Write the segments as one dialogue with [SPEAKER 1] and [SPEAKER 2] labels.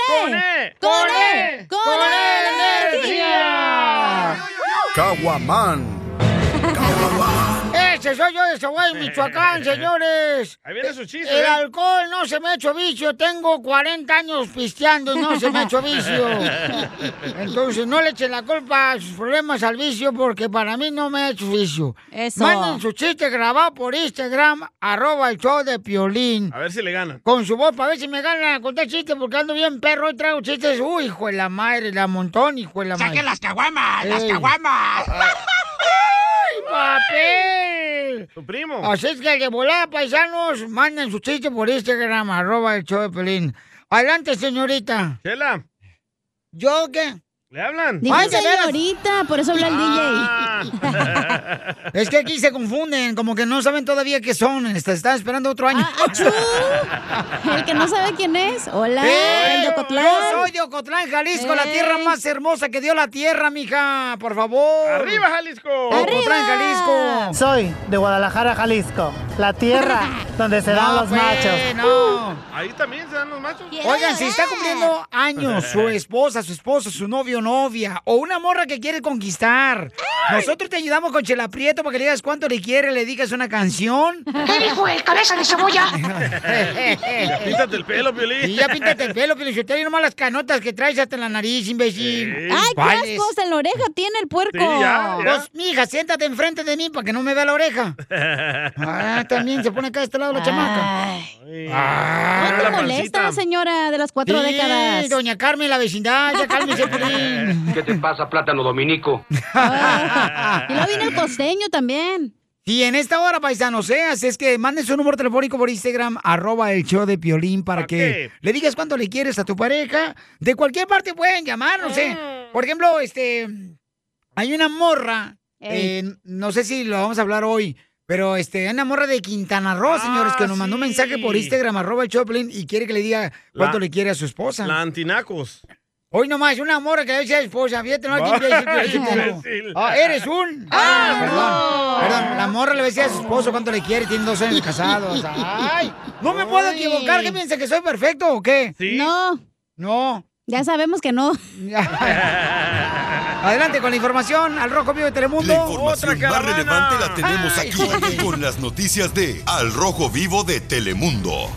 [SPEAKER 1] E! ¡Con E! ¡Con energía!
[SPEAKER 2] Caguaman.
[SPEAKER 1] Ese soy yo de Saguay, Michoacán, señores.
[SPEAKER 3] Ahí viene su chiste,
[SPEAKER 1] El
[SPEAKER 3] ¿eh?
[SPEAKER 1] alcohol no se me ha hecho vicio. Tengo 40 años pisteando y no se me ha hecho vicio. Entonces, no le echen la culpa a sus problemas al vicio porque para mí no me ha hecho vicio.
[SPEAKER 4] Eso.
[SPEAKER 1] Manden su chiste grabado por Instagram, arroba el show de Piolín.
[SPEAKER 3] A ver si le ganan.
[SPEAKER 1] Con su voz, para ver si me ganan a contar chistes, porque ando bien perro y traigo chistes. Uy, hijo de la madre, la montón, hijo de la madre.
[SPEAKER 4] ¡Saquen las caguamas! ¡Las
[SPEAKER 1] Ey.
[SPEAKER 4] caguamas!
[SPEAKER 1] ¡Ay, papel!
[SPEAKER 3] Tu primo.
[SPEAKER 1] Así es que de volada, paisanos, manden su chiste por Instagram, arroba el show de Pelín. Adelante, señorita.
[SPEAKER 3] Chela.
[SPEAKER 1] ¿Yo qué?
[SPEAKER 3] ¿Le hablan?
[SPEAKER 1] Dijo Ay, de veras. Ah.
[SPEAKER 5] señorita, por eso habla el
[SPEAKER 3] Ah.
[SPEAKER 1] Es que aquí se confunden, como que no saben todavía qué son. est- Están esperando otro año.
[SPEAKER 5] DJ. Ah, El que no sabe quién es. Hola,
[SPEAKER 1] ¡Eh!
[SPEAKER 5] el de Ocotlán.
[SPEAKER 1] Yo soy de Ocotlán, Jalisco, la
[SPEAKER 5] ¡Ey!
[SPEAKER 1] tierra más hermosa que dio la tierra, mija. Por favor.
[SPEAKER 3] ¡Arriba, Jalisco!
[SPEAKER 1] Ocotlán, Jalisco.
[SPEAKER 6] Soy de Guadalajara, Jalisco, la tierra donde se dan
[SPEAKER 1] No,
[SPEAKER 6] los
[SPEAKER 1] pues,
[SPEAKER 6] machos.
[SPEAKER 1] No.
[SPEAKER 3] Ahí también se dan los machos.
[SPEAKER 1] Oigan, si está cumpliendo años su esposa, su esposo, su novio, novia, o una morra que quiere conquistar, nosotros te ayudamos con Chela Prieto para que le digas cuánto le quiere, le digas una canción.
[SPEAKER 7] ¿Qué dijo el cabeza de cebolla?
[SPEAKER 3] Ya píntate el pelo, Piolín.
[SPEAKER 1] Y ya píntate el pelo, pero si te nomás las canotas que traes hasta en la nariz, imbécil.
[SPEAKER 3] Sí.
[SPEAKER 5] Ay, qué
[SPEAKER 1] ¿Cuáles?
[SPEAKER 5] asco, hasta en la oreja tiene el puerco.
[SPEAKER 3] Sí, ya, ya.
[SPEAKER 1] Pues, mija, siéntate enfrente de mí para que no me vea la oreja. Ah, también se pone acá de este lado la chamaca.
[SPEAKER 3] Ay.
[SPEAKER 1] Ah.
[SPEAKER 3] Mira
[SPEAKER 5] ¿No te
[SPEAKER 3] la
[SPEAKER 5] molesta,
[SPEAKER 3] pancita.
[SPEAKER 5] señora de las cuatro
[SPEAKER 1] Sí,
[SPEAKER 5] décadas?
[SPEAKER 1] doña Carmen, la vecindad, ya cálmese, Piolín.
[SPEAKER 8] ¿Qué te pasa, plátano dominico?
[SPEAKER 5] Ah, y luego viene el costeño también.
[SPEAKER 1] Y en esta hora, paisanos, ¿eh? Así es que manden su número telefónico por Instagram, arroba el show de Piolín, para
[SPEAKER 3] ¿Para
[SPEAKER 1] que
[SPEAKER 3] qué?
[SPEAKER 1] le digas cuánto le quieres a tu pareja. De cualquier parte pueden llamarnos, ¿eh?
[SPEAKER 3] Ah.
[SPEAKER 1] Por ejemplo, este, hay una morra,
[SPEAKER 5] Ey.
[SPEAKER 1] eh, no sé si lo vamos a hablar hoy, pero este, hay una morra de Quintana Roo,
[SPEAKER 3] Ah,
[SPEAKER 1] señores, que nos mandó un
[SPEAKER 3] sí.
[SPEAKER 1] mensaje por Instagram, arroba el show de Piolín, y quiere que le diga cuánto
[SPEAKER 3] La-
[SPEAKER 1] le quiere a su esposa.
[SPEAKER 3] La antinacos.
[SPEAKER 1] Hoy nomás, una morra que le dice a su esposa, fíjate, no hay
[SPEAKER 3] Ay,
[SPEAKER 1] quien le dice, Piolín, Sotelo.
[SPEAKER 3] imbécil.
[SPEAKER 1] Ah, eres un. Ah, perdón. Perdón, la morra le decía a su esposo cuánto le quiere, tiene dos años de casados. Ay, no me puedo
[SPEAKER 5] Ay.
[SPEAKER 1] equivocar, ¿qué piensa que soy perfecto o qué?
[SPEAKER 3] ¿Sí?
[SPEAKER 5] No,
[SPEAKER 1] No.
[SPEAKER 5] ya sabemos que no.
[SPEAKER 1] Adelante con la información al Rojo Vivo de
[SPEAKER 9] La
[SPEAKER 1] Telemundo.
[SPEAKER 9] información
[SPEAKER 3] otra
[SPEAKER 9] más
[SPEAKER 3] caravana.
[SPEAKER 9] relevante la tenemos
[SPEAKER 1] Ay,
[SPEAKER 9] aquí con las noticias de Al Rojo Vivo de Telemundo.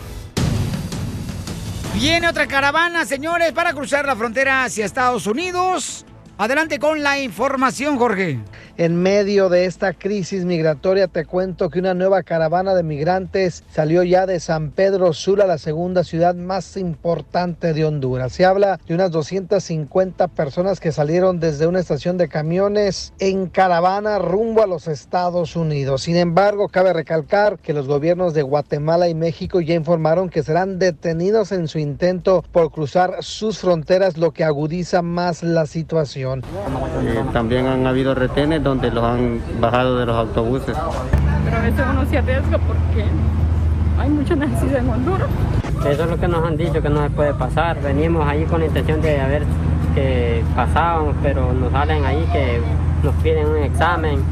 [SPEAKER 1] Viene otra caravana, señores, para cruzar la frontera hacia Estados Unidos. Adelante con la información, Jorge.
[SPEAKER 6] En medio de esta crisis migratoria, te cuento que una nueva caravana de migrantes salió ya de San Pedro Sula, la segunda ciudad más importante de Honduras. Se habla de unas 250 personas que salieron desde una estación de camiones en caravana rumbo a los Estados Unidos. Sin embargo, cabe recalcar que los gobiernos de Guatemala y México ya informaron que serán detenidos en su intento por cruzar sus fronteras, lo que agudiza más la situación.
[SPEAKER 10] Eh, también han habido retenes donde los han bajado de los autobuses.
[SPEAKER 11] pero a veces uno se arriesga porque hay mucha necesidad en Honduras.
[SPEAKER 10] Eso es lo que nos han dicho, que no se puede pasar. Venimos ahí con la intención de haber que pasábamos, pero nos salen ahí que nos piden un examen.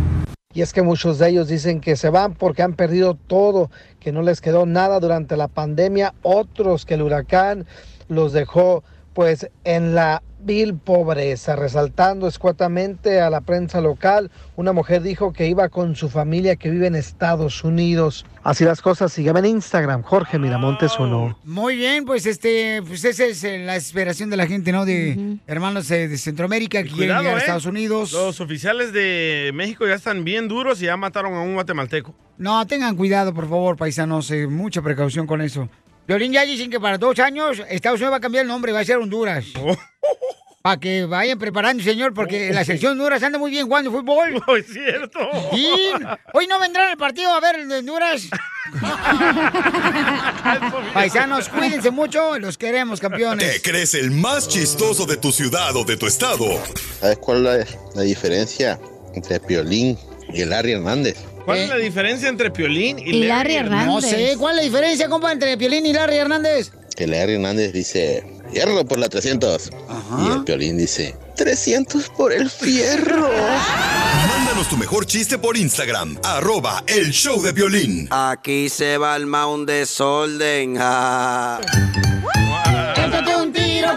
[SPEAKER 6] Y es que muchos de ellos dicen que se van porque han perdido todo, que no les quedó nada durante la pandemia, otros que el huracán los dejó pues en la vil pobreza, resaltando escuetamente a la prensa local, una mujer dijo que iba con su familia que vive en Estados Unidos. Así las cosas, sígueme en Instagram, Jorge Miramontes uno.
[SPEAKER 1] Muy bien, pues este, pues esa es eh, la esperación de la gente, ¿no? De
[SPEAKER 5] Ujú.
[SPEAKER 1] hermanos eh, de Centroamérica que quieren
[SPEAKER 3] Cuidado,
[SPEAKER 1] llegar a
[SPEAKER 3] ¿eh?
[SPEAKER 1] Estados Unidos.
[SPEAKER 3] Los oficiales de México ya están bien duros y ya mataron a un guatemalteco.
[SPEAKER 1] No, tengan cuidado, por favor, paisanos. eh, mucha precaución con eso. Violín ya dicen que para dos años Estados Unidos va a cambiar el nombre, va a ser Honduras.
[SPEAKER 3] Oh.
[SPEAKER 1] Para que vayan preparando, señor, porque la selección de Honduras anda muy bien jugando fútbol.
[SPEAKER 3] No Oh. es cierto.
[SPEAKER 1] Y hoy no vendrán al partido a ver el de Honduras. Paisanos, cuídense mucho, los queremos,
[SPEAKER 9] ¿Te
[SPEAKER 1] campeones.
[SPEAKER 9] crees el más chistoso de tu ciudad o de tu estado?
[SPEAKER 12] ¿Sabes cuál es la, la diferencia entre Piolín y Larry Hernández?
[SPEAKER 3] ¿Cuál es la diferencia entre Piolín y,
[SPEAKER 5] Y Larry Hernández.
[SPEAKER 1] Eh. No sé, ¿cuál es la diferencia, compa, entre Piolín y Larry Hernández?
[SPEAKER 12] Que Larry Hernández dice, fierro por la 300. Y el Piolín dice, 300 por el fierro.
[SPEAKER 9] Mándanos tu mejor chiste por Instagram, arroba el show de violín.
[SPEAKER 13] Aquí se va el mound desorden. ja.
[SPEAKER 1] Échate un tiro
[SPEAKER 4] tiro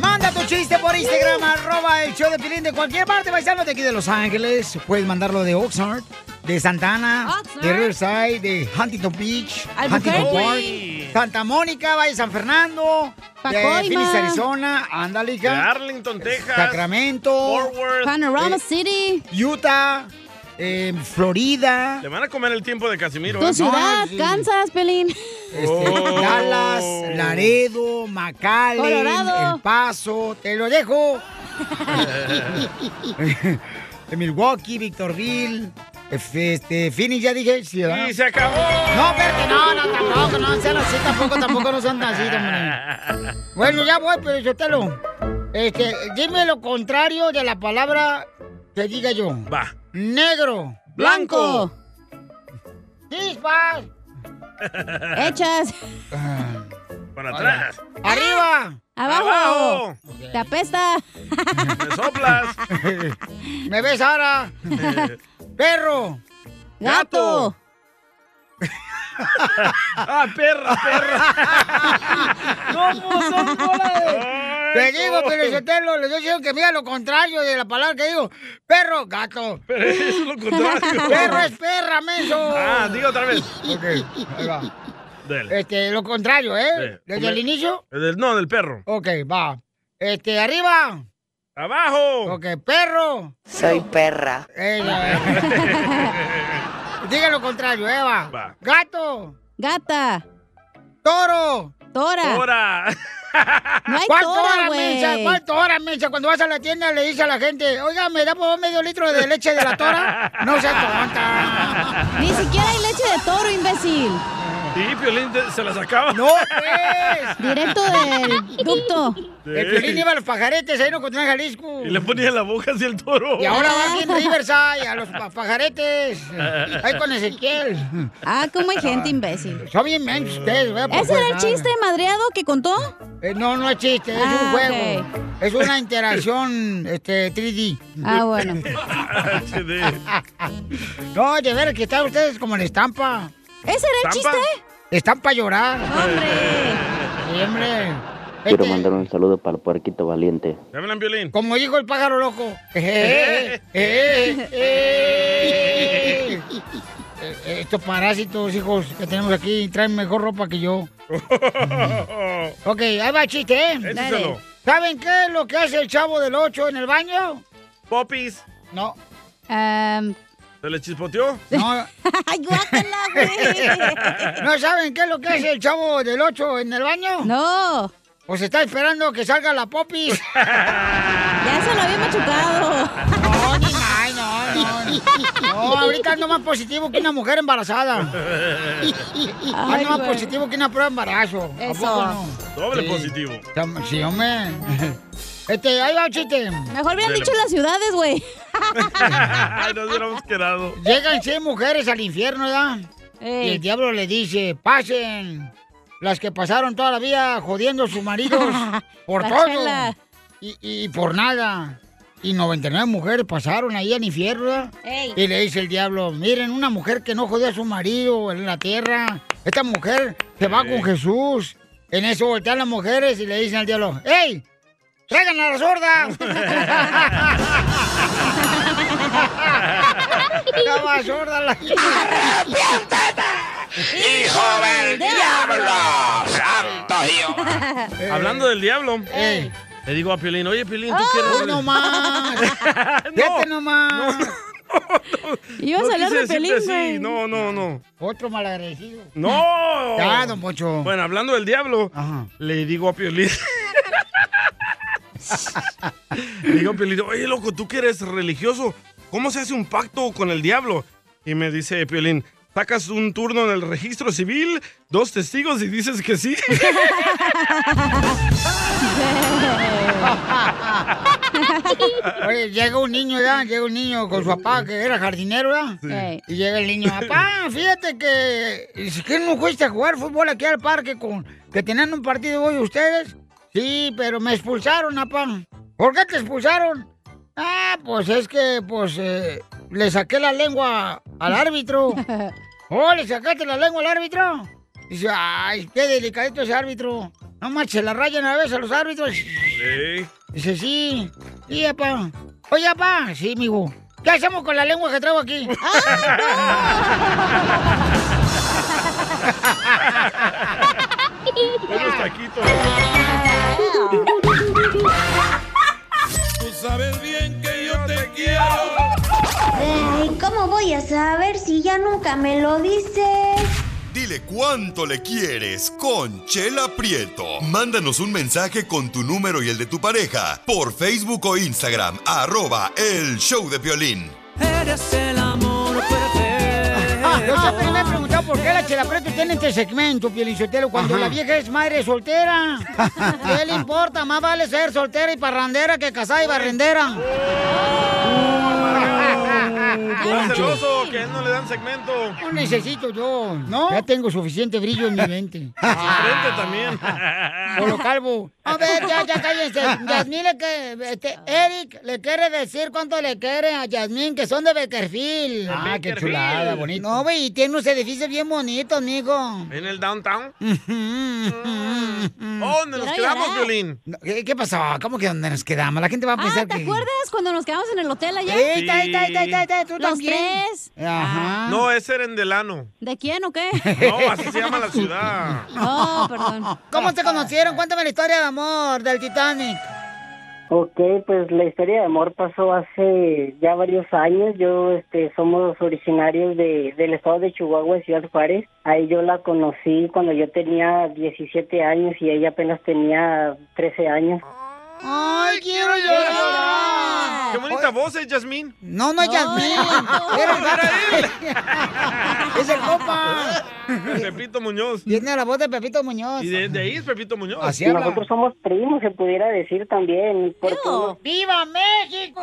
[SPEAKER 1] Manda tu chiste por Instagram, arroba el show de Pilín de cualquier parte, paisano de aquí de Los Ángeles. Puedes mandarlo de Oxnard, de Santana,
[SPEAKER 4] Oxnard.
[SPEAKER 1] de Riverside, de Huntington Beach,
[SPEAKER 4] Albuquerque.
[SPEAKER 1] Huntington Park, Santa Mónica, Valle San Fernando,
[SPEAKER 5] Pacoima.
[SPEAKER 1] de Phoenix, Arizona, Andalica,
[SPEAKER 3] De Arlington, Texas.
[SPEAKER 1] Sacramento,
[SPEAKER 3] Fort Worth.
[SPEAKER 5] Panorama
[SPEAKER 1] eh,
[SPEAKER 5] City.
[SPEAKER 1] Utah, eh, Florida,
[SPEAKER 3] Le van a comer el tiempo de Casimiro.
[SPEAKER 5] Tu
[SPEAKER 3] ¿eh?
[SPEAKER 5] ciudad, Kansas, Pelín.
[SPEAKER 3] Oh.
[SPEAKER 1] Este, Dallas, Laredo, McAllen,
[SPEAKER 5] Colorado.
[SPEAKER 1] El Paso, te lo dejo. de Milwaukee, Victorville, F- este, Phoenix, ya dije. Sí, ¿verdad?
[SPEAKER 4] Y se acabó.
[SPEAKER 1] No, espérate, no, no, tampoco, no sean así, tampoco, tampoco no sean así, hombre. Bueno, ya voy, pero yo te lo. Este, dime lo contrario de la palabra que diga yo.
[SPEAKER 3] Va.
[SPEAKER 1] Negro.
[SPEAKER 5] Blanco.
[SPEAKER 1] Chispas.
[SPEAKER 5] Hechas.
[SPEAKER 1] Ah.
[SPEAKER 3] Para atrás.
[SPEAKER 1] Arriba.
[SPEAKER 5] Abajo.
[SPEAKER 1] Abajo.
[SPEAKER 5] Te apesta.
[SPEAKER 3] Me soplas.
[SPEAKER 1] Me ves ahora. Perro.
[SPEAKER 5] Gato.
[SPEAKER 3] ah, perra,
[SPEAKER 1] perra. no, pues son bola de- Te digo,
[SPEAKER 4] no.
[SPEAKER 1] pero yo te lo, le estoy diciendo que mira lo contrario de la palabra que digo. Perro, gato.
[SPEAKER 3] Pero eso es lo contrario.
[SPEAKER 1] Perro es perra, menso.
[SPEAKER 3] Ah, digo otra vez.
[SPEAKER 1] Ok, ahí va.
[SPEAKER 3] Dele.
[SPEAKER 1] Este, lo contrario, ¿eh?
[SPEAKER 3] Sí.
[SPEAKER 1] Desde el
[SPEAKER 3] Come-
[SPEAKER 1] inicio.
[SPEAKER 3] Del- no, del perro.
[SPEAKER 1] Ok, va. Este, arriba.
[SPEAKER 3] Abajo.
[SPEAKER 1] Ok, perro.
[SPEAKER 12] Soy perra.
[SPEAKER 1] Eh, Diga lo contrario, Eva.
[SPEAKER 12] Va.
[SPEAKER 1] Gato.
[SPEAKER 5] Gata.
[SPEAKER 1] Toro.
[SPEAKER 5] Tora.
[SPEAKER 3] Tora.
[SPEAKER 5] No hay
[SPEAKER 1] ¿Cuánto
[SPEAKER 5] tora,
[SPEAKER 1] hora,
[SPEAKER 5] güey.
[SPEAKER 1] mensa? ¿Cuánto hora, mensa? Cuando vas a la tienda le dices a la gente, oiga, ¿me da por favor medio litro de leche de la tora? No seas tonta.
[SPEAKER 5] Ni siquiera hay leche de toro, imbécil.
[SPEAKER 3] Sí, Piolín te- se la sacaba.
[SPEAKER 1] No, pues.
[SPEAKER 5] Directo del ducto.
[SPEAKER 1] El Piolín iba a los pajaretes ahí en Ocotlán, Jalisco.
[SPEAKER 3] Y le ponía en la boca hacia el toro.
[SPEAKER 1] Y ahora va
[SPEAKER 5] Oh.
[SPEAKER 1] aquí en Riverside, a los pa- pajaretes. Ahí con Ezequiel.
[SPEAKER 5] Ah, cómo hay gente imbécil.
[SPEAKER 1] Son bien mensos ustedes, güey, por
[SPEAKER 5] ¿Ese era el
[SPEAKER 1] jugar.
[SPEAKER 5] chiste madreado que contó?
[SPEAKER 1] Eh, no, no es chiste, es
[SPEAKER 5] Ah,
[SPEAKER 1] un juego. Es una interacción este, 3D.
[SPEAKER 5] Ah, bueno.
[SPEAKER 1] no, de ver que están ustedes como en estampa.
[SPEAKER 5] ¿Ese era el
[SPEAKER 1] ¿Estampa?
[SPEAKER 5] chiste?
[SPEAKER 1] Estampa a llorar.
[SPEAKER 5] ¡Hombre!
[SPEAKER 1] Sí, hombre.
[SPEAKER 14] Quiero mandar un saludo para el puerquito valiente.
[SPEAKER 3] Dámela en violín.
[SPEAKER 1] Como dijo el pájaro loco. Eh, eh, eh, eh. Eh, Estos parásitos, hijos, que tenemos aquí, traen mejor ropa que yo. ok, ahí va el chiste, ¿eh?
[SPEAKER 4] Échaselo.
[SPEAKER 1] ¿Saben qué es lo que hace el chavo del 8 en el baño?
[SPEAKER 3] Popis.
[SPEAKER 1] No.
[SPEAKER 3] ¿Se le chispoteó?
[SPEAKER 1] No. ¿No saben qué es lo que hace el chavo del 8 en el baño?
[SPEAKER 5] No.
[SPEAKER 1] Pues está esperando que salga la popis.
[SPEAKER 5] Ya se lo había machucado.
[SPEAKER 1] No, ni ay, no, no. No, ahorita ando más positivo que una mujer embarazada.
[SPEAKER 4] Ay,
[SPEAKER 1] ando más
[SPEAKER 4] güey.
[SPEAKER 1] positivo que una prueba de embarazo. ¿A
[SPEAKER 4] Eso.
[SPEAKER 1] poco no?
[SPEAKER 3] Doble
[SPEAKER 1] Sí.
[SPEAKER 3] positivo.
[SPEAKER 1] Tam- Sí, hombre. Este, ahí va un chiste.
[SPEAKER 5] Mejor
[SPEAKER 3] Dele.
[SPEAKER 5] hubieran dicho las ciudades, güey.
[SPEAKER 3] Ay, nos hubiéramos quedado.
[SPEAKER 1] Llegan 100 mujeres al infierno, ¿verdad? Y el diablo le dice, pasen las que pasaron toda la vida jodiendo a sus maridos por
[SPEAKER 4] La
[SPEAKER 1] todo
[SPEAKER 4] chela.
[SPEAKER 1] y, y por nada. Y 99 mujeres pasaron ahí al infierno, ¿verdad?
[SPEAKER 4] Ey.
[SPEAKER 1] Y le dice el diablo, miren, una mujer que no jodió a su marido en la tierra, esta mujer se va
[SPEAKER 4] Ey.
[SPEAKER 1] con Jesús. En eso voltean las mujeres y le dicen al diablo, ¡Ey! ¡Traigan a la sorda! Estaba sorda la
[SPEAKER 4] ¡Hijo del
[SPEAKER 1] Eh.
[SPEAKER 4] diablo!
[SPEAKER 3] ¡Santo
[SPEAKER 5] Eh.
[SPEAKER 3] Hablando del diablo, le digo a Piolín, oye, Piolín, ¿tú qué
[SPEAKER 1] ¡Oh, no más! ¡Vete nomás!
[SPEAKER 3] Ibas a hablar quise de decirte Pelín, así, güey.
[SPEAKER 1] No, no, no. Otro malagradecido.
[SPEAKER 3] ¡No!
[SPEAKER 1] Ya, don Pocho.
[SPEAKER 3] Bueno, hablando del diablo, le digo a Piolín. le digo a Piolín, oye, loco, tú que eres religioso, ¿cómo se hace un pacto con el diablo? Y me dice Piolín, sacas un turno en el registro civil, dos testigos y dices que sí.
[SPEAKER 1] Oye, llega un niño, ya, llega un niño con su papá que era jardinero, ya.
[SPEAKER 5] Sí.
[SPEAKER 1] Y llega el niño, papá, fíjate que es que no fuiste a jugar fútbol aquí al parque con que tenían un partido hoy ustedes. Sí, pero me expulsaron, papá. ¿Por qué te expulsaron? Ah, pues es que, pues, eh, le saqué la lengua al árbitro. Oh, le sacaste la lengua al árbitro. Dice, ay, qué delicadito ese árbitro. No manches, la rayan a veces a los árbitros. Dice, sí. Y, apa. Oye, apa. Sí, mijo. ¿Qué hacemos con la lengua que traigo aquí?
[SPEAKER 4] Unos
[SPEAKER 3] taquitos.
[SPEAKER 4] Tú sabes bien que yo te quiero.
[SPEAKER 12] Ay, ¿cómo voy a saber si ya nunca me lo dices?
[SPEAKER 9] Dile cuánto le quieres con Chela Prieto. Mándanos un mensaje con tu número y el de tu pareja por Facebook o Instagram, arroba el show de violín.
[SPEAKER 4] Eres el amor perfecto.
[SPEAKER 1] Ah, Yo siempre me he preguntado por qué la Chela Prieto tiene este segmento, Pielichotelo, cuando
[SPEAKER 4] Ajá.
[SPEAKER 1] la vieja es madre soltera. ¿Qué le importa? Más vale ser soltera y parrandera que casada y barrendera.
[SPEAKER 3] ¿Estás celoso que a él no le dan segmento?
[SPEAKER 1] No necesito yo, ¿no? Ya tengo suficiente brillo en mi mente.
[SPEAKER 3] Frente Ah. también.
[SPEAKER 1] Por lo calvo. A ver, ya, ya cállense. Yasmín le que, este, Eric le quiere decir cuánto le quiere a Yasmín, que son de Beckerfield.
[SPEAKER 3] Ah, qué Beckerfield. chulada, bonito.
[SPEAKER 1] No, güey, y tiene unos edificios bien bonitos, amigo.
[SPEAKER 3] ¿En el downtown?
[SPEAKER 1] ¿Dónde
[SPEAKER 5] nos Quiero quedamos, llorar. Piolín?
[SPEAKER 1] ¿Qué, qué pasó? ¿Cómo que dónde nos quedamos? La gente va a
[SPEAKER 5] Ah,
[SPEAKER 1] pensar
[SPEAKER 5] ¿te
[SPEAKER 1] que...
[SPEAKER 5] acuerdas cuando nos quedamos en el hotel allá?
[SPEAKER 1] Ey, ta, ta, ta, ta, ta, tú
[SPEAKER 5] Los
[SPEAKER 1] también.
[SPEAKER 5] tres.
[SPEAKER 1] Ajá.
[SPEAKER 3] No, ese era en Delano.
[SPEAKER 5] ¿De quién o qué?
[SPEAKER 3] No, así se llama la ciudad.
[SPEAKER 5] No, perdón.
[SPEAKER 1] ¿Cómo se conocieron? Cuéntame la historia de amor del Titanic.
[SPEAKER 15] Ok, pues la historia de amor pasó hace ya varios años. Yo este, somos originarios de, del estado de Chihuahua, de Ciudad Juárez. Ahí yo la conocí cuando yo tenía 17 años y ella apenas tenía 13 años.
[SPEAKER 1] ¡Ay, quiero
[SPEAKER 3] Qué bonita voz es, Jasmine.
[SPEAKER 1] No, no es Yasmín. Era el gato. es el copa.
[SPEAKER 3] Pepito Muñoz.
[SPEAKER 1] Tiene la voz de Pepito Muñoz.
[SPEAKER 3] Y de, de ahí es Pepito Muñoz.
[SPEAKER 15] Nosotros somos primos, se pudiera decir también. Porque
[SPEAKER 1] ¡Viva México!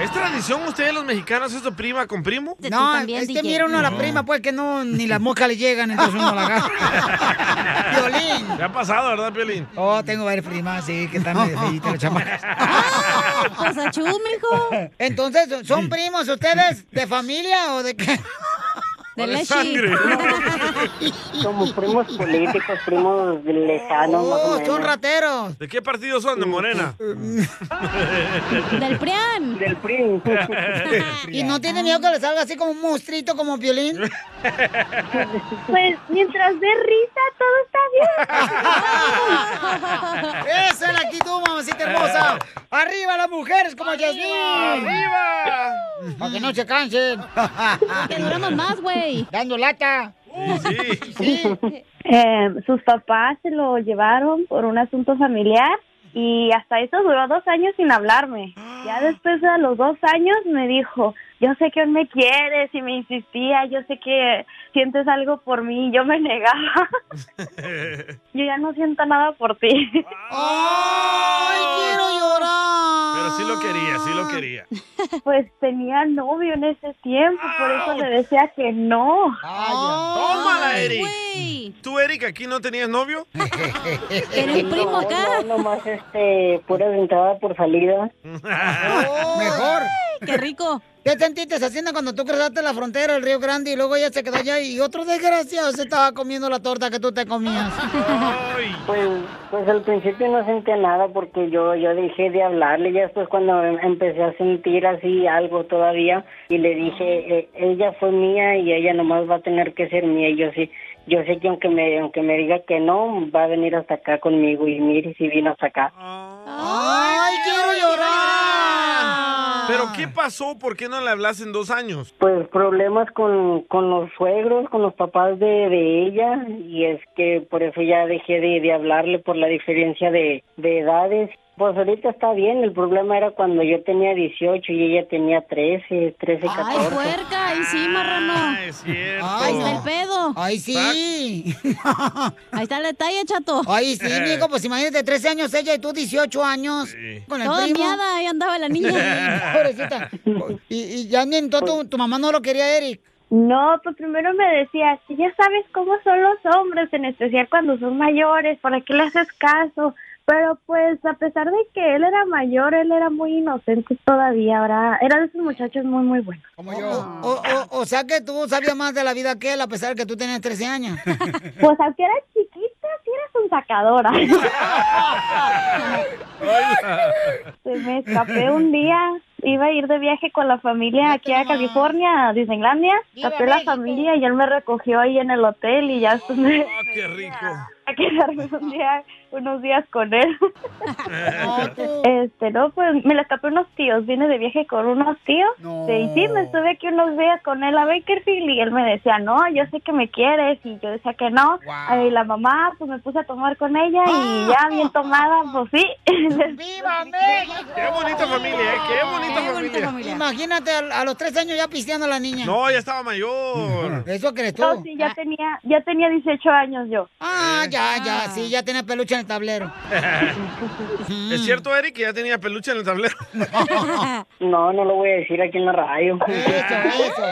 [SPEAKER 3] ¿Es tradición ustedes los mexicanos esto prima con primo?
[SPEAKER 1] No, es que mira uno a la prima, pues, que no, ni las moscas le llegan, entonces uno la agarra. Piolín.
[SPEAKER 3] Te ha pasado, ¿verdad, Piolín?
[SPEAKER 1] Oh, tengo varias primas, sí, que están medio feitas las chamacas. Pues achú, mijo. Entonces, ¿son primos ustedes de familia o de qué?
[SPEAKER 15] De leche. sangre. somos primos políticos, primos lejanos. Ah, más o
[SPEAKER 1] Oh,
[SPEAKER 15] menos.
[SPEAKER 1] son rateros.
[SPEAKER 3] ¿De qué partido son? ¿De Morena?
[SPEAKER 1] Del PRIAN.
[SPEAKER 15] Del PRIAN.
[SPEAKER 1] ¿Y no tiene miedo que le salga así como un monstruito como violín?
[SPEAKER 12] Pues mientras dé risa, todo está
[SPEAKER 1] bien. Esa es la actitud, mamacita hermosa. ¡Arriba las mujeres como Yasmín!
[SPEAKER 3] ¡Arriba!
[SPEAKER 1] Para que no se cansen. Que duramos más, güey. Dando lata.
[SPEAKER 16] Eh, sus papás se lo llevaron por un asunto familiar y hasta eso duró dos años sin hablarme. Ya después de los dos años me dijo, yo sé que aún me quieres y me insistía, yo sé que sientes algo por mí, yo me negaba, yo ya no siento nada por ti.
[SPEAKER 1] ¡Ay, quiero llorar!
[SPEAKER 3] Pero sí lo quería, sí lo quería.
[SPEAKER 16] Pues tenía novio en ese tiempo, por eso le decía que no.
[SPEAKER 3] ¡Tómala, Eric! ¿Tú, Eric, aquí no tenías novio?
[SPEAKER 15] No, No, nomás este, puras entradas por salida.
[SPEAKER 1] Mejor. ¡Qué rico! ¿Qué sentiste, Hacienda, cuando tú cruzaste la frontera del Río Grande y luego ella se quedó allá y otro desgraciado se estaba comiendo la torta que tú te comías?
[SPEAKER 15] Pues, pues al principio no sentía nada porque yo, yo dejé de hablarle. Ya después cuando em- empecé a sentir así algo todavía y le dije, eh, ella fue mía y ella nomás va a tener que ser mía. Y yo sí, yo sé que aunque me, aunque me diga que no, va a venir hasta acá conmigo y mire si vino hasta acá.
[SPEAKER 1] ¡Ay, quiero llorar!
[SPEAKER 3] ¿Pero qué pasó? ¿Por qué no le hablas en dos años?
[SPEAKER 15] Pues problemas con, con los suegros, con los papás de, de ella, y es que por eso ya dejé de, de hablarle por la diferencia de, de edades. Pues ahorita está bien, el problema era cuando yo tenía 18 y ella tenía 13, 13, 14.
[SPEAKER 5] Puerca, ahí sí, marrano.
[SPEAKER 3] Es cierto.
[SPEAKER 5] Ahí está el pedo.
[SPEAKER 1] Ahí sí.
[SPEAKER 5] Ahí está el detalle, chato.
[SPEAKER 1] Ay,
[SPEAKER 3] Eh.
[SPEAKER 1] sí, mijo, pues imagínate, 13 años ella y tú 18 años. Con el
[SPEAKER 5] Toda
[SPEAKER 1] primo.
[SPEAKER 5] miada, ahí andaba la niña.
[SPEAKER 1] Pobrecita. Y, y ya ni entonces tu, tu mamá no lo quería, Eric.
[SPEAKER 16] No, pues primero me decía, "Si ya sabes cómo son los hombres, en especial cuando son mayores, ¿para qué le haces caso? Pero pues a pesar de que él era mayor, él era muy inocente todavía, ahora era de esos muchachos muy, muy buenos.
[SPEAKER 1] O, o- o sea que tú sabías más de la vida que él, a pesar de que tú tenías 13 años.
[SPEAKER 16] Pues aunque eras chiquita, sí eras un sacadora. Se me escapé un día, iba a ir de viaje con la familia aquí a California, a Disneylandia. Escapé la familia y él me recogió ahí en el hotel y ya después me-
[SPEAKER 3] ¡Qué rico!
[SPEAKER 16] a quedarme un día, unos días con él. Este, no, pues me la escapé unos tíos, vine de viaje con unos tíos. Y sí, me estuve aquí unos días con él a Bakerfield y él me decía, no, yo sé que me quieres y yo decía que no. Y la mamá, pues me puse a tomar con ella y ya bien tomada, pues sí.
[SPEAKER 1] ¡Viva México!
[SPEAKER 3] ¡Qué bonita familia, eh! ¡Qué bonita familia!
[SPEAKER 1] Imagínate a, a los 13 años ya pisteando a la niña.
[SPEAKER 3] No, ya estaba mayor.
[SPEAKER 1] Eso crees tú.
[SPEAKER 16] No, sí, ya tenía, ya tenía 18 años yo.
[SPEAKER 1] Ah, ya, ya, sí, ya tenía peluche en el tablero.
[SPEAKER 3] ¿Es cierto, Eric, que ya tenía peluche en el tablero?
[SPEAKER 15] No, no lo voy a decir aquí en la radio.
[SPEAKER 1] Eso.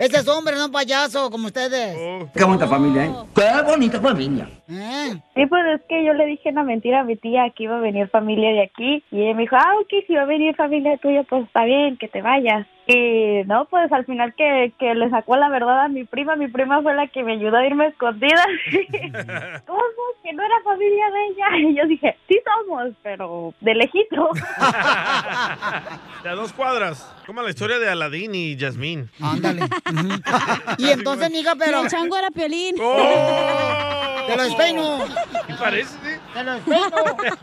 [SPEAKER 1] Ese es hombre, no payaso, como ustedes.
[SPEAKER 3] Oh.
[SPEAKER 11] Qué bonita familia, ¿eh? Qué bonita familia.
[SPEAKER 16] Sí, pues es que yo le dije una mentira a mi tía que iba a venir familia de aquí y ella me dijo, ah, ok, si va a venir familia tuya, pues está bien, que te vayas. Y no, pues al final que, que le sacó la verdad a mi prima, mi prima fue la que me ayudó a irme a escondida. ¿Cómo? Que no era familia de ella. Y yo dije, sí somos, pero de lejito.
[SPEAKER 3] De a dos cuadras. Como la historia de Aladín y Yasmín.
[SPEAKER 1] Ándale. Y entonces, mija, pero.
[SPEAKER 5] Y el chango era piolín.
[SPEAKER 3] Oh.
[SPEAKER 1] Te lo despeino.
[SPEAKER 3] ¿Y parece?
[SPEAKER 1] Te lo despeino.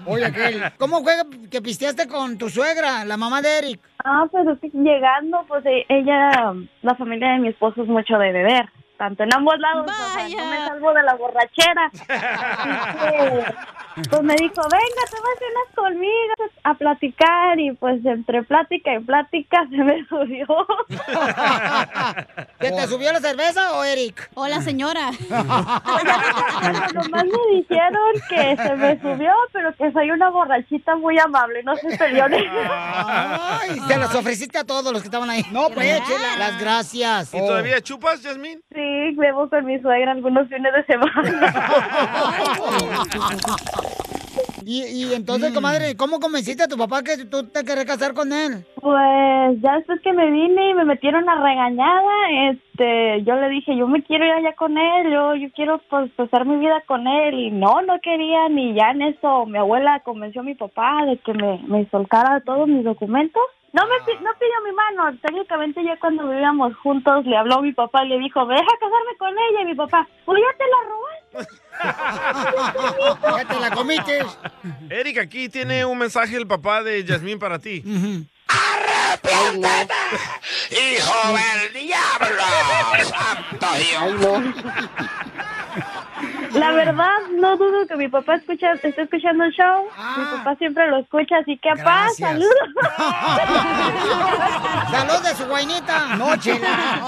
[SPEAKER 1] Oye, aquel. ¿Cómo juega que pisteaste con tu suegra, la mamá de Eric?
[SPEAKER 16] Ah, pues es que llegando, pues e- ella, la familia de mi esposo es mucho de beber, tanto en ambos lados, o sea, no me salvo de la borrachera. Así que, pues me dijo, venga, te vas unas conmigo pues, a platicar y pues entre plática y plática se me subió.
[SPEAKER 1] ¿Que
[SPEAKER 3] Oh.
[SPEAKER 1] te subió la cerveza o Eric?
[SPEAKER 5] O la señora.
[SPEAKER 16] Nomás me dijeron que se me subió, pero que soy una borrachita muy amable, Este, no soy peleona.
[SPEAKER 1] Ay, se las ofreciste a todos los que estaban ahí. No, pues, chela, las gracias.
[SPEAKER 3] ¿Y todavía chupas, Yasmín?
[SPEAKER 16] Sí, bebo con mi suegra algunos fines de semana.
[SPEAKER 1] Y, y entonces,
[SPEAKER 16] Mm.
[SPEAKER 1] comadre, ¿cómo convenciste a tu papá que tú te querés casar con él?
[SPEAKER 16] Pues ya después que me vine y me metieron a regañada, este, yo le dije, yo me quiero ir allá con él, yo, yo quiero pues pasar mi vida con él y no, no quería ni ya en eso. Mi abuela convenció a mi papá de que me, me soltara todos mis documentos. No me pi- no pidió mi mano, técnicamente ya cuando vivíamos juntos le habló mi papá y le dijo, "Me deja casarme con ella y mi papá, pues ya te la robaste.
[SPEAKER 1] Ya te la comiste.
[SPEAKER 3] Eric, aquí tiene un mensaje el papá de Yasmín para ti.
[SPEAKER 4] ¡Hijo del diablo!
[SPEAKER 16] La verdad, no dudo que mi papá escucha, esté escuchando el show. Mi papá siempre lo escucha, así que, papá,
[SPEAKER 1] Gracias.
[SPEAKER 16] saludos.
[SPEAKER 1] ¡Salud de su guainita! ¡No, chela!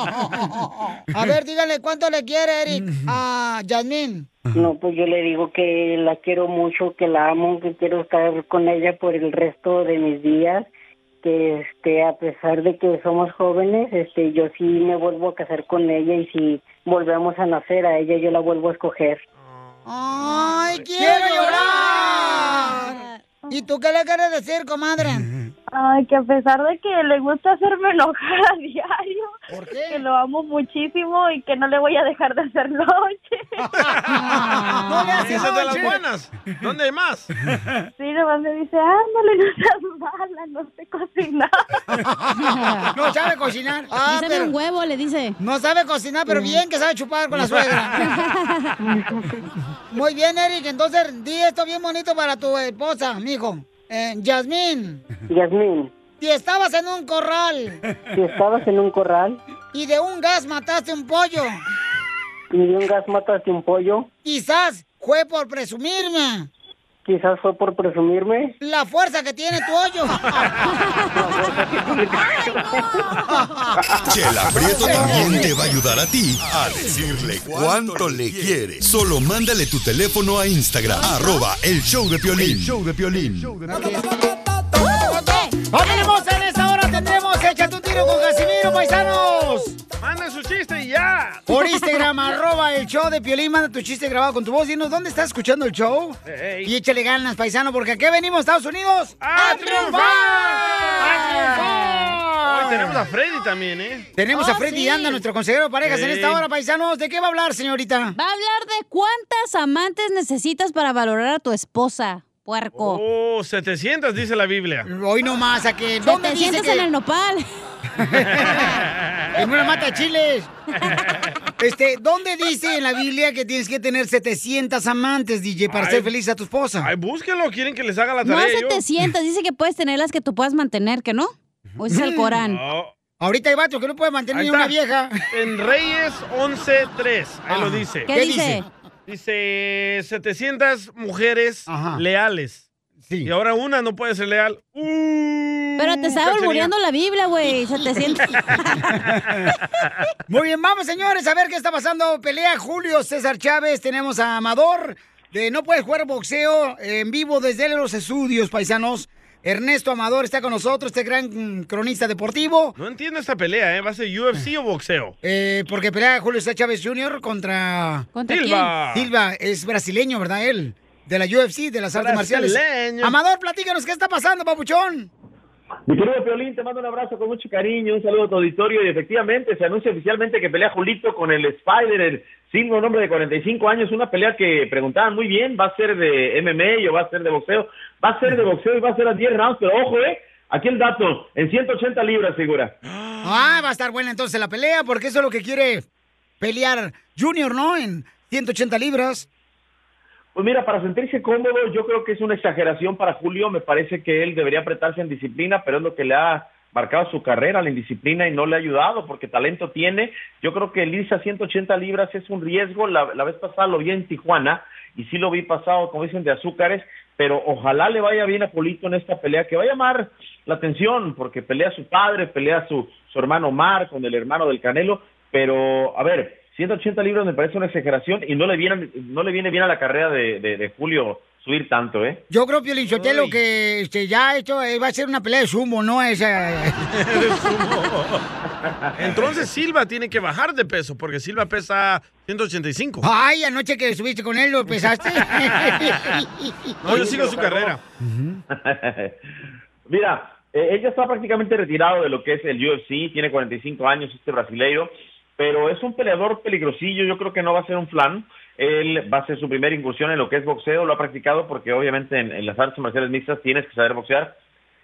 [SPEAKER 1] A ver, dígale cuánto le quiere Eric
[SPEAKER 3] Mm.
[SPEAKER 1] a Yasmín.
[SPEAKER 15] No, pues yo le digo que la quiero mucho, que la amo, que quiero estar con ella por el resto de mis días, que este a pesar de que somos jóvenes, este yo sí me vuelvo a casar con ella y si volvemos a nacer a ella yo la vuelvo a escoger.
[SPEAKER 1] ¡Ay, quiero llorar! ¿Y tú qué le quieres decir, comadre?
[SPEAKER 16] Ay, que a pesar de que le gusta hacerme enojar a diario, que lo amo muchísimo y que no le voy a dejar de hacer noche.
[SPEAKER 3] No le haces de las buenas. ¿Dónde hay más?
[SPEAKER 16] Sí, nomás me dice, ándale, no seas mala, no sé cocinar.
[SPEAKER 1] No sabe cocinar.
[SPEAKER 5] Dísele un
[SPEAKER 1] huevo, le dice. Ah, No sabe cocinar, pero bien que sabe chupar con la suegra. Muy bien, Eric. Entonces, di esto bien bonito para tu esposa, mijo. Eh, Yasmín,
[SPEAKER 15] Yasmín,
[SPEAKER 1] si estabas en un corral
[SPEAKER 15] si estabas en un corral
[SPEAKER 1] y de un gas mataste un pollo,
[SPEAKER 15] y de un gas mataste un pollo,
[SPEAKER 1] quizás fue por presumirme
[SPEAKER 15] quizás fue por presumirme.
[SPEAKER 1] la fuerza que tiene tu hoyo.
[SPEAKER 9] Chela Prieto también te va a ayudar a ti a decirle cuánto le quiere. Solo mándale tu teléfono a Instagram, arroba el show de Piolín. show de Piolín.
[SPEAKER 1] ¡Vamos, en esta hora tendremos Échate un tiro con Casimiro, paisanos!
[SPEAKER 3] Manden su chiste y ya.
[SPEAKER 1] Por Instagram, Instagram, arroba el show de Piolín, manda tu chiste grabado con tu voz. Dinos, ¿dónde estás escuchando el show? Y échale ganas, paisano, porque aquí venimos, Estados Unidos, a,
[SPEAKER 3] Hoy tenemos a Freddy también, ¿eh?
[SPEAKER 1] Tenemos a Freddy Anda, nuestro consejero de parejas en
[SPEAKER 3] Sí.
[SPEAKER 1] esta hora, paisanos. ¿De qué va a hablar, señorita?
[SPEAKER 5] Va a hablar de cuántas amantes necesitas para valorar a tu esposa, puerco.
[SPEAKER 3] Oh, 700 dice la Biblia.
[SPEAKER 1] Hoy nomás, a que...
[SPEAKER 5] ¿Dónde te
[SPEAKER 1] dice
[SPEAKER 5] sientes
[SPEAKER 1] que-
[SPEAKER 5] en el nopal.
[SPEAKER 1] En una mata de chiles. Este, ¿dónde dice en la Biblia que tienes que tener 700 amantes, DJ, para
[SPEAKER 3] Ay.
[SPEAKER 1] ser feliz a tu esposa?
[SPEAKER 3] Ay, búsquenlo, quieren que les haga la
[SPEAKER 5] No
[SPEAKER 3] tarea. yo?
[SPEAKER 5] 700, dice que puedes tener las que tú puedas mantener, ¿que no? O ese es el Corán.
[SPEAKER 3] No.
[SPEAKER 1] Mm. Ahorita hay vatos Este que no pueden mantener
[SPEAKER 3] Ahí
[SPEAKER 1] ni una
[SPEAKER 3] está.
[SPEAKER 1] vieja.
[SPEAKER 3] En Reyes 11.3, ahí
[SPEAKER 1] Ajá.
[SPEAKER 3] lo dice.
[SPEAKER 1] ¿Qué ¿Qué dice? dice?
[SPEAKER 3] Dice 700 mujeres leales.
[SPEAKER 1] Y
[SPEAKER 3] ahora una no puede ser leal.
[SPEAKER 5] Pero te está
[SPEAKER 3] cachanilla.
[SPEAKER 5] volviendo la Biblia, güey. 700.
[SPEAKER 1] Muy bien, vamos, señores, a ver qué está pasando. Pelea Julio César Chávez, tenemos a Amador, de No Puedes Jugar Boxeo, en vivo desde los estudios, paisanos. Ernesto Amador está con nosotros, este gran mm, cronista deportivo.
[SPEAKER 3] No entiendo esta pelea, ¿eh? ¿Va a ser UFC o boxeo?
[SPEAKER 1] Eh, porque pelea Julio César Chávez Jr. contra...
[SPEAKER 3] ¿Contra Silva. quién?
[SPEAKER 1] Silva es brasileño, ¿verdad? Él, de la UFC, de las artes marciales.
[SPEAKER 17] Brasileño.
[SPEAKER 1] Amador, platícanos, ¿qué está pasando, papuchón?
[SPEAKER 17] Mi querido Piolín, te mando un abrazo con mucho cariño, un saludo a tu auditorio y efectivamente se anuncia oficialmente que pelea Julito con el Spider, el signo nombre de 45 años, una pelea que preguntaban muy bien, va a ser de MMA o va a ser de boxeo, va a ser de boxeo y va a ser a 10 rounds, pero ojo, eh, aquí el dato, en 180 libras figura.
[SPEAKER 1] Ah, va a estar buena entonces la pelea, porque eso es lo que quiere pelear Junior, ¿no? En 180 libras.
[SPEAKER 17] Pues mira, para sentirse cómodo, yo creo que es una exageración para Julio. Me parece que él debería apretarse en disciplina, pero es lo que le ha marcado su carrera, la indisciplina, y no le ha ayudado porque talento tiene. Yo creo que el irse a 180 libras es un riesgo. La, la vez pasada lo vi en Tijuana y sí lo vi pasado, como dicen, de azúcares, pero ojalá le vaya bien a Polito en esta pelea, que va a llamar la atención porque pelea su padre, pelea su, su hermano Mar con el hermano del Canelo, pero a ver, 180 libras me parece una exageración y no le viene, no le viene bien a la carrera de, de- de Julio subir tanto, ¿eh?
[SPEAKER 1] Yo creo, Piolín Sotelo,
[SPEAKER 17] Uy.
[SPEAKER 1] que este, ya esto eh, va a ser una pelea de sumo, ¿no? Esa...
[SPEAKER 3] Oh, Entonces Silva tiene que bajar de peso, porque Silva pesa 185.
[SPEAKER 1] Ay, anoche que subiste con él, ¿lo pesaste?
[SPEAKER 3] No, yo sigo su carrera.
[SPEAKER 17] Mira, eh, él ya está prácticamente retirado de lo que es el UFC, tiene 45 años este brasileiro, pero es un peleador peligrosillo, yo creo que no va a ser un flan. Él va a hacer su primera incursión en lo que es boxeo, lo ha practicado porque obviamente en, en las artes marciales mixtas tienes que saber boxear,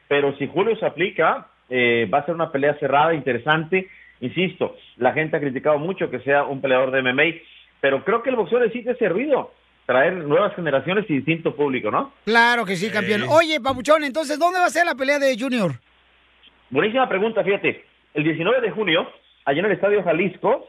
[SPEAKER 17] pero si Julio se aplica, eh, va a ser una pelea cerrada, interesante. Insisto, la gente ha criticado mucho que sea un peleador de MMA, pero creo que el boxeo necesita ese ruido, traer nuevas generaciones y distinto público, ¿no? Eh,
[SPEAKER 1] Claro que sí, campeón. Oh.
[SPEAKER 17] Sí.
[SPEAKER 1] Oye, papuchón, entonces, ¿dónde va a ser la pelea de Junior?
[SPEAKER 17] Buenísima pregunta, fíjate. El 19 de junio, allá en el Estadio Jalisco,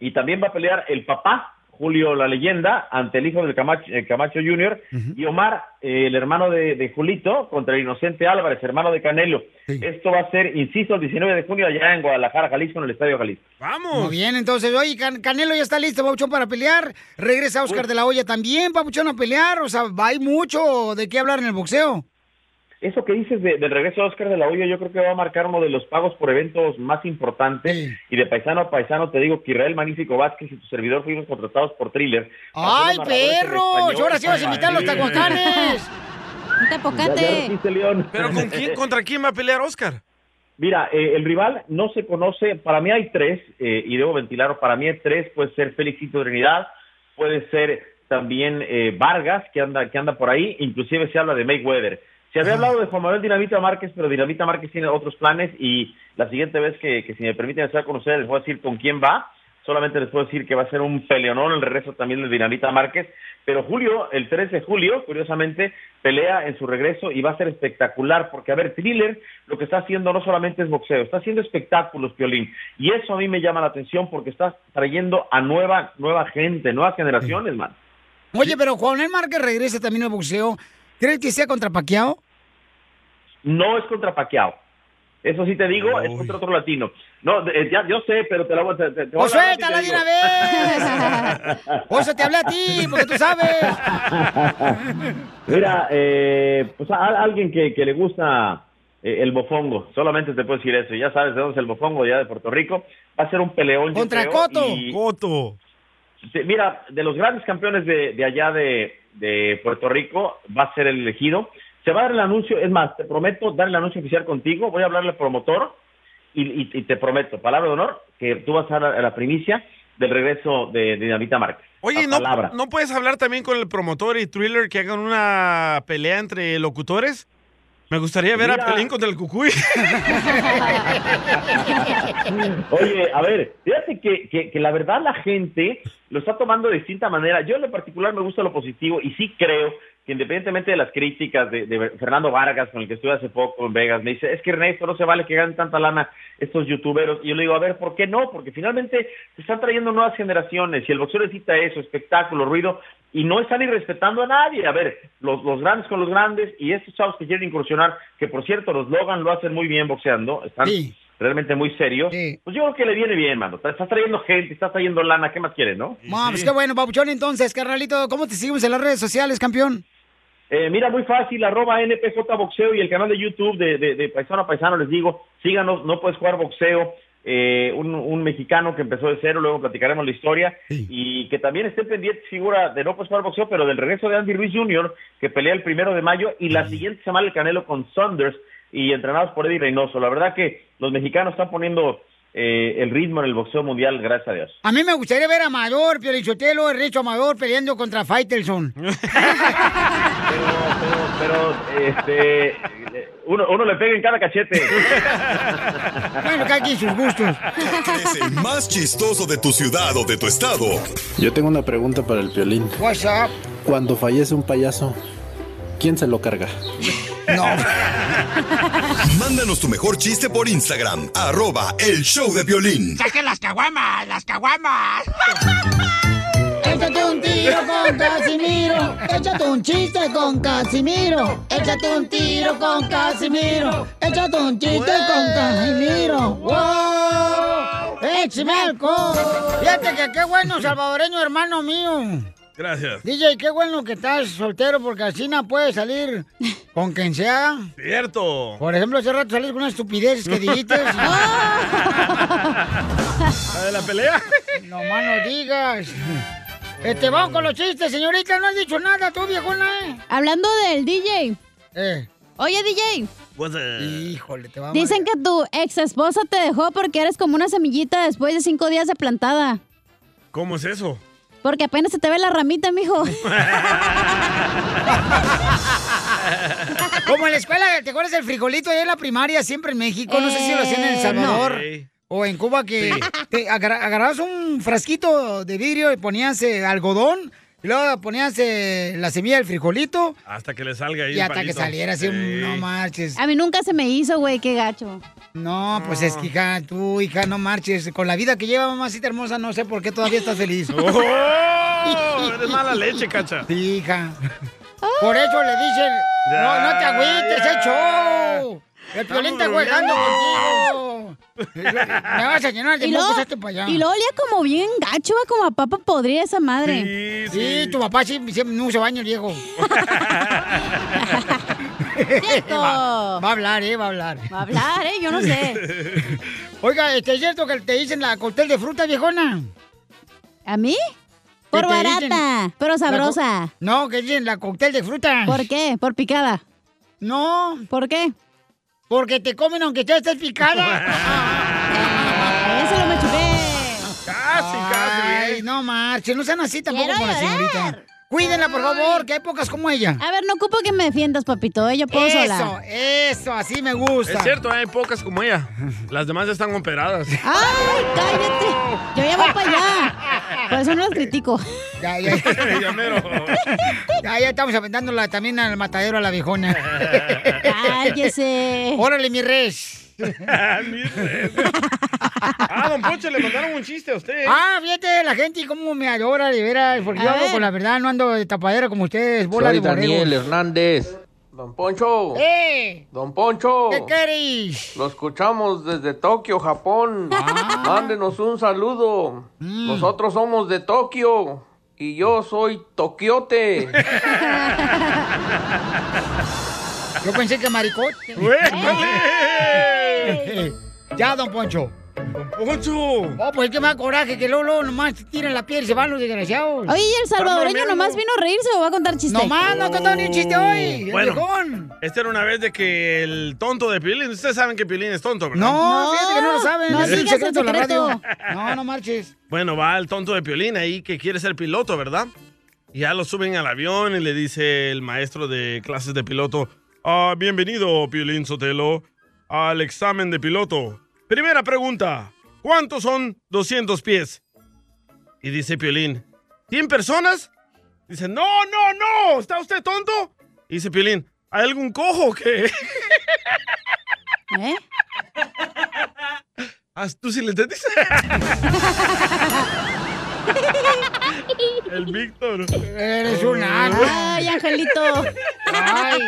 [SPEAKER 17] y también va a pelear el papá, Julio la leyenda, ante el hijo del Camacho, eh, Camacho Jr., y Omar, eh, el hermano de, de Julito, contra el inocente Álvarez, hermano de Canelo. Esto va a ser, insisto, el 19 de junio allá en Guadalajara, Jalisco, en el Estadio Jalisco.
[SPEAKER 1] Vamos. Muy bien, entonces, oye, Can- Canelo ya está listo, papuchón, para pelear. Regresa Oscar de la Hoya también, papuchón, a pelear. O sea, hay mucho de qué hablar en el boxeo.
[SPEAKER 17] Eso que dices de- del regreso de Oscar de la Hoya, yo creo que va a marcar uno de los pagos por eventos más importantes. Y de paisano a paisano te digo que Israel Magnífico Vázquez y tu servidor fuimos contratados por Thriller.
[SPEAKER 1] ¡Ay,
[SPEAKER 17] Marcelo Marradores en
[SPEAKER 1] perros!
[SPEAKER 17] español.
[SPEAKER 1] Ahora sí vas a invitar a los
[SPEAKER 17] Sí.
[SPEAKER 1] tacocanes. Un
[SPEAKER 3] Pero ¿con quién, ¿contra quién va a pelear Oscar?
[SPEAKER 17] Mira, eh, el rival no se conoce. Para mí hay tres, eh, y debo ventilar, para mí hay tres. Puede ser Felicito Trinidad, puede ser también eh, Vargas, que anda, que anda por ahí. Inclusive se habla de Mayweather. Se había hablado de Juan Manuel Dinamita Márquez, pero Dinamita Márquez tiene otros planes y la siguiente vez que, que si me permiten hacer conocer, les voy a decir con quién va. Solamente les puedo decir que va a ser un peleonón el regreso también de Dinamita Márquez. Pero Julio, el 3 de julio, curiosamente, pelea en su regreso y va a ser espectacular. Porque, a ver, Thriller lo que está haciendo no solamente es boxeo, está haciendo espectáculos, Piolín. Y eso a mí me llama la atención porque está trayendo a nueva, nueva gente, nuevas generaciones, man.
[SPEAKER 1] Oye, pero Juanel Márquez regresa también al boxeo. ¿Crees que sea contra Pacquiao?
[SPEAKER 17] No es contra Pacquiao. Eso sí te digo, es contra otro latino. No, de- eh, ya, yo sé, pero te la voy a... Te, te- te voy
[SPEAKER 1] ¡O
[SPEAKER 17] a hablar
[SPEAKER 1] Pues
[SPEAKER 17] y
[SPEAKER 1] suéltala de
[SPEAKER 17] te
[SPEAKER 1] una vez! ¡O eso te hablé a ti, porque tú sabes!
[SPEAKER 17] Mira, eh, pues a, a alguien que, que le gusta eh, el bofongo, solamente te puedo decir eso. Ya sabes de dónde es el bofongo, ya de Puerto Rico. Va a ser un peleón. yo
[SPEAKER 1] ¡Contra
[SPEAKER 17] creo,
[SPEAKER 1] Coto!
[SPEAKER 17] y-
[SPEAKER 3] ¡Coto!
[SPEAKER 17] Sí, mira, de los grandes campeones de, de allá de, de Puerto Rico va a ser el elegido. Se va a dar el anuncio, es más, te prometo dar el anuncio oficial contigo, voy a hablarle al promotor y, y- y te prometo, palabra de honor, que tú vas a dar la, la primicia del regreso de, de Dinamita Márquez.
[SPEAKER 3] Oye,
[SPEAKER 17] La
[SPEAKER 3] ¿no,
[SPEAKER 17] palabra.
[SPEAKER 3] ¿no puedes hablar también con el promotor y thriller que hagan una pelea entre locutores? Me gustaría ver
[SPEAKER 17] Mira.
[SPEAKER 3] a Pelín contra el Cucuy.
[SPEAKER 17] Oye, a ver, fíjate que, que- que la verdad la gente lo está tomando de distinta manera. Yo en lo particular me gusta lo positivo y sí creo que independientemente de las críticas de, de Fernando Vargas, con el que estuve hace poco en Vegas, me dice, es que Ernesto, no se vale que ganen tanta lana estos youtuberos. Y yo le digo, a ver, ¿por qué no? Porque finalmente se están trayendo nuevas generaciones y el boxeo necesita eso, espectáculo, ruido, y no están irrespetando a nadie. A ver, los, los grandes con los grandes y estos chavos que quieren incursionar, que por cierto, los Logan lo hacen muy bien boxeando, están realmente muy serios. Pues yo creo que le viene bien, mano. Tra- Estás trayendo gente, estás trayendo lana, ¿qué más quieres, no?
[SPEAKER 1] No, pues qué bueno, papuchón. Entonces, carnalito, ¿cómo te seguimos en las redes sociales, campeón?
[SPEAKER 17] Eh, mira, muy fácil, arroba NPJ Boxeo y el canal de YouTube de, de, de Paisano a Paisano, les digo, síganos, no puedes jugar boxeo. eh, un, un mexicano que empezó de cero, luego platicaremos la historia. Y que también esté pendiente, figura de no puedes jugar boxeo, pero del regreso de Andy Ruiz Jr., que pelea el primero de mayo y la siguiente semana el Canelo con Saunders y entrenados por Eddie Reynoso. La verdad que los mexicanos están poniendo eh, el ritmo en el boxeo mundial, gracias a Dios.
[SPEAKER 1] A mí me gustaría ver a Amador, Piolichotelo, el Richo Amador peleando contra Faitelson.
[SPEAKER 17] Pero, este, uno, uno le pega en cada cachete.
[SPEAKER 1] bueno, cada quien sus gustos.
[SPEAKER 9] Es el más chistoso de tu ciudad o de tu estado.
[SPEAKER 18] Yo tengo una pregunta para el violín.
[SPEAKER 1] What's up?
[SPEAKER 18] Cuando fallece un payaso, ¿quién se lo carga?
[SPEAKER 9] Mándanos tu mejor chiste por Instagram, arroba el show de violín.
[SPEAKER 4] ¡Saquen las caguamas! ¡Las caguamas! Échate un tiro con Casimiro. Échate un chiste con Casimiro. Échate un tiro con Casimiro. Échate un chiste con Casimiro. ¡Wow! ¡Échame alcohol!
[SPEAKER 1] Fíjate que qué bueno, salvadoreño, hermano mío.
[SPEAKER 3] Gracias.
[SPEAKER 1] DJ, qué bueno que estás soltero porque así no puedes salir con quien sea.
[SPEAKER 3] Cierto.
[SPEAKER 1] Por ejemplo, hace rato salís con unas estupideces que dijiste.
[SPEAKER 3] ¿La de la pelea?
[SPEAKER 1] No más no digas. Este, vamos con los chistes, señorita. No has dicho nada tú, viejona, ¿eh?
[SPEAKER 5] Hablando del DJ.
[SPEAKER 1] Eh.
[SPEAKER 5] Oye, DJ.
[SPEAKER 1] Híjole, te vamos.
[SPEAKER 5] Dicen que tu ex esposa te dejó porque eres como una semillita después de cinco días de plantada.
[SPEAKER 3] ¿Cómo es eso?
[SPEAKER 5] Porque apenas se te ve la ramita, mijo.
[SPEAKER 1] Como en la escuela, ¿te acuerdas del frijolito allá en la primaria, siempre en México? No sé si lo hacían en El
[SPEAKER 4] Eh,
[SPEAKER 1] Salvador.
[SPEAKER 4] no.
[SPEAKER 1] O en Cuba que te agarra- agarrabas un frasquito de vidrio y ponías eh, algodón, y luego ponías eh, la semilla del frijolito,
[SPEAKER 3] Hasta que le salga ahí.
[SPEAKER 1] y
[SPEAKER 3] el
[SPEAKER 1] hasta que
[SPEAKER 3] palito.
[SPEAKER 1] saliera así, un- no
[SPEAKER 3] Sí.
[SPEAKER 1] marches.
[SPEAKER 5] A mí nunca se me hizo, güey, qué gacho.
[SPEAKER 1] No, pues es que hija, tú, hija, no marches. Con la vida que lleva mamacita hermosa, no sé por qué todavía estás feliz.
[SPEAKER 3] ¡Oh! Eres mala leche, cacha.
[SPEAKER 1] Sí, hija.
[SPEAKER 5] Oh.
[SPEAKER 1] Por eso le dicen, no, no te agüites,
[SPEAKER 4] Ya,
[SPEAKER 1] es show. El violín está
[SPEAKER 4] Estamos bromeando.
[SPEAKER 1] jugando contigo. Me vas a llenar de
[SPEAKER 5] Y luego-
[SPEAKER 1] mocos este para allá.
[SPEAKER 5] Y luego olía como bien gacho, va como a papa podrida esa madre.
[SPEAKER 1] Sí, tu papá sí, sí, no se baña el viejo. va, va a hablar, eh, va a hablar.
[SPEAKER 5] Va a hablar, eh, yo no
[SPEAKER 4] sé.
[SPEAKER 1] Oiga, este, ¿es cierto que te dicen la cóctel de fruta, viejona?
[SPEAKER 5] ¿A mí? Por barata, pero sabrosa.
[SPEAKER 1] No, que dicen la cóctel de fruta.
[SPEAKER 5] ¿Por qué? ¿Por picada?
[SPEAKER 1] No.
[SPEAKER 5] ¿Por qué?
[SPEAKER 1] Porque te comen aunque ya estés picada.
[SPEAKER 5] Eso lo machuqué.
[SPEAKER 1] Casi, casi. Ay, no marchen, no sean así tampoco
[SPEAKER 5] Quiero
[SPEAKER 1] con la señorita. Cuídenla, por favor, que hay pocas como ella.
[SPEAKER 5] A ver, no ocupo que me defiendas, papito, eh, yo puedo
[SPEAKER 1] eso,
[SPEAKER 5] sola.
[SPEAKER 1] eso, así me gusta.
[SPEAKER 3] Es cierto, hay pocas como ella. Las demás ya están operadas.
[SPEAKER 1] Ah,
[SPEAKER 5] ¡Ay, cállate! Yo ya voy para allá. Por eso no los critico.
[SPEAKER 1] Ya, ya, ya. ya, ya estamos aventándola también al matadero a la viejona.
[SPEAKER 5] Cállese.
[SPEAKER 1] Órale, mi res.
[SPEAKER 3] Ah, don Poncho, le mandaron un chiste a usted. ¿eh?
[SPEAKER 1] Ah, fíjate, la gente cómo me adora, de veras, porque
[SPEAKER 3] A
[SPEAKER 1] yo hablo
[SPEAKER 3] ver.
[SPEAKER 1] con la verdad, no ando de tapadera como ustedes, bola
[SPEAKER 10] Soy
[SPEAKER 1] de borregos.
[SPEAKER 10] Daniel Hernández. Don Poncho.
[SPEAKER 1] ¡Eh!
[SPEAKER 10] Don Poncho.
[SPEAKER 1] ¿Qué queréis?
[SPEAKER 10] Lo escuchamos desde Tokio, Japón.
[SPEAKER 1] Ah.
[SPEAKER 10] Mándenos un saludo.
[SPEAKER 1] Mm.
[SPEAKER 10] Nosotros somos de Tokio. Y yo soy Tokiote.
[SPEAKER 1] Yo pensé que maricote. Eh. ya, don Poncho. ¡Poncho! Oh, pues qué más coraje, que luego, luego nomás tiran la piel y se van los desgraciados.
[SPEAKER 5] Oye, ¿y el salvadoreño nomás vino a reírse o va a contar chistes?
[SPEAKER 1] Nomás, no ha contado ni un chiste hoy. el
[SPEAKER 3] Bueno,
[SPEAKER 1] viejón.
[SPEAKER 3] esta era una vez de que el tonto de Pilín, ustedes saben que Pilín es tonto, ¿verdad?
[SPEAKER 1] No, fíjate que no lo saben.
[SPEAKER 3] no
[SPEAKER 1] es un
[SPEAKER 3] digas el
[SPEAKER 1] secreto de la
[SPEAKER 3] secreto.
[SPEAKER 1] radio. No, no marches.
[SPEAKER 3] Pues, Bueno, va el tonto de Piolín ahí que quiere ser piloto, ¿verdad? Y ya lo suben al avión y le dice el maestro de clases de piloto, "Ah, bienvenido, Piolín Sotelo, al examen de piloto. Primera pregunta, ¿cuántos son 200 pies? Y dice Piolín, ¿100 personas? Dice, no, no, no, ¿está usted tonto? Y dice Piolín, ¿hay algún cojo que...?
[SPEAKER 5] ¿Eh?
[SPEAKER 3] Ah, ¿Tú sí le entendiste? el Víctor.
[SPEAKER 1] Eres un asno.
[SPEAKER 5] Ay, Angelito.
[SPEAKER 1] Ay,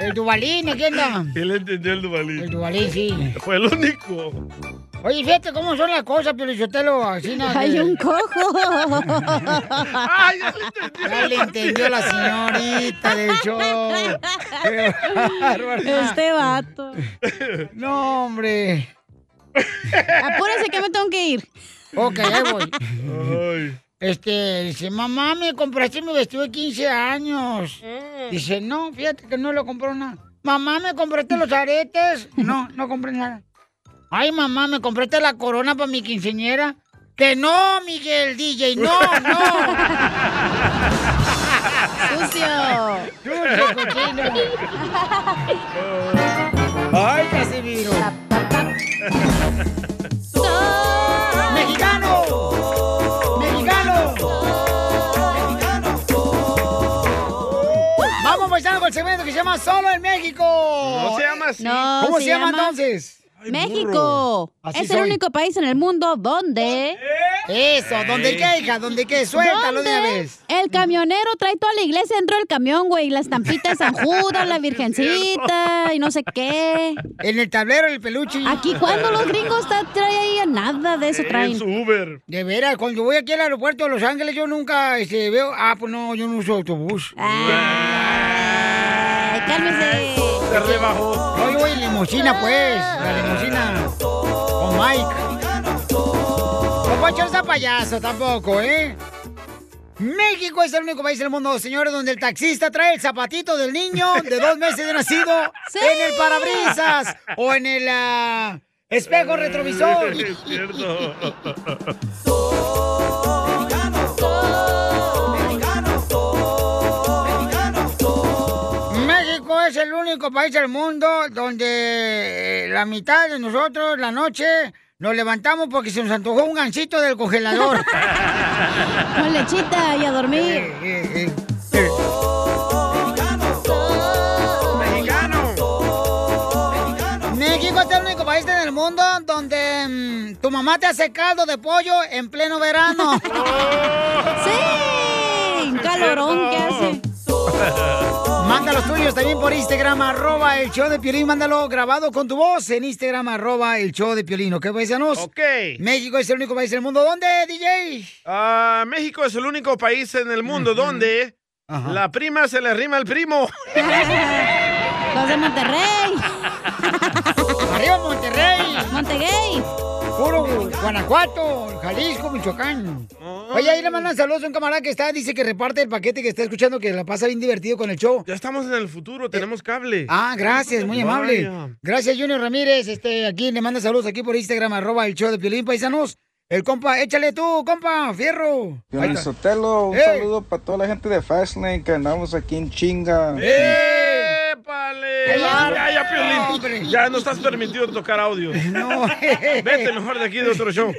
[SPEAKER 1] el Dubalín, aquí anda.
[SPEAKER 3] Él entendió el Duvalín. El
[SPEAKER 1] Duvalín, sí.
[SPEAKER 3] Fue el único.
[SPEAKER 1] Oye, fíjate cómo son las cosas, Piolichotelo, así nada.
[SPEAKER 5] Hay un cojo.
[SPEAKER 1] Ay, ya le entendió la señorita del show. Qué bárbara.
[SPEAKER 5] Este vato.
[SPEAKER 1] No, hombre.
[SPEAKER 5] Apúrense que me tengo que ir.
[SPEAKER 1] Ok, ahí voy. Este, dice, mamá, me compraste mi vestido de 15 años. Dice, no, fíjate que no lo compró nada. Mamá, me compraste los aretes. No, no compré nada. Ay, mamá, me compraste la corona para mi quinceñera. Que no, Miguel, DJ, no, no.
[SPEAKER 5] Sucio.
[SPEAKER 1] Sucio, cochino. Ay, Casimiro. Mexicano. Mexicano. Vamos paisano con el segmento que se llama Solo en México.
[SPEAKER 3] No se llama así.
[SPEAKER 5] No,
[SPEAKER 1] ¿Cómo se,
[SPEAKER 5] se
[SPEAKER 1] llama,
[SPEAKER 5] llama
[SPEAKER 1] entonces?
[SPEAKER 5] México.
[SPEAKER 1] Así
[SPEAKER 5] Es el
[SPEAKER 1] soy.
[SPEAKER 5] único país en el mundo
[SPEAKER 3] ¿Eh?
[SPEAKER 5] donde...
[SPEAKER 1] Eso, donde qué, hija, donde qué, suéltalo de una
[SPEAKER 5] ¿Dónde
[SPEAKER 1] vez.
[SPEAKER 5] El camionero trae toda la iglesia dentro del camión, güey. La estampita de San Judas, la virgencita y no sé qué.
[SPEAKER 1] En el tablero el peluche.
[SPEAKER 5] Aquí cuando los gringos tra- traen ahí nada de eso traen.
[SPEAKER 3] Uber.
[SPEAKER 1] De veras, cuando voy aquí al aeropuerto de Los Ángeles, yo nunca este, veo. Ah, pues no, yo no uso autobús.
[SPEAKER 5] Ay, cálmese.
[SPEAKER 1] No, yo voy en limusina, pues. La
[SPEAKER 3] Ah.
[SPEAKER 1] limusina. Con Oh, Mike. No puedo echarse a payaso tampoco, ¿eh? México es el único país del mundo, señores, donde el taxista trae el zapatito del niño de dos meses de nacido
[SPEAKER 4] Sí.
[SPEAKER 1] en el parabrisas o en el ah, espejo retrovisor.
[SPEAKER 4] Es
[SPEAKER 3] cierto.
[SPEAKER 1] México es el único país del mundo donde eh, la mitad de nosotros la noche nos levantamos porque se nos antojó un gancito del congelador.
[SPEAKER 5] Con lechita y a dormir.
[SPEAKER 1] México este es el único país en el mundo donde mm, tu mamá te hace caldo de pollo en pleno verano.
[SPEAKER 5] ¡Sí! Un calorón que hace.
[SPEAKER 1] Manda los tuyos también por Instagram, arroba el show de Piolín. Mándalo grabado con tu voz en Instagram, arroba el show de Piolín. ¿Ok, paisanos?
[SPEAKER 3] Ok.
[SPEAKER 1] México es el único país del mundo. ¿Dónde, DJ?
[SPEAKER 3] Ah, México es el único país en el mundo donde la prima se le arrima al primo.
[SPEAKER 5] Los de Monterrey.
[SPEAKER 1] ¡Arriba Monterrey!
[SPEAKER 5] ¡Monterrey!
[SPEAKER 1] Puro Guanajuato, Jalisco, Michoacán. Oye, ahí le mandan saludos a un camarada que está, dice que reparte el paquete que está escuchando, que la pasa bien divertido con el show.
[SPEAKER 3] Ya estamos en el futuro, tenemos cable.
[SPEAKER 1] Ah, gracias, muy amable.
[SPEAKER 3] Vaya.
[SPEAKER 1] Gracias, Junior Ramírez. Este, aquí le manda saludos aquí por Instagram, arroba el show de Piolín Paisanos. El compa, échale tú, compa, fierro. Ahí
[SPEAKER 19] Piolín
[SPEAKER 1] está.
[SPEAKER 19] Sotelo, un
[SPEAKER 1] ¡Ey!
[SPEAKER 19] saludo para toda la gente de Fastlane que andamos aquí en chinga.
[SPEAKER 3] ¡Épale!
[SPEAKER 19] Qué bárbaro.
[SPEAKER 3] Ya, ya, Piolín. Ya no estás permitido tocar audio.
[SPEAKER 1] No.
[SPEAKER 3] Vete mejor de aquí de otro show.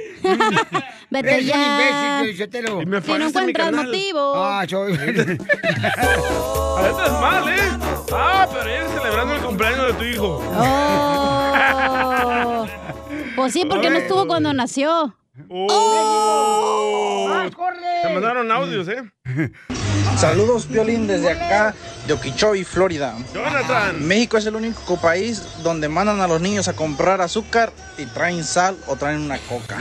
[SPEAKER 5] Vete
[SPEAKER 1] Eres un
[SPEAKER 5] ya.
[SPEAKER 1] imbécil, Piolichotelo.
[SPEAKER 3] Y me
[SPEAKER 5] Si no
[SPEAKER 3] apagaste mi
[SPEAKER 5] encuentras
[SPEAKER 3] canal.
[SPEAKER 5] motivo.
[SPEAKER 1] Ah, yo...
[SPEAKER 3] Ah, estás mal, ¿eh? Ah, pero eres celebrando el cumpleaños de tu hijo.
[SPEAKER 5] Oh. Pues sí, porque no estuvo cuando nació.
[SPEAKER 3] ¡Oh!
[SPEAKER 1] Te
[SPEAKER 3] mandaron audios, ¿eh?
[SPEAKER 19] Saludos, Violín, desde acá de Okeechobee, Florida.
[SPEAKER 3] Jonathan.
[SPEAKER 19] México es el único país donde mandan a los niños a comprar azúcar y traen sal o traen una coca.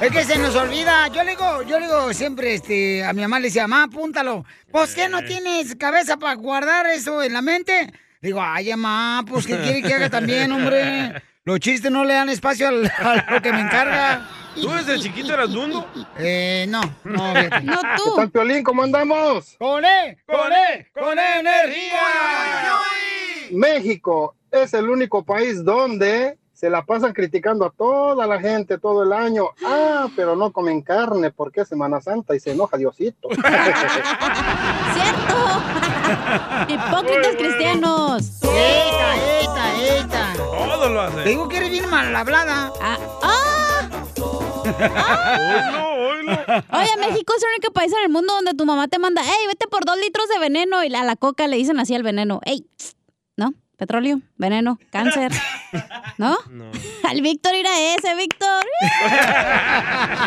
[SPEAKER 1] Es que se nos olvida. Yo le digo, yo le digo siempre este, a mi mamá, le decía, mamá, apúntalo. ¿Pues qué no tienes cabeza para guardar eso en la mente? Digo, ay, mamá, pues ¿qué quiere que haga también, hombre? Los chistes no le dan espacio al- a lo que me encarga.
[SPEAKER 3] ¿Tú desde chiquito eras dundo?
[SPEAKER 1] Eh, no, no,
[SPEAKER 4] No, tú. ¿Qué
[SPEAKER 1] tal, Piolín? ¿Cómo andamos? ¡Con él!
[SPEAKER 4] ¡Con E! ¡Con E energía!
[SPEAKER 8] México es el único país donde se la pasan criticando a toda la gente todo el año. Ah, pero no comen carne porque es Semana Santa y se enoja Diosito.
[SPEAKER 5] Hipócritas cristianos.
[SPEAKER 1] Eta, eta, eta.
[SPEAKER 3] Todo lo
[SPEAKER 1] Te
[SPEAKER 3] hace.
[SPEAKER 1] digo que eres bien mal hablada.
[SPEAKER 5] Ah, Oye, México es el único país en el mundo donde tu mamá te manda, hey, vete por dos litros de veneno. Y a la coca le dicen así al veneno, hey, ¿no? Petróleo, veneno, cáncer. ¿No? Al Víctor irá ese, Víctor.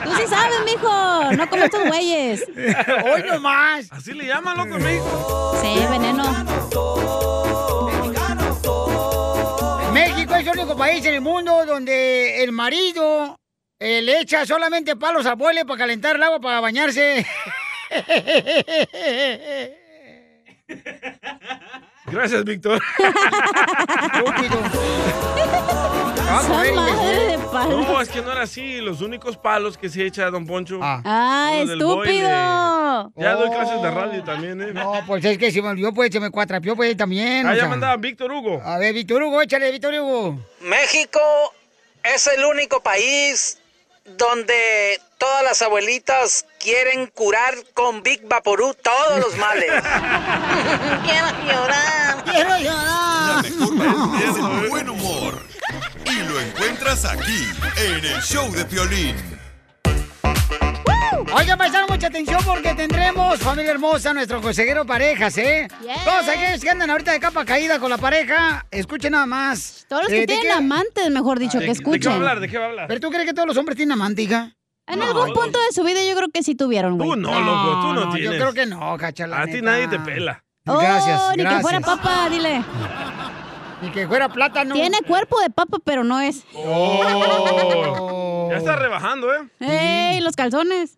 [SPEAKER 5] Tú sí sabes, mijo. No como estos güeyes.
[SPEAKER 1] Hoy nomás.
[SPEAKER 3] Así le llaman, loco, en México.
[SPEAKER 5] Sí, veneno.
[SPEAKER 1] México es el único país en el mundo donde el marido eh, le echa solamente palos a boiler para calentar el agua para bañarse.
[SPEAKER 3] Gracias, Víctor.
[SPEAKER 1] Ah,
[SPEAKER 5] Son madre de palo.
[SPEAKER 3] No, es que no era así. Los únicos palos que se echa Don Poncho.
[SPEAKER 5] Ah,
[SPEAKER 3] Uno del boile.
[SPEAKER 5] estúpido.
[SPEAKER 3] Ya doy clases
[SPEAKER 1] Oh.
[SPEAKER 3] de radio también, ¿eh?
[SPEAKER 1] No, pues es que se me olvidó, pues se me cuatrapió, pues también.
[SPEAKER 3] Ah,
[SPEAKER 1] o
[SPEAKER 3] ya
[SPEAKER 1] sea.
[SPEAKER 3] mandaba Víctor Hugo.
[SPEAKER 1] A ver, Víctor Hugo, échale, Víctor Hugo.
[SPEAKER 20] México es el único país donde todas las abuelitas quieren curar con Big Vaporú todos los males.
[SPEAKER 4] Quiero llorar. Quiero llorar.
[SPEAKER 9] Es el buen humor. Y lo encuentras aquí, en el show de Piolín.
[SPEAKER 1] Oigan, paisanos, mucha atención porque tendremos, familia hermosa, nuestro consejero parejas, ¿eh?
[SPEAKER 5] Yes.
[SPEAKER 1] Todos aquellos que andan ahorita de capa caída con la pareja, escuchen nada más.
[SPEAKER 5] Todos los que
[SPEAKER 1] Eh, ¿de
[SPEAKER 5] tienen
[SPEAKER 1] qué-
[SPEAKER 5] amantes, mejor dicho,
[SPEAKER 3] Ah, ¿De
[SPEAKER 5] que
[SPEAKER 3] qué va a
[SPEAKER 5] escuchen.
[SPEAKER 3] hablar? ¿De qué va a hablar?
[SPEAKER 1] ¿Pero tú crees que todos los hombres tienen amante, hija?
[SPEAKER 5] En algún punto de su vida yo creo que sí tuvieron, güey.
[SPEAKER 3] Tú no, loco, tú no,
[SPEAKER 1] Yo
[SPEAKER 3] tienes.
[SPEAKER 1] creo que no, cacha, la
[SPEAKER 3] A ti
[SPEAKER 1] neta.
[SPEAKER 3] nadie te pela.
[SPEAKER 5] Oh,
[SPEAKER 1] Gracias,
[SPEAKER 5] ni que
[SPEAKER 1] gracias.
[SPEAKER 5] fuera papa, dile.
[SPEAKER 1] Ni que fuera plátano.
[SPEAKER 5] Tiene cuerpo de papa, pero no es.
[SPEAKER 1] Oh.
[SPEAKER 3] Ya está rebajando, ¿eh?
[SPEAKER 5] ¡Ey, los calzones!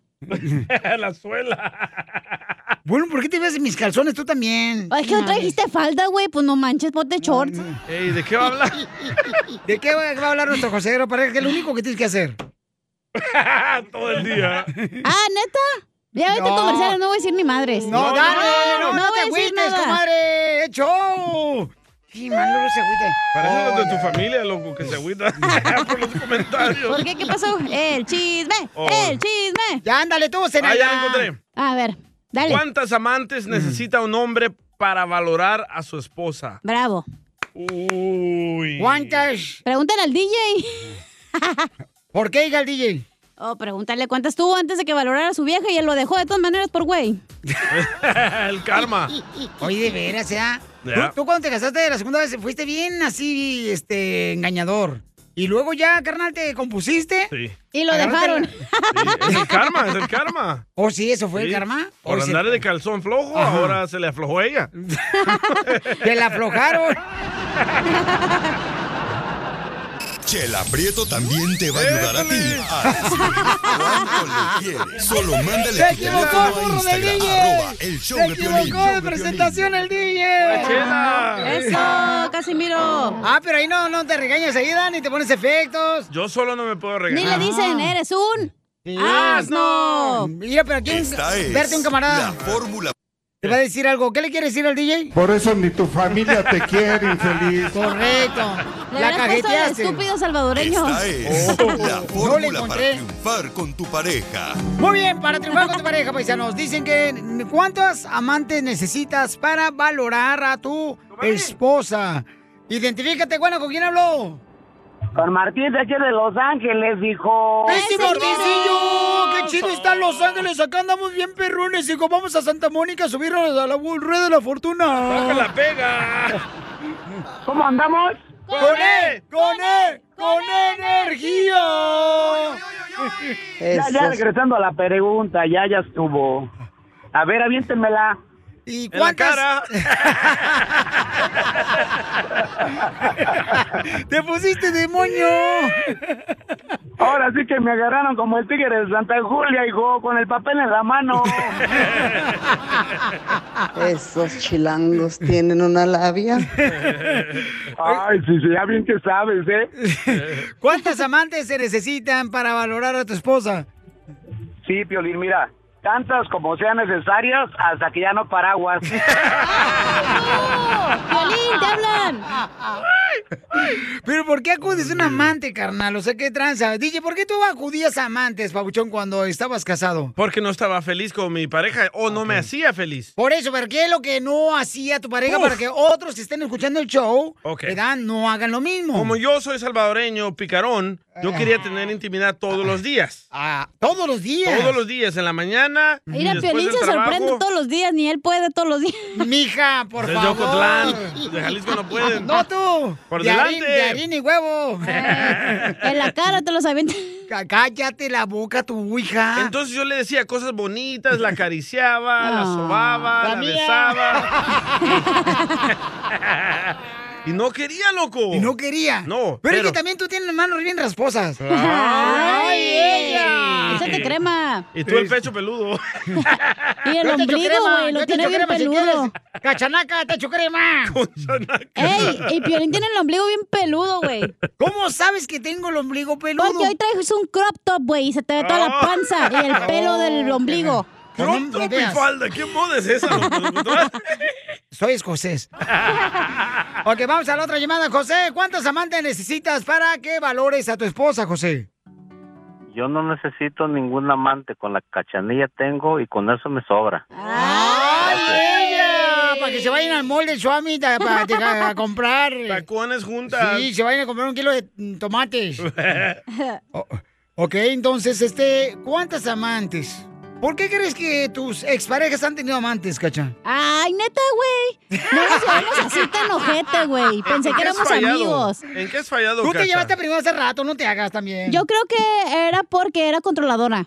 [SPEAKER 3] la suela.
[SPEAKER 1] Bueno, ¿por qué te ves mis calzones tú también?
[SPEAKER 5] Ay, Es que no trajiste falda, güey, pues no manches, ponte shorts.
[SPEAKER 3] Ey, ¿de qué va a hablar?
[SPEAKER 1] ¿De qué va va a hablar nuestro consejero pareja? Que es lo único que tienes que hacer.
[SPEAKER 3] Todo el día.
[SPEAKER 5] Ah, ¿neta? Ya vete
[SPEAKER 1] No.
[SPEAKER 5] comerciales, no voy a decir ni madres.
[SPEAKER 1] No, dale, no,
[SPEAKER 5] voy
[SPEAKER 1] no, te
[SPEAKER 5] a decir
[SPEAKER 1] agüites,
[SPEAKER 5] nada.
[SPEAKER 1] comadre. ¡Hecho! Sí, man, luego se agüite.
[SPEAKER 3] Parecen los de tu familia, loco, que se agüita por los comentarios.
[SPEAKER 5] ¿Por qué? ¿Qué pasó? El chisme,
[SPEAKER 3] Oh.
[SPEAKER 5] el chisme.
[SPEAKER 1] Ya, ándale tú,
[SPEAKER 3] Ah, ya la encontré.
[SPEAKER 5] A ver, dale.
[SPEAKER 3] ¿Cuántas amantes
[SPEAKER 1] Mm.
[SPEAKER 3] necesita un hombre para valorar a su esposa?
[SPEAKER 5] Bravo.
[SPEAKER 3] Uy.
[SPEAKER 1] ¿Cuántas?
[SPEAKER 5] Pregúntale al DJ.
[SPEAKER 1] ¿Por qué diga el DJ?
[SPEAKER 5] Oh, pregúntale cuántas tuvo antes de que valorara a su vieja y él lo dejó de todas maneras por güey.
[SPEAKER 3] el karma.
[SPEAKER 1] Oye, de veras, ¿eh? ya.
[SPEAKER 3] Ya.
[SPEAKER 1] Tú, tú cuando te casaste la segunda vez fuiste bien así, este, engañador. Y luego ya, carnal, te compusiste.
[SPEAKER 3] Sí.
[SPEAKER 5] Y lo
[SPEAKER 1] Agarraste
[SPEAKER 5] dejaron.
[SPEAKER 3] Es el karma, es el karma.
[SPEAKER 1] Oh, sí, eso fue el
[SPEAKER 3] Sí.
[SPEAKER 1] karma.
[SPEAKER 3] Por
[SPEAKER 1] Oh, sí.
[SPEAKER 3] andar de calzón flojo,
[SPEAKER 1] Ajá.
[SPEAKER 3] ahora se le aflojó ella.
[SPEAKER 1] Te la aflojaron.
[SPEAKER 9] Chela Prieto también te va a ayudar a ti. A decidir cuánto le quieres. Solo mándale
[SPEAKER 4] Se
[SPEAKER 9] tu teléfono a
[SPEAKER 4] equivocó, burro del
[SPEAKER 9] Instagram,
[SPEAKER 4] DJ.
[SPEAKER 9] arroba el show
[SPEAKER 4] Se
[SPEAKER 9] de Piolín.
[SPEAKER 1] equivocó de presentación el DJ.
[SPEAKER 3] Chela.
[SPEAKER 5] Eso, Casimiro.
[SPEAKER 1] Ah, pero ahí no, no te regañas ahí, Dani, te pones efectos.
[SPEAKER 3] Yo solo no me puedo
[SPEAKER 5] Ni
[SPEAKER 3] regañar.
[SPEAKER 5] le dicen, eres un...
[SPEAKER 1] no! Mira, pero aquí un-
[SPEAKER 9] Esta es
[SPEAKER 1] verte un camarada.
[SPEAKER 9] la fórmula.
[SPEAKER 1] Te va a decir algo. ¿Qué le quieres decir al DJ?
[SPEAKER 21] Por eso ni tu familia te quiere, infeliz.
[SPEAKER 1] Correcto.
[SPEAKER 5] Le habrás puesto
[SPEAKER 1] La
[SPEAKER 5] al
[SPEAKER 1] cajeteaste.
[SPEAKER 5] estúpido salvadoreño.
[SPEAKER 9] Esta es Oh, la
[SPEAKER 1] le
[SPEAKER 9] fórmula para
[SPEAKER 1] encontré.
[SPEAKER 9] triunfar con tu pareja.
[SPEAKER 1] Muy bien, para triunfar con tu pareja, paisanos. Dicen que ¿cuántas amantes necesitas para valorar a tu esposa? Identifícate, bueno, ¿con quién habló?
[SPEAKER 22] Con Martín de aquí de Los Ángeles, dijo.
[SPEAKER 1] ¡Ese Martincillo! ¡Qué chido está en Los Ángeles! Acá andamos bien perrones, hijo. Vamos a Santa Mónica a subirnos a la rueda de la fortuna.
[SPEAKER 4] Baja la
[SPEAKER 3] pega!
[SPEAKER 22] ¿Cómo andamos?
[SPEAKER 1] ¡Con él! ¡Con él! ¡Con energía!
[SPEAKER 22] Ya, ya regresando a la pregunta, ya, ya estuvo. A ver, aviéntenmela.
[SPEAKER 1] ¿Y
[SPEAKER 22] En la
[SPEAKER 1] cuántas? ¡Te pusiste demonio!
[SPEAKER 22] Ahora sí que me agarraron como el tigre de Santa Julia, hijo, con el papel en la mano.
[SPEAKER 7] Esos chilangos tienen una labia.
[SPEAKER 22] Ay, sí, sí, ya bien que sabes, ¿eh?
[SPEAKER 1] ¿Cuántas amantes se necesitan para valorar a tu esposa?
[SPEAKER 22] Sí, Piolín, mira, tantas como sean necesarias hasta que ya no paraguas.
[SPEAKER 5] ¡Violín, te hablan!
[SPEAKER 1] Pero ¿por qué acudes a un amante, carnal? O sea, ¿qué tranza? DJ, ¿por qué tú acudías a amantes, Pabuchón, cuando estabas casado?
[SPEAKER 3] Porque no estaba feliz con mi pareja o no me hacía feliz.
[SPEAKER 1] Por eso, ¿por qué es lo que no hacía tu pareja
[SPEAKER 3] Uf.
[SPEAKER 1] para que otros que estén escuchando el show
[SPEAKER 3] Ok.
[SPEAKER 1] ¿verdad? no hagan lo mismo?
[SPEAKER 3] Como yo soy salvadoreño, picarón, yo quería tener intimidad todos los días.
[SPEAKER 1] Ah. todos los días.
[SPEAKER 3] Todos los días, en la mañana.
[SPEAKER 5] Mira,
[SPEAKER 3] después
[SPEAKER 5] Piolín
[SPEAKER 3] del
[SPEAKER 5] se
[SPEAKER 3] trabajo. Pues
[SPEAKER 5] sorprende todos los días, ni él puede todos los días.
[SPEAKER 1] Mija, por
[SPEAKER 3] Desde Ocotlán, de Jalisco no pueden.
[SPEAKER 1] No
[SPEAKER 3] Ah,
[SPEAKER 1] tú.
[SPEAKER 3] Por
[SPEAKER 1] de harín-
[SPEAKER 3] delante. Eh.
[SPEAKER 1] de harina y huevo.
[SPEAKER 5] en la cara te los avientan.
[SPEAKER 1] Cállate la boca tu hija.
[SPEAKER 3] Entonces yo le decía cosas bonitas, la acariciaba, la
[SPEAKER 1] Ah.
[SPEAKER 3] sobaba,
[SPEAKER 1] La
[SPEAKER 3] la,
[SPEAKER 1] mía.
[SPEAKER 3] besaba. y no quería, loco. Y no
[SPEAKER 1] quería.
[SPEAKER 3] No.
[SPEAKER 1] Pero,
[SPEAKER 3] Pero,
[SPEAKER 1] es que también tú tienes manos bien rasposas.
[SPEAKER 3] Ay,
[SPEAKER 1] ella!
[SPEAKER 5] Échate crema.
[SPEAKER 3] Y tú el pecho peludo.
[SPEAKER 5] Y el
[SPEAKER 1] Yo te echo
[SPEAKER 5] ombligo,
[SPEAKER 1] crema,
[SPEAKER 5] güey, lo
[SPEAKER 1] yo te
[SPEAKER 5] tiene
[SPEAKER 1] echo
[SPEAKER 5] bien
[SPEAKER 1] crema si
[SPEAKER 5] peludo.
[SPEAKER 1] quieres. Cachanaca, te echo crema.
[SPEAKER 5] Ey, y Piolín tiene el ombligo bien peludo, güey.
[SPEAKER 1] ¿Cómo sabes que tengo el ombligo peludo?
[SPEAKER 5] Porque hoy traes un crop top, güey, y se te ve toda la panza y el pelo del ombligo.
[SPEAKER 3] Oh. Crop top y falda. ¿Qué moda es esa? loco?
[SPEAKER 1] Soy escocés. ok, vamos a la otra llamada. José, ¿cuántas amantes necesitas para que valores a tu esposa, José?
[SPEAKER 13] Yo no necesito ningún amante, con la cachanilla tengo y con eso me sobra.
[SPEAKER 1] ¡Ay, ella! Para que se vayan al molde Suami ta- pa- te- a, a comprar.
[SPEAKER 3] Tacones juntas.
[SPEAKER 1] Sí, se vayan a comprar un kilo de mm, tomates. O- ok, entonces, este, ¿cuántas amantes? ¿Por qué crees que tus exparejas han tenido amantes, cacha?
[SPEAKER 5] Ay, neta, güey. No nos llevamos así tan ojete, güey. Pensé
[SPEAKER 3] ¿En
[SPEAKER 5] que
[SPEAKER 3] qué has
[SPEAKER 5] éramos
[SPEAKER 3] fallado?
[SPEAKER 5] amigos.
[SPEAKER 3] ¿En qué has fallado,
[SPEAKER 1] Tú te
[SPEAKER 3] Cacha?
[SPEAKER 1] llevaste primero hace rato, no te hagas también.
[SPEAKER 5] Yo creo que era porque era controladora.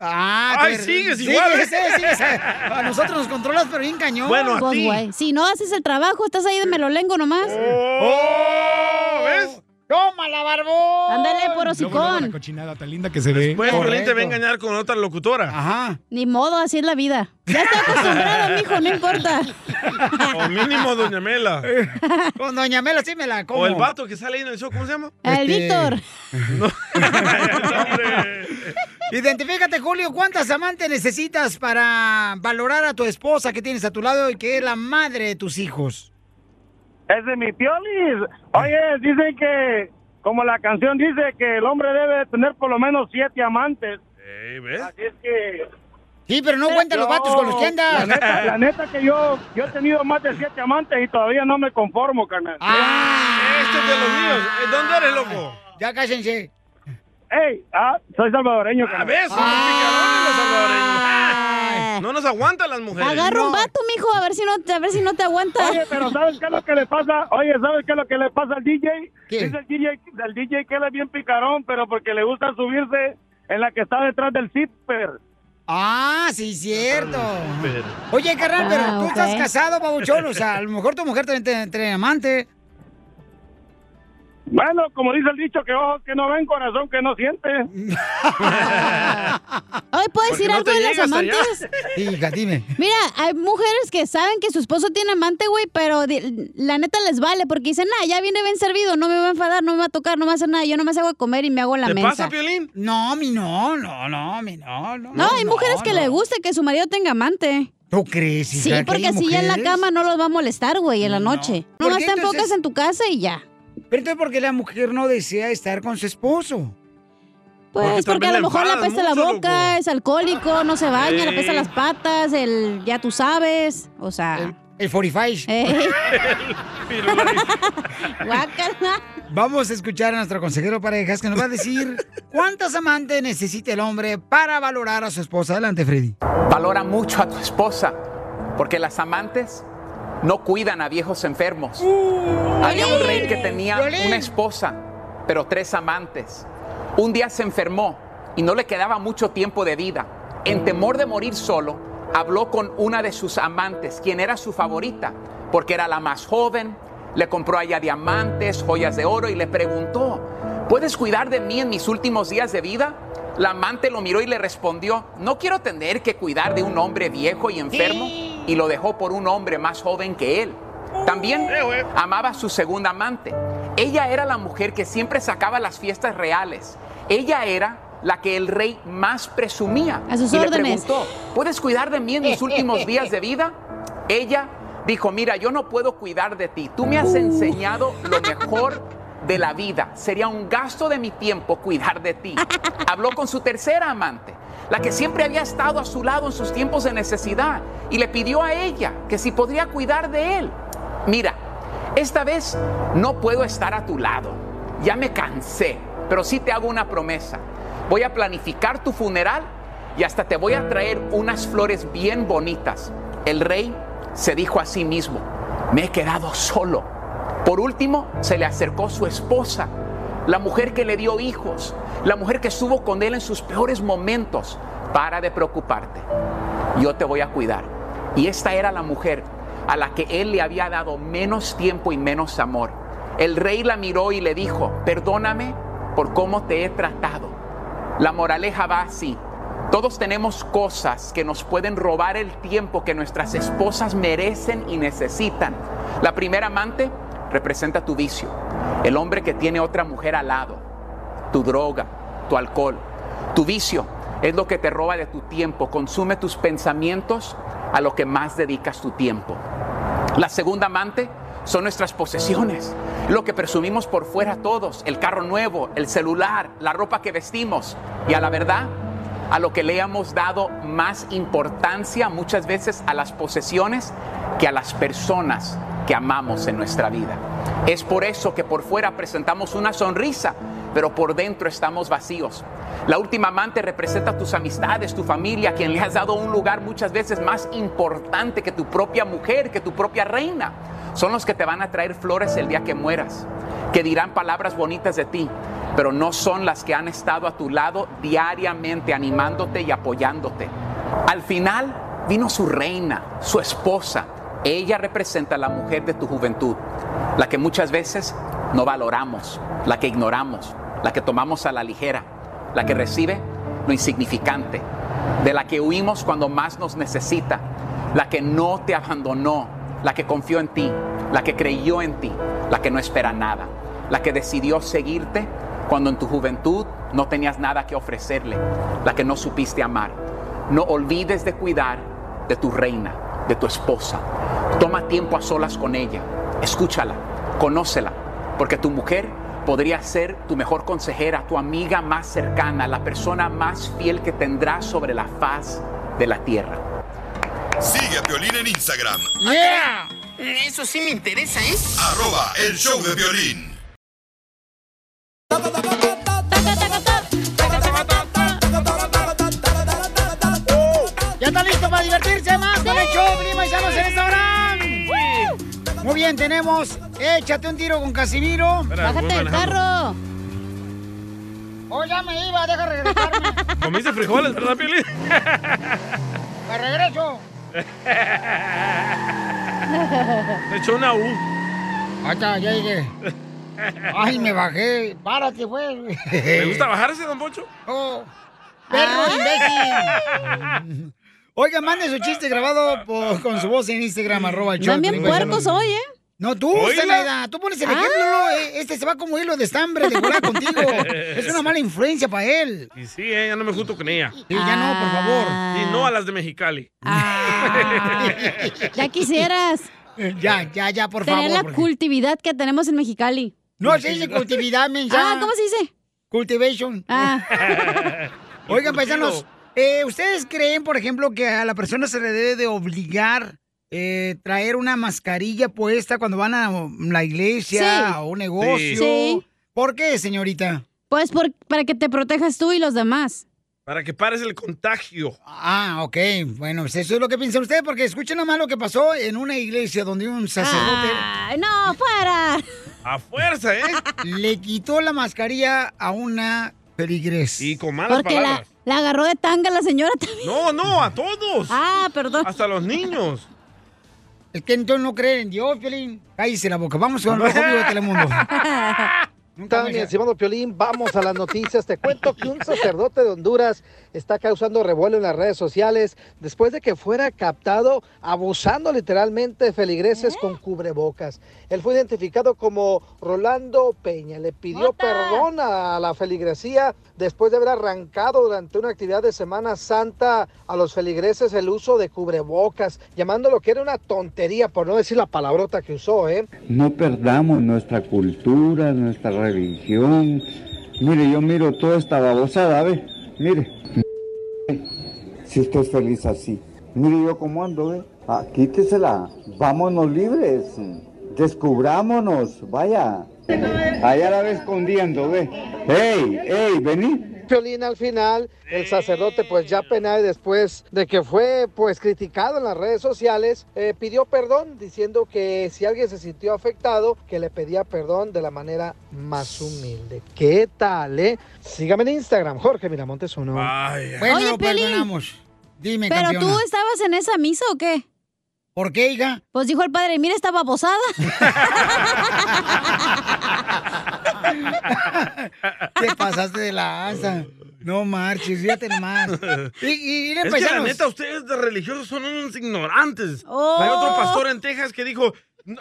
[SPEAKER 1] Ah,
[SPEAKER 5] Ay,
[SPEAKER 1] te-
[SPEAKER 5] sigues igual, ¿eh?
[SPEAKER 1] sigues, sigues. A nosotros nos controlas, pero bien cañón.
[SPEAKER 5] Pues, güey, Si no haces el trabajo, estás ahí de melolengo nomás.
[SPEAKER 3] ¡Oh! ¿Ves?
[SPEAKER 1] ¡Tómala, barbón!
[SPEAKER 5] Ándale, por
[SPEAKER 6] la
[SPEAKER 5] hocicón.
[SPEAKER 6] cochinada tan linda que se ve.
[SPEAKER 3] Después
[SPEAKER 14] Pues,
[SPEAKER 3] Piolín te va a engañar con otra locutora.
[SPEAKER 1] Ajá.
[SPEAKER 5] Ni modo, así es la vida. Ya estoy acostumbrado, mijo, no importa.
[SPEAKER 3] O mínimo Doña Mela.
[SPEAKER 1] Con Doña Mela sí me la como.
[SPEAKER 3] O el vato que sale ahí en el show, ¿cómo se llama?
[SPEAKER 5] El
[SPEAKER 1] Este,
[SPEAKER 5] Víctor.
[SPEAKER 1] Identifícate, Julio, ¿cuántas amantes necesitas para valorar a tu esposa que tienes a tu lado y que es la madre de tus hijos?
[SPEAKER 22] Es de mi piolis. Oye, dicen que, como la canción dice, que el hombre debe de tener por lo menos siete amantes. Así es que...
[SPEAKER 1] Sí, pero no cuentan los vatos con los que andas.
[SPEAKER 22] La neta, la neta que yo, yo he tenido más de siete amantes y todavía no me conformo, carnal.
[SPEAKER 3] Este es de los míos. Eh, ¿Dónde eres, loco?
[SPEAKER 1] Ah, Ya cállense.
[SPEAKER 22] ¡Ey! Ah, soy salvadoreño,
[SPEAKER 3] A
[SPEAKER 22] carnal.
[SPEAKER 3] ver, somos picarones los salvadoreños. Ah, No nos aguantan las mujeres.
[SPEAKER 5] Agarra un vato, mijo, a ver si no, a ver si no te aguanta.
[SPEAKER 22] Oye, pero ¿sabes qué es lo que le pasa? Oye, ¿sabes qué es lo que le pasa al DJ?
[SPEAKER 5] ¿Qué?
[SPEAKER 22] Dice el DJ, al DJ que él es bien picarón, pero porque le gusta subirse en la que está detrás del zipper.
[SPEAKER 1] Ah, sí, cierto.
[SPEAKER 3] Pero-
[SPEAKER 1] Oye, carnal, pero
[SPEAKER 22] Ah,
[SPEAKER 1] tú
[SPEAKER 22] ok.
[SPEAKER 1] estás casado, babuchón. O sea, a lo mejor tu mujer también te- tiene amante.
[SPEAKER 22] Bueno, como dice el dicho, que ojos que no ven, corazón que no siente.
[SPEAKER 5] Ay, ¿puedes
[SPEAKER 22] Porque
[SPEAKER 5] decir
[SPEAKER 22] no
[SPEAKER 5] algo
[SPEAKER 22] te
[SPEAKER 5] de las
[SPEAKER 22] llegas allá.
[SPEAKER 5] amantes?
[SPEAKER 1] Hija, dime.
[SPEAKER 5] Mira, hay mujeres que saben que su esposo tiene amante, güey, pero di- la neta les vale porque dicen, ah, ya viene bien servido, no me va a enfadar, no me va a tocar, no me va a hacer nada, yo nomás hago de comer y me hago la mesa.
[SPEAKER 3] Piolín?
[SPEAKER 1] No, mi no, no, no, mi no, no.
[SPEAKER 5] No, hay mujeres que le gusta que su marido tenga amante.
[SPEAKER 1] ¿Tú crees,
[SPEAKER 5] Sí,
[SPEAKER 1] hija, que
[SPEAKER 5] porque
[SPEAKER 1] hay
[SPEAKER 5] así ya en la
[SPEAKER 1] mujeres?
[SPEAKER 5] cama no los va a molestar, güey, en la noche.
[SPEAKER 1] ¿Por
[SPEAKER 5] Nomás
[SPEAKER 1] qué
[SPEAKER 5] te enfocas
[SPEAKER 1] entonces-
[SPEAKER 5] en tu casa y ya.
[SPEAKER 1] Pero entonces, ¿por qué la mujer no desea estar con su esposo?
[SPEAKER 5] Pues porque a lo mejor le apesta la boca, es alcohólico, no se baña, le apesta
[SPEAKER 1] Ey.
[SPEAKER 5] las patas, el ya tú sabes, o sea...
[SPEAKER 1] El 45.
[SPEAKER 5] Ey.
[SPEAKER 1] Vamos a escuchar a nuestro consejero parejas que nos va a decir cuántas amantes necesita el hombre para valorar a su esposa. Adelante, Freddy.
[SPEAKER 23] Valora mucho a tu esposa, porque las amantes no cuidan a viejos enfermos. Había un rey que tenía una esposa, pero tres amantes. Un día se enfermó y no le quedaba mucho tiempo de vida. En temor de morir solo, habló con una de sus amantes, quien era su favorita, porque era la más joven, le compró a ella diamantes, joyas de oro y le preguntó, ¿Puedes cuidar de mí en mis últimos días de vida? La amante lo miró y le respondió, no quiero tener que cuidar de un hombre viejo y enfermo y lo dejó por un hombre más joven que él. También amaba a su segunda amante. Ella era la mujer que siempre sacaba las fiestas reales. Ella era la que el rey más presumía.
[SPEAKER 5] A sus
[SPEAKER 23] y le
[SPEAKER 5] órdenes.
[SPEAKER 23] preguntó, ¿puedes cuidar de mí en mis últimos días de vida? Ella dijo, mira, yo no puedo cuidar de ti. Tú me has
[SPEAKER 5] Uh.
[SPEAKER 23] enseñado lo mejor de la vida. Sería un gasto de mi tiempo cuidar de ti. Habló con su tercera amante, la que siempre había estado a su lado en sus tiempos de necesidad, y le pidió a ella que si podría cuidar de él. Mira, esta vez no puedo estar a tu lado. Ya me cansé, pero sí te hago una promesa. Voy a planificar tu funeral y hasta te voy a traer unas flores bien bonitas. El rey se dijo a sí mismo, me he quedado solo. Por último, se le acercó su esposa, la mujer que le dio hijos, la mujer que estuvo con él en sus peores momentos. Para de preocuparte, yo te voy a cuidar. Y esta era la mujer a la que él le había dado menos tiempo y menos amor. El rey la miró y le dijo, perdóname por cómo te he tratado. La moraleja va así. Todos tenemos cosas que nos pueden robar el tiempo que nuestras esposas merecen y necesitan. La primera amante representa tu vicio, el hombre que tiene otra mujer al lado, tu droga, tu alcohol, tu vicio es lo que te roba de tu tiempo, consume tus pensamientos a lo que más dedicas tu tiempo. La segunda amante son nuestras posesiones, lo que presumimos por fuera todos, el carro nuevo, el celular, la ropa que vestimos y a la verdad, a lo que le hemos dado más importancia muchas veces a las posesiones que a las personas que amamos en nuestra vida. Es por eso que por fuera presentamos una sonrisa, pero por dentro estamos vacíos. La última amante representa tus amistades, tu familia, a quien le has dado un lugar muchas veces más importante que tu propia mujer, que tu propia reina. Son los que te van a traer flores el día que mueras, que dirán palabras bonitas de ti, pero no son las que han estado a tu lado diariamente animándote y apoyándote. Al final vino su reina, su esposa. Ella representa a la mujer de tu juventud, la que muchas veces no valoramos, la que ignoramos, la que tomamos a la ligera, la que recibe lo insignificante, de la que huimos cuando más nos necesita, la que no te abandonó, la que confió en ti, la que creyó en ti, la que no espera nada, la que decidió seguirte cuando en tu juventud no tenías nada que ofrecerle, la que no supiste amar. No olvides de cuidar de tu reina, de tu esposa. Toma tiempo a solas con ella, escúchala, conócela, porque tu mujer podría ser tu mejor consejera, tu amiga más cercana, la persona más fiel que tendrás sobre la faz de la tierra.
[SPEAKER 9] Sigue a Piolín en Instagram,
[SPEAKER 4] Yeah.
[SPEAKER 24] Eso sí me interesa, ¿eh?
[SPEAKER 9] arroba el show de violín.
[SPEAKER 1] ¿Ya está listo para divertirse más con el show, primo y sanos en esta hora? Muy bien, tenemos Échate un tiro con Casimiro.
[SPEAKER 3] Espera, Bájate voy del manejando.
[SPEAKER 1] Oh, ya me iba, deja regresarme.
[SPEAKER 3] Comiste frijoles, ¿verdad, Piolín?
[SPEAKER 1] me regreso.
[SPEAKER 3] Me echó una U.
[SPEAKER 1] Ahí está, ya llegué. Ay, me bajé. Párate, güey.
[SPEAKER 3] ¿Le gusta bajarse, don Poncho?
[SPEAKER 1] Oh, perro
[SPEAKER 5] Ah.
[SPEAKER 1] imbécil. Oiga, mande su chiste grabado por- con su voz en Instagram, arroba el show.
[SPEAKER 5] También
[SPEAKER 1] de Piolín.
[SPEAKER 5] puercos hoy, ¿eh?
[SPEAKER 1] No, tú,
[SPEAKER 5] Oíla.
[SPEAKER 1] Zenaida, tú pones el
[SPEAKER 5] Ah.
[SPEAKER 1] ejemplo, no, eh, este se va como hilo de estambre de volar contigo. Es una mala influencia para él.
[SPEAKER 3] Y sí, eh, ya no me junto con ella.
[SPEAKER 1] Sí, ya no,
[SPEAKER 5] Ah.
[SPEAKER 1] por favor.
[SPEAKER 3] Y no a las de Mexicali.
[SPEAKER 5] Ya quisieras.
[SPEAKER 1] Eh, Ya, ya, ya, por
[SPEAKER 5] Tener
[SPEAKER 1] favor,
[SPEAKER 5] la
[SPEAKER 1] porque-
[SPEAKER 5] cultividad que tenemos en Mexicali.
[SPEAKER 1] No, se dice cultividad, mensa.
[SPEAKER 5] Ah, ¿cómo se dice?
[SPEAKER 1] Cultivation. Ah.
[SPEAKER 5] Ah.
[SPEAKER 1] Oigan, Eh. paisanos, eh, ¿ustedes creen, por ejemplo, que a la persona se le debe de obligar eh, traer una mascarilla puesta cuando van a la iglesia
[SPEAKER 5] Sí.
[SPEAKER 1] o un negocio?
[SPEAKER 5] Sí.
[SPEAKER 1] ¿Por qué, señorita?
[SPEAKER 5] Pues por- para que te protejas tú y los demás.
[SPEAKER 3] Para que pares el contagio.
[SPEAKER 1] Ah, ok. Bueno, pues eso es lo que piensa usted, porque escuchen nomás lo que pasó en una iglesia donde un sacerdote...
[SPEAKER 5] Ay, no, fuera.
[SPEAKER 3] A fuerza, ¿eh?
[SPEAKER 1] Le quitó la mascarilla a una feligres.
[SPEAKER 3] Y con malas
[SPEAKER 5] Porque la,
[SPEAKER 3] palabras.
[SPEAKER 5] la agarró de tanga la señora también.
[SPEAKER 3] No, no, a todos.
[SPEAKER 5] Ah, perdón.
[SPEAKER 3] Hasta a los niños.
[SPEAKER 1] Es que entonces no creen en Dios, Piolín. Cállese la boca. Vamos con el rojo vivo de Telemundo. Nunca
[SPEAKER 6] mi
[SPEAKER 1] me-
[SPEAKER 6] estimado Piolín, vamos a las noticias. Te cuento que un sacerdote de Honduras está causando revuelo en las redes sociales después de que fuera captado abusando literalmente de feligreses con cubrebocas. Él fue identificado como Rolando Peña. Le pidió perdón a la feligresía después de haber arrancado durante una actividad de Semana Santa a los feligreses el uso de cubrebocas, llamándolo que era una tontería, por no decir la palabrota que usó, ¿eh?
[SPEAKER 25] No perdamos nuestra cultura, nuestra religión. Mire, yo miro toda esta babosada, ¿ve? Mire. Si usted es feliz así. Mire yo cómo ando, ¿ve? Ah, quítesela. Vámonos libres. Descubrámonos. Vaya. Allá la ve escondiendo, ¿ve? ¡Ey! ¡Ey! Vení.
[SPEAKER 6] Piolín al final, el sacerdote pues ya penal después de que fue pues criticado en las redes sociales, eh, pidió perdón diciendo que si alguien se sintió afectado, que le pedía perdón de la manera más humilde. ¿Qué tal, eh? Sígame en Instagram, Jorge Miramontes uno.
[SPEAKER 1] Bueno,
[SPEAKER 5] Oye,
[SPEAKER 1] lo
[SPEAKER 5] Piolín.
[SPEAKER 1] perdonamos. Dime,
[SPEAKER 5] ¿Pero
[SPEAKER 1] campeona.
[SPEAKER 5] tú estabas en esa misa o qué?
[SPEAKER 1] ¿Por qué, hija?
[SPEAKER 5] Pues dijo el padre, mira esta babosada.
[SPEAKER 1] Te pasaste de la asa. No marches, fíjate más. Y, y, y le
[SPEAKER 3] Es que la
[SPEAKER 1] paisanos.
[SPEAKER 3] neta, ustedes de religiosos son unos ignorantes.
[SPEAKER 1] Oh.
[SPEAKER 3] Hay otro pastor en Texas que dijo,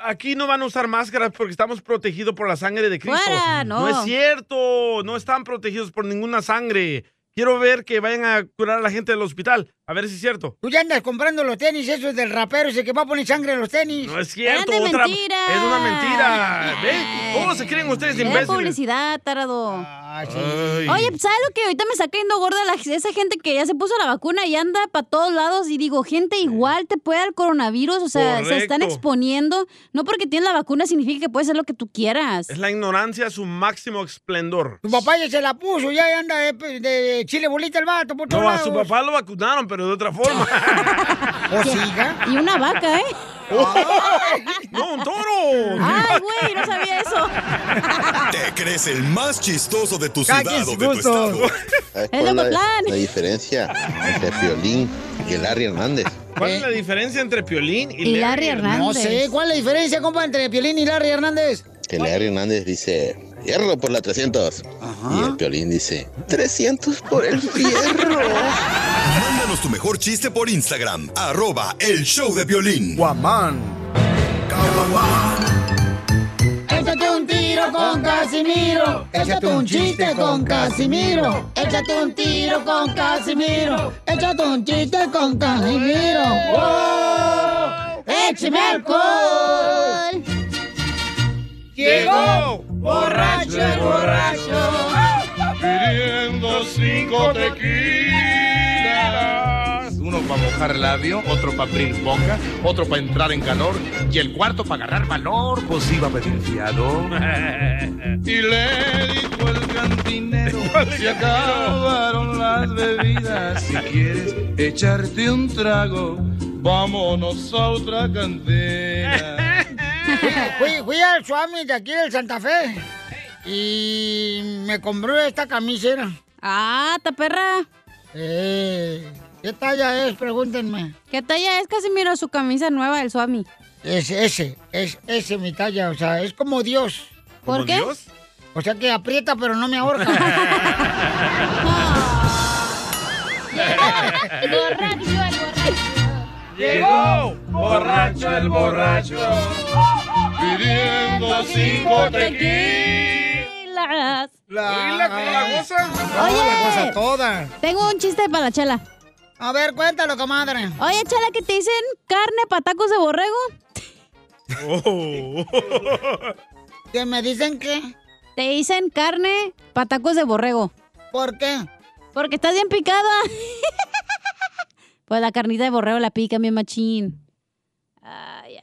[SPEAKER 3] aquí no van a usar máscaras porque estamos protegidos por la sangre de Cristo.
[SPEAKER 5] Fuera, no.
[SPEAKER 3] es cierto, no están protegidos por ninguna sangre. Quiero ver que vayan a curar a la gente del hospital, a ver si es cierto.
[SPEAKER 1] Tú ya andas comprando los tenis, eso es del rapero ese que va a poner sangre en los tenis.
[SPEAKER 3] No es cierto, otra- es una mentira. ¿Ve? ¿Cómo se creen ustedes
[SPEAKER 5] Era
[SPEAKER 3] imbéciles?
[SPEAKER 5] publicidad, tarado.
[SPEAKER 3] Ay.
[SPEAKER 5] Oye, pues, ¿sabes lo que ahorita me está cayendo gorda la, esa gente que ya se puso la vacuna y anda para todos lados? Y digo, gente, igual te puede dar coronavirus, o sea, se están
[SPEAKER 3] Correcto.
[SPEAKER 5] exponiendo. No porque tienes la vacuna significa que puedes hacer lo que tú quieras.
[SPEAKER 3] Es la ignorancia a su máximo esplendor.
[SPEAKER 1] Tu papá ya se la puso, ya anda de, de chile bolita el vato por todos
[SPEAKER 3] No, a
[SPEAKER 1] lados.
[SPEAKER 3] su papá lo vacunaron, pero de otra forma.
[SPEAKER 1] ¿O siga?
[SPEAKER 5] Y una vaca, ¿eh?
[SPEAKER 3] ¡No, un toro!
[SPEAKER 5] ¡Ay, güey! No sabía eso.
[SPEAKER 1] Ah.
[SPEAKER 9] Te crees el más chistoso de tu ciudad
[SPEAKER 12] Cállense,
[SPEAKER 9] o de tu estado.
[SPEAKER 12] ¿Sabes
[SPEAKER 5] Es
[SPEAKER 12] cuál es la,
[SPEAKER 5] Mazatlán.
[SPEAKER 12] la diferencia entre Piolín y el Larry Hernández?
[SPEAKER 3] ¿Cuál es la diferencia entre Piolín y,
[SPEAKER 12] Y Larry
[SPEAKER 1] No
[SPEAKER 12] Hernández.
[SPEAKER 1] sé, ¿cuál es la diferencia, compa, entre Piolín y Larry Hernández?
[SPEAKER 12] Que Larry Hernández dice, hierro por la 300. Y el Piolín dice, 300 por el fierro.
[SPEAKER 9] Mándanos tu mejor chiste por Instagram, arroba el show de violín.
[SPEAKER 4] Échate un tiro con Casimiro. Échate un chiste con Casimiro. Échate un tiro con Casimiro. Échate un chiste con Casimiro. ¡Wow! ¡Échame alcohol! Llegó borracho el borracho.
[SPEAKER 14] Pidiendo cinco tequilas. Uno para mojar el labio, otro para abrir boca, otro para entrar en calor y el cuarto para agarrar valor, pues iba a pedir fiado. Y le dijo el cantinero, se acabaron las bebidas. Si quieres echarte un trago, vámonos a otra cantina.
[SPEAKER 1] Fui, fui al Swami de aquí del Santa Fe y me compró esta camisera.
[SPEAKER 5] Ah, ta perra.
[SPEAKER 1] Eh, ¿Qué talla es? Pregúntenme.
[SPEAKER 5] ¿Qué talla es Casimiro su camisa nueva del Suami?
[SPEAKER 1] Es ese, es ese mi talla, o sea, es como Dios.
[SPEAKER 5] ¿Por ¿Como qué? Dios?
[SPEAKER 1] O sea que aprieta pero no me ahorca.
[SPEAKER 14] Llegó borracho el borracho, pidiendo cinco tequilas.
[SPEAKER 5] Las-
[SPEAKER 1] ¿Oíla cómo la goza?
[SPEAKER 5] Oye.
[SPEAKER 1] la goza toda.
[SPEAKER 5] Tengo un chiste para la chela.
[SPEAKER 1] A ver, cuéntalo, comadre.
[SPEAKER 5] Oye, chela, ¿qué te dicen? ¿Carne para tacos de borrego?
[SPEAKER 14] Oh.
[SPEAKER 1] ¿Que me dicen qué?
[SPEAKER 5] Te dicen carne para tacos de borrego.
[SPEAKER 1] ¿Por qué?
[SPEAKER 5] Porque estás bien picada. pues la carnita de borrego la pica, mi machín. Ah, ya.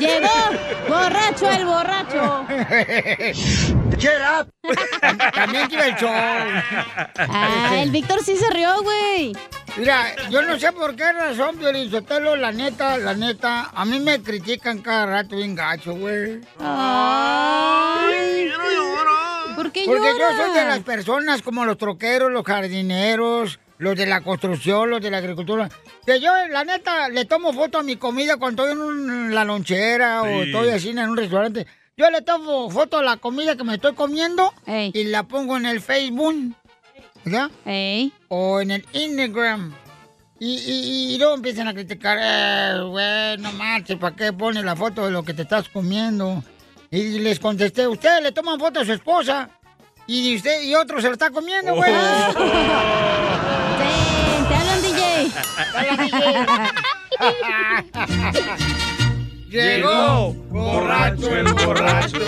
[SPEAKER 5] Llegó borracho el borracho.
[SPEAKER 1] Get up. También que iba el show.
[SPEAKER 5] Ah, el Víctor sí se rió, güey.
[SPEAKER 1] Mira, yo no sé por qué razón, Violín Sotelo, la neta, la neta, a mí me critican cada rato bien gacho, güey.
[SPEAKER 5] Ay, ¿Por qué
[SPEAKER 1] Porque yo soy de
[SPEAKER 5] lloras?
[SPEAKER 1] las personas como los troqueros, los jardineros, los de la construcción, los de la agricultura. Que yo, la neta, le tomo foto a mi comida cuando estoy en un- la lonchera o
[SPEAKER 4] Sí.
[SPEAKER 1] estoy así en un restaurante. Yo le tomo foto a la comida que me estoy comiendo y la pongo en el Facebook, ¿verdad? O en el Instagram. Y, y, y luego empiezan a criticar, eh, güey, no marches, ¿para qué pones la foto de lo que te estás comiendo? Y les contesté, ustedes le toman foto a su esposa y usted y otro se lo está comiendo, güey.
[SPEAKER 3] Oh.
[SPEAKER 5] Te hablan, DJ.
[SPEAKER 4] Llegó
[SPEAKER 3] borracho el borracho.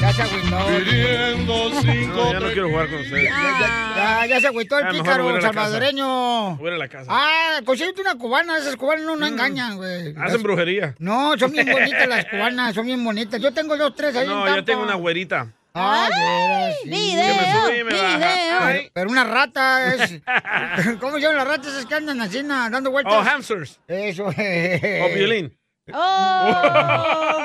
[SPEAKER 1] Ya se agüitó.
[SPEAKER 3] Pidiendo cinco. No, ya no quiero jugar con ustedes.
[SPEAKER 1] Ya, ya se agüitó el
[SPEAKER 3] Ah, mejor voy a ir
[SPEAKER 1] pícaro
[SPEAKER 3] a la casa.
[SPEAKER 1] salvadoreño.
[SPEAKER 3] Voy a ir a la casa.
[SPEAKER 1] Ah, consíguete una cubana, esas cubanas no, no engañan, güey.
[SPEAKER 3] Hacen brujería.
[SPEAKER 1] No, son bien bonitas las cubanas, son bien bonitas. Yo tengo dos, tres ahí en
[SPEAKER 3] No,
[SPEAKER 1] Tampa.
[SPEAKER 3] yo tengo una güerita.
[SPEAKER 1] Ay, güera, Ah, sí.
[SPEAKER 3] video, Que me sube y me baja. video.
[SPEAKER 1] Pero, pero una rata es... ¿Cómo se llaman las ratas? Es que andan así, na, dando vueltas.
[SPEAKER 3] Oh, hamsters.
[SPEAKER 1] Eso.
[SPEAKER 3] O violín.
[SPEAKER 1] Oh.
[SPEAKER 3] Ah,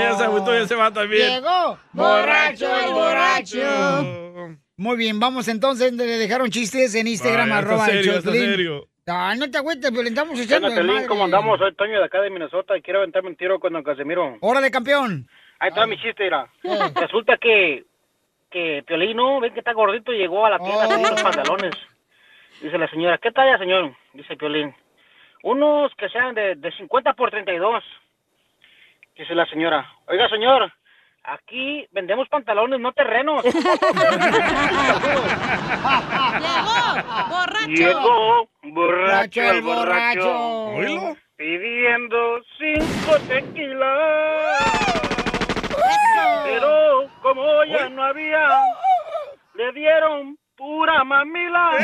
[SPEAKER 3] ya se agüitó, ya se va también.
[SPEAKER 1] Llegó
[SPEAKER 4] borracho el
[SPEAKER 1] borracho. Muy bien, vamos entonces. Le dejaron chistes en Instagram,
[SPEAKER 4] Ay, ya está
[SPEAKER 1] arroba el
[SPEAKER 4] serio,
[SPEAKER 1] show de
[SPEAKER 4] está
[SPEAKER 1] Piolín.
[SPEAKER 4] serio.
[SPEAKER 1] Ah, no te agüites, violentamos
[SPEAKER 14] ¿Qué onda,
[SPEAKER 1] echando de
[SPEAKER 14] Piolín?
[SPEAKER 1] madre.
[SPEAKER 14] ¿Cómo andamos? Soy Toño de acá de Minnesota y quiero aventarme un tiro con don Casimiro.
[SPEAKER 1] Órale, campeón.
[SPEAKER 14] Ahí está mi chiste, mira. Resulta que, que Piolín, no, ven que está gordito, llegó a la tienda con
[SPEAKER 22] Oh.
[SPEAKER 14] unos pantalones. Dice la señora, ¿qué talla, señor? Dice Piolín. Unos que sean de, de 50 por 32. Dice la señora, oiga, señor, aquí vendemos pantalones, no terrenos. Llegó borracho el borracho. Pidiendo cinco tequilas. Pero como ya no había, le dieron pura mamila.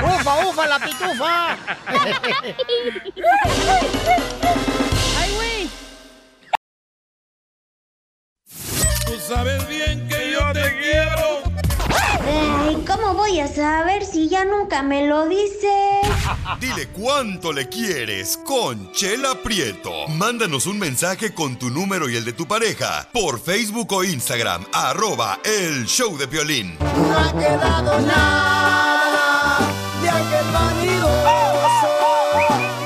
[SPEAKER 1] ¡Ufa, ufa, la pitufa!
[SPEAKER 4] ¡Ay, güey!
[SPEAKER 26] Tú sabes bien que yo te quiero.
[SPEAKER 27] Ay, ¿cómo voy a saber si ya nunca me lo dices?
[SPEAKER 9] Dile cuánto le quieres con Chela Prieto. Mándanos un mensaje con tu número y el de tu pareja por Facebook o Instagram, arroba el show de violín.
[SPEAKER 4] No ha quedado nada de aquel vanidoso.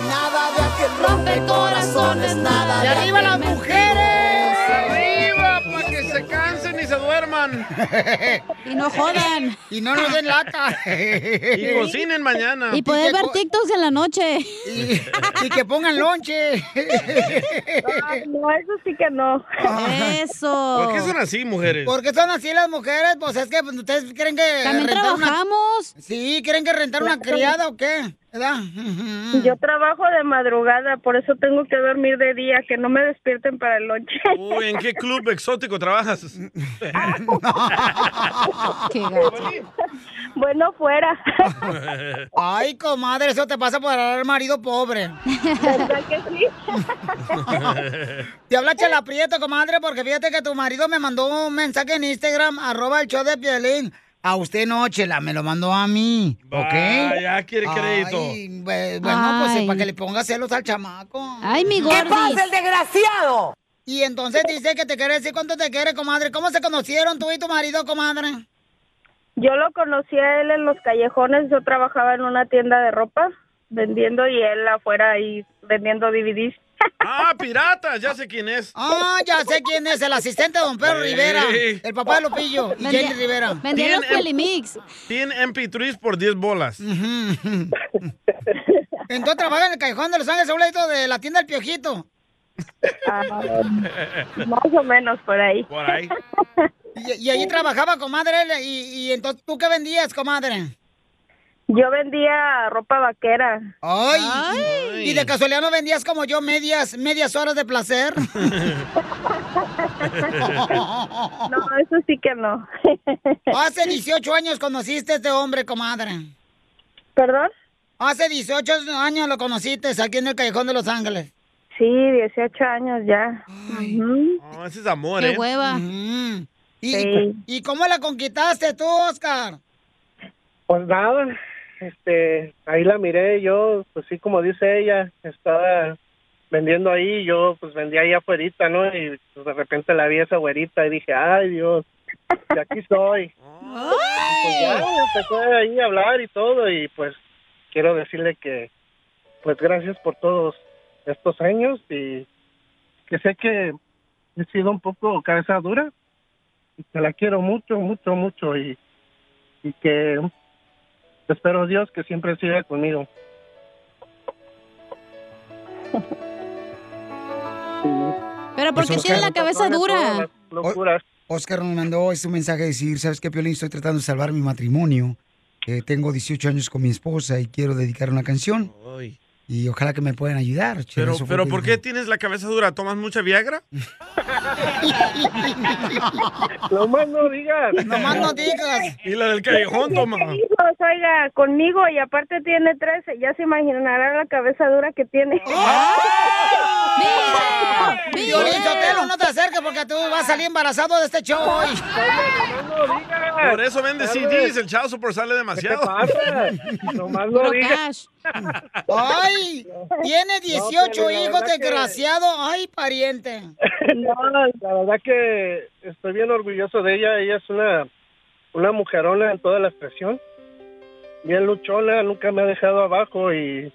[SPEAKER 4] Nada de aquel rompe corazones, nada
[SPEAKER 1] ¡Y
[SPEAKER 4] de
[SPEAKER 1] arriba las mujeres!
[SPEAKER 3] ¡Arriba! Para que se cansen y se duerman.
[SPEAKER 5] Y no jodan.
[SPEAKER 1] Y no nos den lata.
[SPEAKER 3] Y cocinen mañana.
[SPEAKER 5] Y poder
[SPEAKER 1] Y que
[SPEAKER 5] ver
[SPEAKER 1] co-
[SPEAKER 5] TikToks en la noche.
[SPEAKER 1] Y que pongan lonche.
[SPEAKER 5] No, eso sí que no. Eso.
[SPEAKER 3] ¿Por qué son así, mujeres?
[SPEAKER 1] ¿Por qué son así las mujeres? Pues es que pues, ustedes creen que.
[SPEAKER 5] También
[SPEAKER 1] trabajamos. Sí, creen que rentar una criada o qué, ¿verdad?
[SPEAKER 11] Mm. Yo trabajo de madrugada, por eso tengo que dormir de día, que no me despierten para el noche.
[SPEAKER 3] Uy, ¿en qué club exótico trabajas?
[SPEAKER 11] bueno, fuera.
[SPEAKER 1] Ay, comadre, eso te pasa por agarrar marido pobre.
[SPEAKER 11] ¿Verdad que sí?
[SPEAKER 1] Te habla Chela Prieto, comadre, porque fíjate que tu marido me mandó un mensaje en Instagram, arroba el show de Piolín. A usted no, Chela, me lo mandó a mí, ¿ok?
[SPEAKER 3] Ah, ya quiere crédito.
[SPEAKER 1] Ay, bue- bueno, pues
[SPEAKER 3] Ay.
[SPEAKER 1] eh, para que le ponga celos al chamaco.
[SPEAKER 5] Ay, mi gordis. ¿Qué pasa, el
[SPEAKER 1] desgraciado? Y entonces dice que te quiere decir cuánto te quiere, comadre. ¿Cómo se conocieron tú y tu marido, comadre?
[SPEAKER 11] Yo lo conocí a él en los callejones, yo trabajaba en una tienda de ropa vendiendo y él afuera ahí vendiendo DVDs.
[SPEAKER 3] ¡Ah, pirata! Ya sé quién es.
[SPEAKER 1] Ah, ya sé quién es, el asistente de Don Pedro
[SPEAKER 3] Sí.
[SPEAKER 1] Rivera, el papá de Lupillo y
[SPEAKER 5] Vendía-
[SPEAKER 1] Jenny Rivera.
[SPEAKER 5] vendía los
[SPEAKER 3] Tienen-
[SPEAKER 5] Pelimix.
[SPEAKER 3] 100 MP3 por 10 bolas.
[SPEAKER 1] Entonces trabaja en el Callejón de los Ángeles, a un ladito de la tienda del Piojito.
[SPEAKER 11] Ah, Más o menos por ahí.
[SPEAKER 3] Por ahí.
[SPEAKER 1] Y, y allí trabajaba, comadre, él, y, y entonces, ¿tú qué vendías, comadre?
[SPEAKER 11] Yo vendía ropa vaquera.
[SPEAKER 1] Ay, Y, y de casualidad no vendías como yo medias, medias horas de placer.
[SPEAKER 11] No, eso sí que no.
[SPEAKER 1] Hace 18 años conociste a este hombre, comadre.
[SPEAKER 11] ¿Perdón?
[SPEAKER 1] Hace 18 años lo conociste aquí en el Callejón de Los Ángeles.
[SPEAKER 11] Sí, 18 años ya. Ujú.
[SPEAKER 3] No, ese es amor, ¿eh?
[SPEAKER 1] Ujú. ¿Y,
[SPEAKER 11] Sí.
[SPEAKER 1] ¿Y cómo la conquistaste tú, Oscar?
[SPEAKER 22] Pues nada, este, ahí la miré yo, pues sí, como dice ella, estaba vendiendo ahí, yo pues vendía ahí afuerita, ¿no? Y pues, de repente la vi a esa güerita y dije, ay Dios, de aquí soy. Pues ya, empecé ahí a hablar y todo y pues quiero decirle que, pues gracias por todos estos años y que sé que he sido un poco cabeza dura y que la quiero mucho, mucho, mucho y, y que espero Dios que siempre siga conmigo.
[SPEAKER 5] Pero ¿por
[SPEAKER 1] Pues,
[SPEAKER 5] qué tiene
[SPEAKER 1] Oscar.
[SPEAKER 5] la cabeza dura?
[SPEAKER 1] O- Oscar nos mandó hoy su mensaje de decir, ¿sabes qué, Piolín? Estoy tratando de salvar mi matrimonio. Eh, tengo 18 años con mi esposa y quiero dedicar una canción.
[SPEAKER 3] Ay.
[SPEAKER 1] Y ojalá que me puedan ayudar. Che,
[SPEAKER 3] Pero,
[SPEAKER 1] eso fue
[SPEAKER 3] pero
[SPEAKER 1] lo
[SPEAKER 3] ¿por
[SPEAKER 1] que
[SPEAKER 3] qué tienes la cabeza dura? ¿Tomas mucha Viagra?
[SPEAKER 22] Lo más no digas. más no
[SPEAKER 4] digas.
[SPEAKER 3] Y la del callejón, toma.
[SPEAKER 22] Toma.
[SPEAKER 11] Hijos, pues, oiga, conmigo y aparte tiene 13, ya se imaginará la cabeza dura que tiene.
[SPEAKER 1] Piolín Sotelo, no te acerques porque tú vas a salir embarazado de este show hoy.
[SPEAKER 3] Por eso vende CDs, el chavo por sale demasiado.
[SPEAKER 22] Nomás no digas.
[SPEAKER 1] ¡Ay! Tiene 18
[SPEAKER 22] Piolín, la
[SPEAKER 1] hijos,
[SPEAKER 22] verdad que-
[SPEAKER 1] desgraciado. ¡Ay, pariente!
[SPEAKER 22] No, la verdad que estoy bien orgulloso de ella. Ella es una, una mujerona en toda la expresión. Bien luchona, nunca me ha dejado abajo y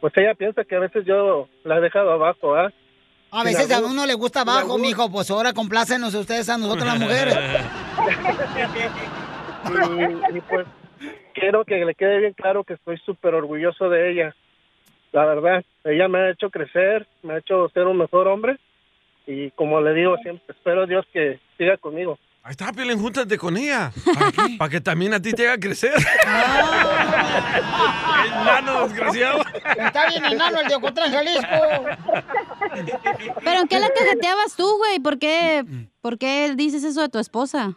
[SPEAKER 22] pues ella piensa que a veces yo la he dejado abajo, ¿ah?
[SPEAKER 1] A
[SPEAKER 22] Sin
[SPEAKER 1] veces a
[SPEAKER 22] albur.
[SPEAKER 1] uno le gusta
[SPEAKER 22] Sin
[SPEAKER 1] abajo,
[SPEAKER 22] albur.
[SPEAKER 1] mijo. Pues ahora complácenos ustedes a nosotros las mujeres.
[SPEAKER 22] y, y, pues quiero que le quede bien claro que estoy súper orgulloso de ella. La verdad, ella me ha hecho crecer, me ha hecho ser un mejor hombre y como le digo siempre, espero Dios que siga conmigo.
[SPEAKER 3] Ahí está, Piolín, júntate con ella. ¿Para qué? Para que también a ti te haga crecer. Enano, desgraciado.
[SPEAKER 1] Está bien enano el de Ocotlán, Jalisco.
[SPEAKER 5] ¿Pero en qué la cajeteabas tú, güey? ¿Por qué, ¿Por qué dices eso de tu esposa?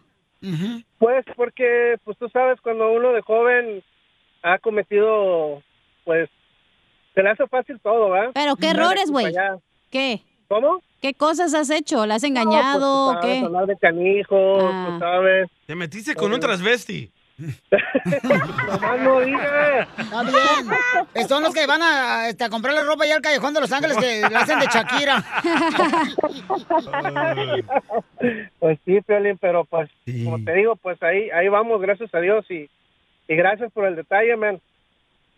[SPEAKER 22] Pues porque, pues tú sabes, cuando uno de joven ha cometido, pues, se le hace fácil todo, ¿verdad?
[SPEAKER 5] ¿Pero qué errores, güey? ¿Qué?
[SPEAKER 22] ¿Cómo?
[SPEAKER 5] ¿Qué cosas has hecho? ¿La has engañado?
[SPEAKER 22] No, pues, tú sabes,
[SPEAKER 5] ¿Qué?
[SPEAKER 22] Hablar de canijos,
[SPEAKER 1] Ah.
[SPEAKER 22] tú sabes. Eh.
[SPEAKER 3] Te metiste con un transvesti.
[SPEAKER 22] Nomás no digas.
[SPEAKER 1] Está bien. Son los que van a, este, a comprar la ropa allá al Callejón de Los Ángeles que la hacen de Shakira.
[SPEAKER 22] Pues sí, Piolín, pero pues, como te digo, pues ahí ahí vamos, gracias a Dios y, y gracias por el detalle, man.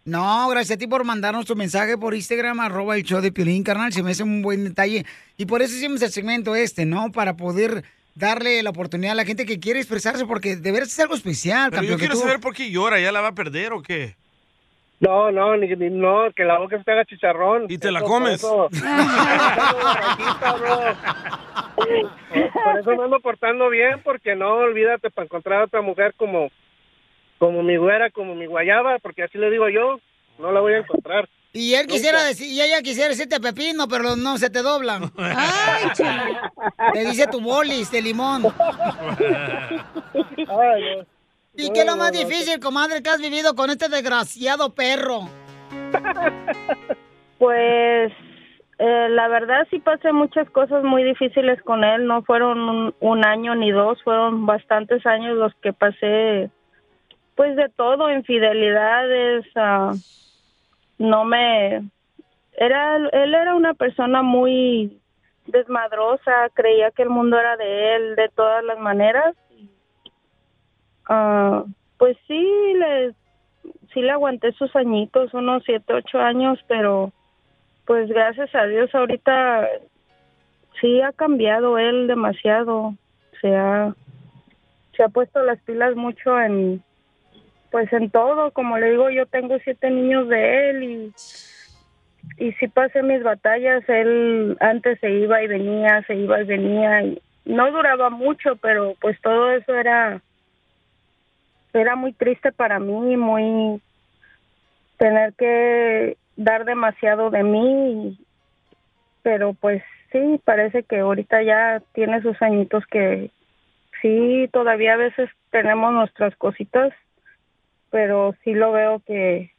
[SPEAKER 1] No, gracias a ti por mandarnos tu mensaje por Instagram, arroba el show de Piolín, carnal. Se me hace un buen detalle. Y por eso hicimos el segmento este, ¿no? Para poder darle la oportunidad a la gente que quiere expresarse, porque de veras es algo especial,
[SPEAKER 3] Pero yo
[SPEAKER 1] Ah, campeón, que
[SPEAKER 3] quiero
[SPEAKER 1] tú-
[SPEAKER 3] saber por qué llora. ¿Ya la va a perder o qué?
[SPEAKER 22] No, no, ni, ni- no, que la boca se te haga chicharrón. Y
[SPEAKER 3] te la comes.
[SPEAKER 22] Por eso me ando portando bien, porque no, olvídate, para encontrar a otra mujer como, como mi güera, como mi guayaba, porque así le digo yo, no la voy a encontrar.
[SPEAKER 1] Y él quisiera decir, y ella quisiera decirte pepino, pero no se te doblan. Ay, chela. Te dice tu bolis de limón. ¿Y qué es lo más difícil, comadre, que has vivido con este desgraciado perro?
[SPEAKER 11] Pues eh, la verdad sí pasé muchas cosas muy difíciles con él, no fueron un, un año ni dos, fueron bastantes años los que pasé pues de todo, infidelidades, ah, no me... Era, él era una persona muy desmadrosa, creía que el mundo era de él de todas las maneras. Ah, pues sí, le, sí le aguanté sus añitos, unos siete, ocho años, pero pues gracias a Dios ahorita sí ha cambiado él demasiado, se ha, se ha puesto las pilas mucho en, pues en todo, como le digo, yo tengo siete niños de él y, y sí pasé mis batallas, él antes se iba y venía, se iba y venía, y no duraba mucho, pero pues todo eso era, era muy triste para mí, muy tener que dar demasiado de mí, y- pero pues sí, parece que ahorita ya tiene sus añitos que sí, todavía a veces tenemos nuestras cositas, pero sí lo veo que,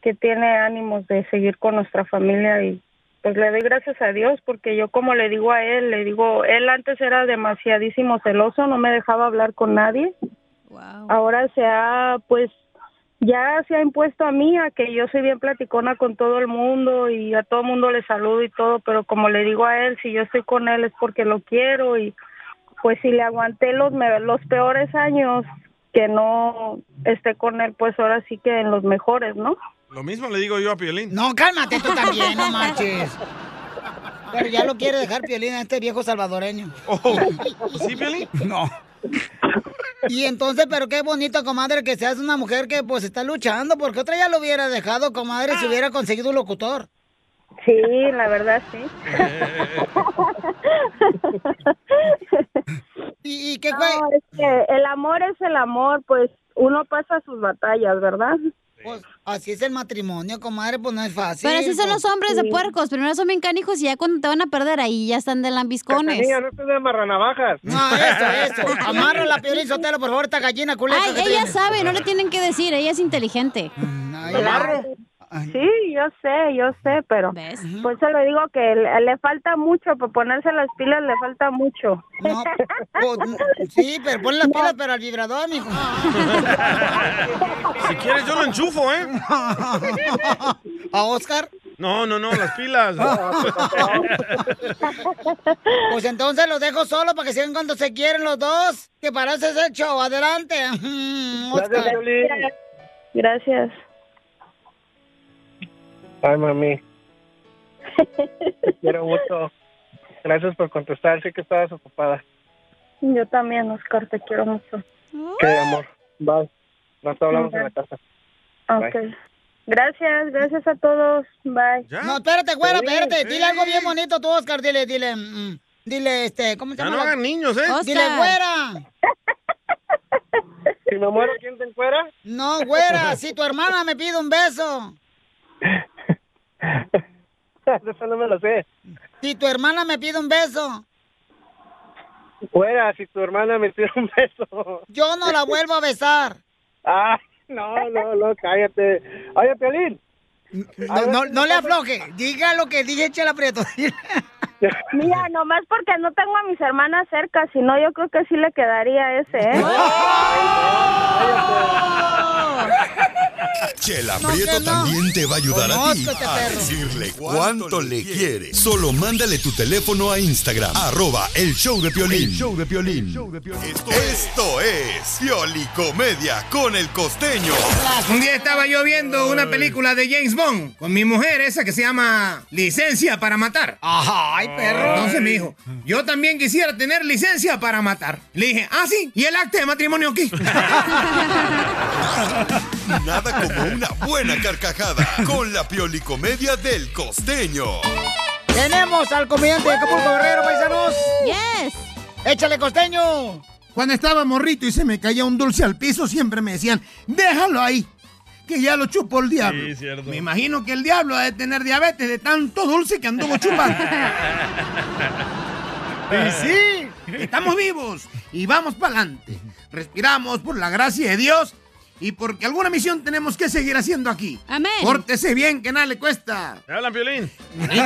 [SPEAKER 11] que tiene ánimos de seguir con nuestra familia y pues le doy gracias a Dios porque yo como le digo a él, le digo, él antes era demasiadísimo celoso, no me dejaba hablar con nadie. Ahora se ha pues ya se ha impuesto a mí a que yo soy bien platicona con todo el mundo y a todo el mundo le saludo y todo, pero como le digo a él, si yo estoy con él es porque lo quiero y pues si le aguanté los, me- los peores años que no esté con él, pues ahora sí que en los mejores, ¿no?
[SPEAKER 3] Lo mismo le digo yo a Piolín.
[SPEAKER 1] No, cálmate tú también, no manches. Pero ya lo quiere dejar Piolín a este viejo salvadoreño.
[SPEAKER 3] Oh, ¿Sí, Piolín?
[SPEAKER 1] No. Y entonces, pero qué bonito, comadre, que seas una mujer que pues está luchando, porque otra ya lo hubiera dejado, comadre, si hubiera conseguido un locutor.
[SPEAKER 11] Sí, la verdad, sí.
[SPEAKER 1] ¿Y, qué
[SPEAKER 11] fue? es que el amor es el amor, pues uno pasa sus batallas, ¿verdad?
[SPEAKER 1] Pues así es el matrimonio, comadre, pues no es fácil. pues.
[SPEAKER 5] Pero así son los hombres de puercos. Primero son bien canijos y ya cuando te van a perder, ahí ya están de lambiscones.
[SPEAKER 22] Niña, no te de marranavajas.
[SPEAKER 1] No, eso, eso. Amarra la Piolín Sotelo, por favor, esta gallina culeta.
[SPEAKER 5] Ay,
[SPEAKER 1] que
[SPEAKER 5] ella
[SPEAKER 1] tiene. Mm,
[SPEAKER 5] sabe, no le tienen que decir, ella es inteligente.
[SPEAKER 1] amarro?
[SPEAKER 11] Sí, yo sé, yo sé, pero por eso le digo que le, le falta mucho, por ponerse las pilas le falta mucho.
[SPEAKER 1] No, pues, sí, pero pon las pilas, pero al vibrador, mijo.
[SPEAKER 3] Si quieres, yo lo enchufo, ¿eh?
[SPEAKER 22] Oh,
[SPEAKER 1] ¿A Oscar?
[SPEAKER 3] No, no, no, las pilas.
[SPEAKER 1] Pues entonces los dejo solo para que sigan cuando se quieren los dos. Que para eso es el show. Adelante. Mm,
[SPEAKER 22] Gracias,
[SPEAKER 1] Oscar.
[SPEAKER 22] Piolín.
[SPEAKER 11] Gracias.
[SPEAKER 22] Ay, mami. Te quiero mucho. Gracias por contestar. Sé que estabas ocupada.
[SPEAKER 11] Yo también, Oscar, te quiero mucho.
[SPEAKER 22] Qué amor. Bye. Nos hablamos en la casa.
[SPEAKER 11] Ok. Gracias, gracias a todos. Bye.
[SPEAKER 1] No, espérate, güera, espérate. Dile algo bien bonito tú, Oscar. Dile, dile. mm, dile, este, ¿cómo se
[SPEAKER 22] Ya
[SPEAKER 1] llama?
[SPEAKER 22] no
[SPEAKER 1] la-
[SPEAKER 22] hagan niños, ¿eh?
[SPEAKER 1] Dile,
[SPEAKER 22] Oscar.
[SPEAKER 1] güera.
[SPEAKER 22] Si me muero, ¿quién te encuera?
[SPEAKER 1] No, güera, si tu hermana me pide un beso.
[SPEAKER 22] Eso no me lo sé.
[SPEAKER 1] Si tu hermana me pide un beso,
[SPEAKER 22] Fuera, si tu hermana me tira un beso.
[SPEAKER 1] yo no la vuelvo a besar.
[SPEAKER 22] Ah, no, no, no, cállate. Oye, Piolín.
[SPEAKER 1] No, no, no le afloje. Diga lo que dije, Chela Prieto.
[SPEAKER 11] Mira, nomás porque no tengo a mis hermanas cerca, si no, yo creo que sí le quedaría ese, ¿eh?
[SPEAKER 9] Chela
[SPEAKER 11] No,
[SPEAKER 9] Prieto
[SPEAKER 11] que no.
[SPEAKER 9] también te va a ayudar a ti
[SPEAKER 11] Conózcate,
[SPEAKER 9] a
[SPEAKER 11] perro.
[SPEAKER 9] decirle cuánto le quiere. Solo mándale tu teléfono a Instagram, arroba el show de Piolín.
[SPEAKER 8] El
[SPEAKER 9] show de Piolín. Esto es Pioli Comedia con el costeño.
[SPEAKER 8] Un día estaba yo viendo una película de James Bond con mi mujer, esa que se llama Licencia para Matar.
[SPEAKER 1] Ay, perro.
[SPEAKER 8] Entonces me dijo, yo también quisiera tener licencia para matar. Le dije, ah, sí, y el acta de matrimonio aquí.
[SPEAKER 9] Nada como una buena carcajada con la Pioli Comedia del costeño.
[SPEAKER 1] Tenemos al comediante de Acapulco Guerrero, paisanos. Yes. Échale costeño.
[SPEAKER 8] Cuando estaba morrito y se me caía un dulce al piso, siempre me decían, déjalo ahí, que ya lo chupó el diablo.
[SPEAKER 3] Sí, cierto.
[SPEAKER 8] Me imagino que el diablo ha de tener diabetes de tanto dulce que anduvo chupando. sí, estamos vivos y vamos para adelante. Respiramos por la gracia de Dios y porque alguna misión tenemos que seguir haciendo aquí. Amén. Pórtese bien, que nada le cuesta.
[SPEAKER 3] ¿Te hablan, Piolín?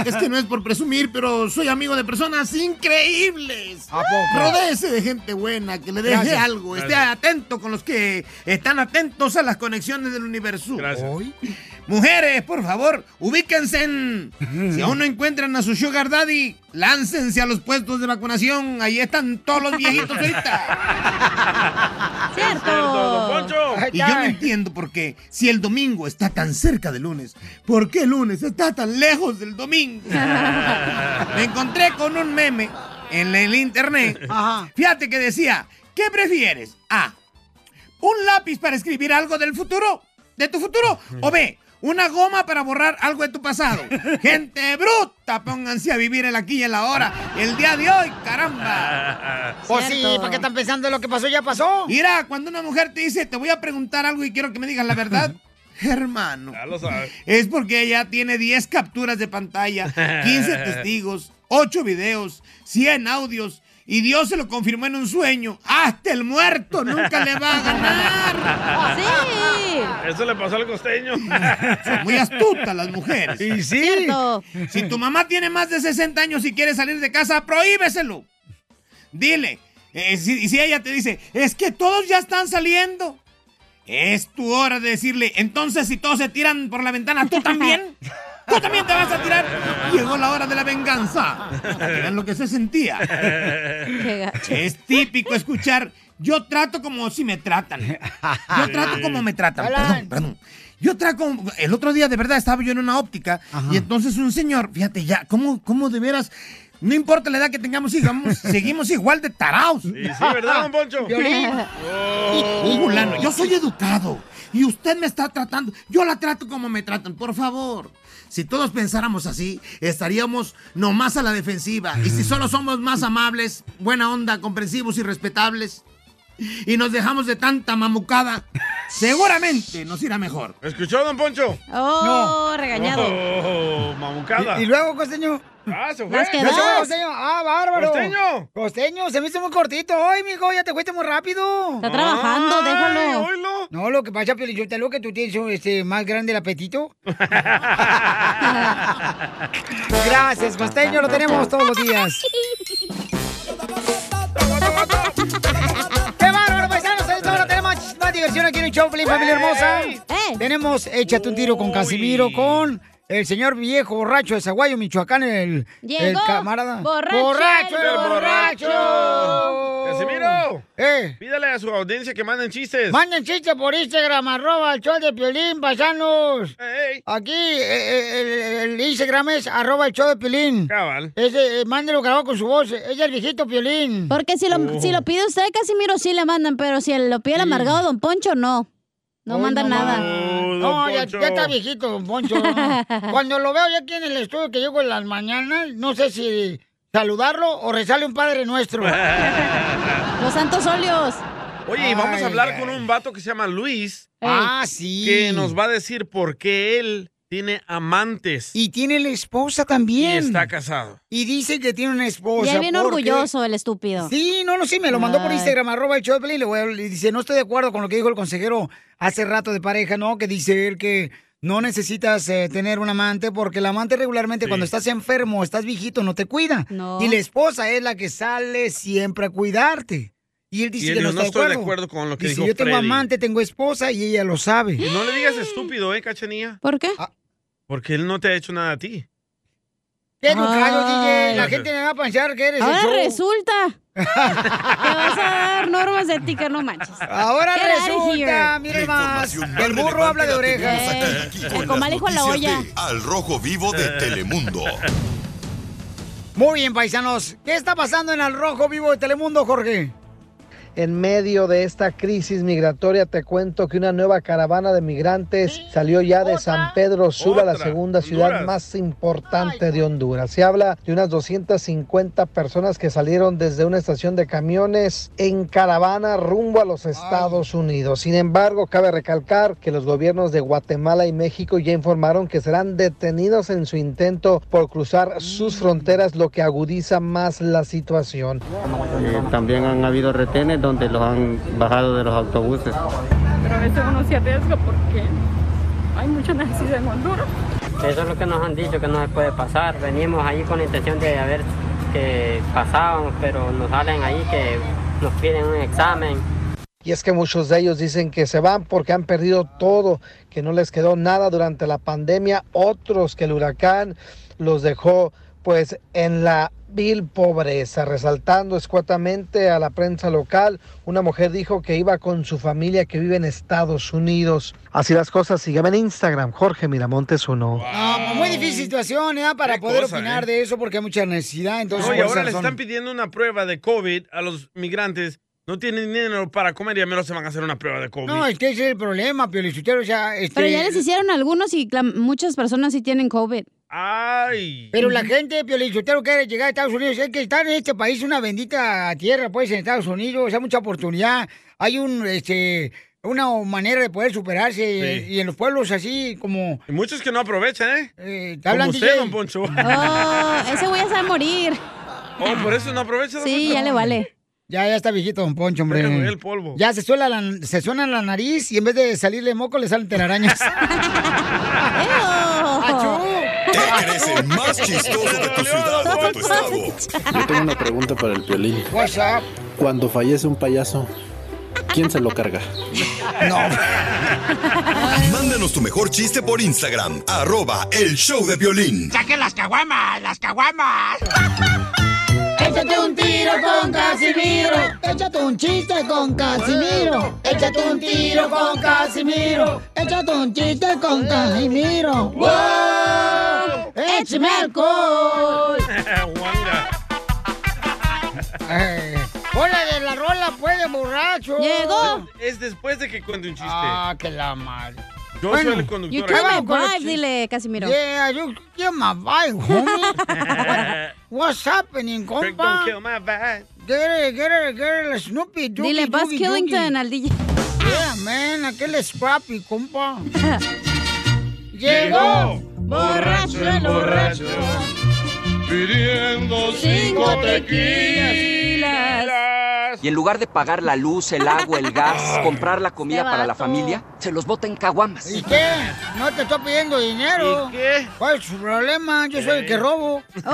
[SPEAKER 8] Es que no es por presumir, pero soy amigo de personas increíbles.
[SPEAKER 3] ¿A poco?
[SPEAKER 8] Rodéese de gente buena, que le deje
[SPEAKER 3] Gracias.
[SPEAKER 8] algo. Esté
[SPEAKER 3] Gracias.
[SPEAKER 8] atento con los que están atentos a las conexiones del universo. Hoy. Mujeres, por favor, ubíquense. en- Si aún no encuentran a su sugar daddy, láncense a los puestos de vacunación. Ahí están todos los viejitos ahorita. Y yo no entiendo por qué, si el domingo está tan cerca del lunes, ¿por qué el lunes está tan lejos del domingo? Me encontré con un meme en el internet. Fíjate que decía, ¿qué prefieres? A, un lápiz para escribir algo del futuro, de tu futuro, o B, una goma para borrar algo de tu pasado. Gente bruta, pónganse a vivir el aquí y el ahora, el día de hoy, caramba.
[SPEAKER 1] Pues sí, Cierto. ¿para qué
[SPEAKER 8] están pensando lo que pasó ya pasó? Mira, cuando una mujer te dice, te voy a preguntar algo y quiero que me digas la verdad, hermano.
[SPEAKER 3] Ya lo sabes.
[SPEAKER 8] Es porque ella tiene 10 capturas de pantalla, 15 testigos, 8 videos, 100 audios. Y Dios se lo confirmó en un sueño. Hasta el muerto nunca le va a ganar.
[SPEAKER 3] Eso le pasó al costeño.
[SPEAKER 8] Son muy astutas las mujeres. Y sí. Si tu mamá tiene más de 60 años y quiere salir de casa, prohíbeselo. Dile. Eh, si- y si ella te dice, es que todos ya están saliendo. Es tu hora de decirle, entonces si todos se tiran por la ventana, ¿tú también? ¿Tú también te vas a tirar? Llegó la hora de la venganza. Para que vean lo que se sentía. Es típico escuchar, yo trato como si me tratan. Yo trato como me tratan. Perdón, perdón. Yo trago, el otro día de verdad estaba yo en una óptica y entonces un señor, fíjate ya, ¿cómo, cómo de veras? No importa la edad que tengamos, sigamos, seguimos igual de taraos. Sí,
[SPEAKER 4] sí, ¿verdad, don Poncho? Oh.
[SPEAKER 8] Violín. Un fulano, yo soy educado y usted me está tratando, yo la trato como me tratan, por favor. Si todos pensáramos así, estaríamos nomás a la defensiva. Y si solo somos más amables, buena onda, comprensivos y respetables, y nos dejamos de tanta mamucada, seguramente nos irá mejor.
[SPEAKER 3] ¿Escuchó, don Poncho?
[SPEAKER 5] Oh, regañado.
[SPEAKER 3] Oh, mamucada.
[SPEAKER 1] Y, y luego, costeño.
[SPEAKER 3] Ah, se fue.
[SPEAKER 1] ¿No se fue, costeño? Ah, bárbaro.
[SPEAKER 3] Costeño.
[SPEAKER 1] Costeño, se me hizo muy cortito hoy, mijo. Ya te fuiste muy rápido.
[SPEAKER 5] Está trabajando, déjalo.
[SPEAKER 1] No, lo que pasa, Piolín, yo te lo que tú tienes este, más grande el apetito. Gracias, costeño. Lo tenemos todos los días. ¡Qué bárbaro, paisanos! Esto ahora tenemos más diversión aquí en el show, Feliz Familia Hermosa. Tenemos Échate un tiro con Casimiro, con el señor viejo borracho de Zaguayo, Michoacán, el, el
[SPEAKER 4] Llegó
[SPEAKER 1] camarada.
[SPEAKER 4] borracho el borracho.
[SPEAKER 3] Casimiro.
[SPEAKER 1] Eh.
[SPEAKER 3] Pídale a su audiencia que manden chistes.
[SPEAKER 1] Manden chistes por Instagram, arroba el show de Piolín, paisanos. Aquí eh, eh, el, el Instagram es arroba el show de Piolín.
[SPEAKER 3] Cabal.
[SPEAKER 1] Ese, eh, mándelo grabado con su voz. Es el viejito Piolín.
[SPEAKER 5] Porque si lo, si lo pide usted, Casimiro, sí le mandan, pero si lo pide el amargado Don Poncho, no. No mandan nada.
[SPEAKER 1] No, ya, ya está viejito, don Poncho. ¿no? Cuando lo veo ya aquí en el estudio que llego en las mañanas, no sé si saludarlo o rezarle un Padre Nuestro.
[SPEAKER 5] Los santos óleos.
[SPEAKER 3] Oye, y vamos a hablar con un vato que se llama Luis.
[SPEAKER 1] Ey. Ah, sí.
[SPEAKER 3] Que nos va a decir por qué él tiene amantes.
[SPEAKER 1] Y tiene la esposa
[SPEAKER 3] Y
[SPEAKER 1] también.
[SPEAKER 3] está casado.
[SPEAKER 1] Y dice que tiene una esposa.
[SPEAKER 5] Ya viene
[SPEAKER 1] porque-
[SPEAKER 5] orgulloso el estúpido.
[SPEAKER 1] Sí, no, no, sí, me lo mandó por
[SPEAKER 5] Ay.
[SPEAKER 1] Instagram, arroba el show de Piolín, le voy a- le dice, no estoy de acuerdo con lo que dijo el consejero hace rato de pareja, ¿no? Que dice él que no necesitas eh, tener un amante porque el amante regularmente cuando estás enfermo, estás viejito, no te cuida.
[SPEAKER 5] No.
[SPEAKER 1] Y la esposa es la que sale siempre a cuidarte. Y él dice
[SPEAKER 3] Y él
[SPEAKER 1] que no,
[SPEAKER 3] dijo, "No
[SPEAKER 1] está
[SPEAKER 3] estoy de acuerdo con lo que
[SPEAKER 1] dice,
[SPEAKER 3] dijo
[SPEAKER 1] yo tengo
[SPEAKER 3] Freddy".
[SPEAKER 1] amante, tengo esposa y ella lo sabe.
[SPEAKER 3] Y no le
[SPEAKER 1] Mm.
[SPEAKER 3] digas estúpido, ¿eh, cachanilla?
[SPEAKER 5] ¿Por qué?
[SPEAKER 1] Ah.
[SPEAKER 3] Porque él no te ha hecho nada a ti.
[SPEAKER 1] Qué educado,
[SPEAKER 5] Ay.
[SPEAKER 1] DJ. La gente me va a pensar que eres el
[SPEAKER 5] Ah. Ahora
[SPEAKER 1] show.
[SPEAKER 5] Ah, resulta. Te vas a dar normas de ética, no manches.
[SPEAKER 1] Ahora
[SPEAKER 5] Get out of
[SPEAKER 1] resulta,
[SPEAKER 5] here.
[SPEAKER 1] miren más. El burro habla de orejas. Eh,
[SPEAKER 5] El comal dijo en la olla.
[SPEAKER 9] Al rojo vivo de Telemundo.
[SPEAKER 1] Muy bien, paisanos. ¿Qué está pasando en Al Rojo Vivo de Telemundo, Jorge?
[SPEAKER 6] En medio de esta crisis migratoria, te cuento que una nueva caravana de migrantes salió ya de San Pedro Sula, la segunda ciudad más importante de Honduras. Se habla de unas 250 personas que salieron desde una estación de camiones en caravana rumbo a los Estados Unidos. Sin embargo, cabe recalcar que los gobiernos de Guatemala y México ya informaron que serán detenidos en su intento por cruzar sus fronteras, lo que agudiza más la situación.
[SPEAKER 18] Eh, también han habido retenes donde los han bajado de los autobuses.
[SPEAKER 10] Pero a veces uno se arriesga porque hay mucha necesidad en Honduras.
[SPEAKER 19] Eso es lo que nos han dicho, que no se puede pasar. Venimos ahí con la intención de haber que pasábamos, pero nos salen ahí que nos piden un examen.
[SPEAKER 6] Y es que muchos de ellos dicen que se van porque han perdido todo, que no les quedó nada durante la pandemia, otros que el huracán los dejó pues en la vil pobreza, resaltando escuetamente a la prensa local, una mujer dijo que iba con su familia que vive en Estados Unidos. Así las cosas, sígueme en Instagram, Jorge Miramontes uno.
[SPEAKER 1] Ah, muy difícil situación, ¿eh? Para poder
[SPEAKER 3] cosa,
[SPEAKER 1] opinar de eso porque hay mucha necesidad. Entonces,
[SPEAKER 3] No, y
[SPEAKER 1] por
[SPEAKER 3] ahora
[SPEAKER 1] esa
[SPEAKER 3] le
[SPEAKER 1] razón.
[SPEAKER 3] están pidiendo una prueba de COVID a los migrantes. No tienen dinero para comer y al menos se van a hacer una prueba de COVID.
[SPEAKER 1] No, es que ese es el problema, Piolichutero. O sea, este-
[SPEAKER 5] Pero ya les hicieron algunos y la- muchas personas sí tienen COVID.
[SPEAKER 3] Ay.
[SPEAKER 1] Pero la gente, Piolichutero, quiere llegar a Estados Unidos. Es que estar en este país es una bendita tierra, pues, en Estados Unidos. Hay mucha oportunidad. Hay un, este, una manera de poder superarse.
[SPEAKER 3] Sí.
[SPEAKER 1] Y en los pueblos así, como...
[SPEAKER 3] Y muchos que no aprovechan, ¿eh?
[SPEAKER 1] te hablan,
[SPEAKER 3] Como usted,
[SPEAKER 1] DJ.
[SPEAKER 3] don Poncho.
[SPEAKER 5] Oh, ese güey ya se va a morir.
[SPEAKER 3] Oh, por eso no aprovecha, don
[SPEAKER 5] Sí,
[SPEAKER 3] Poncho.
[SPEAKER 5] ya le vale.
[SPEAKER 1] Ya, ya está viejito, don Poncho, hombre.
[SPEAKER 3] Pero el polvo.
[SPEAKER 1] Ya se suena, la, se suena la nariz y en vez de salirle moco le salen telarañas.
[SPEAKER 9] ¿Qué crees el más chistoso de tu ciudad o de tu estado?
[SPEAKER 20] Yo tengo una pregunta para el violín.
[SPEAKER 1] What's up?
[SPEAKER 20] Cuando fallece un payaso, ¿quién se lo carga?
[SPEAKER 9] Mándanos tu mejor chiste por Instagram, arroba el show de violín.
[SPEAKER 24] ¡Saquen las caguamas! ¡Las caguamas!
[SPEAKER 4] Échate un tiro con Casimiro. Échate un chiste con Casimiro. Échate un tiro con Casimiro. Échate un chiste con Casimiro. ¡Wow! ¡Échame alcohol!
[SPEAKER 3] Wanda.
[SPEAKER 1] Eh. ¡Hola de la rola, pues, de borracho!
[SPEAKER 3] Es después de que cuente un chiste.
[SPEAKER 1] Ah, que la madre.
[SPEAKER 3] Yo soy el conductor.
[SPEAKER 5] You kill
[SPEAKER 3] aquí.
[SPEAKER 5] my vibe, dile, Casimiro.
[SPEAKER 1] Yeah, you kill my vibe, homie. What's happening, compa?
[SPEAKER 5] don't kill
[SPEAKER 1] my vibe. Get it, get it, get it, Snoopy, dookie,
[SPEAKER 5] Dile, Buzz
[SPEAKER 1] dookie,
[SPEAKER 5] Killington
[SPEAKER 1] dookie.
[SPEAKER 5] al DJ.
[SPEAKER 1] Yeah, man, aquel es papi, compa.
[SPEAKER 4] Llegó
[SPEAKER 1] borracho
[SPEAKER 4] el borracho,
[SPEAKER 14] pidiendo
[SPEAKER 4] cinco
[SPEAKER 7] tequilas. Y en lugar de pagar la luz, el agua, el gas, comprar la comida
[SPEAKER 1] Este
[SPEAKER 7] para la
[SPEAKER 1] vato.
[SPEAKER 7] familia, se los bota en caguamas.
[SPEAKER 1] ¿Y qué? No te estoy pidiendo dinero.
[SPEAKER 7] ¿Y
[SPEAKER 1] qué? ¿Cuál es su problema? Yo soy el que robo.
[SPEAKER 5] ¡Oh!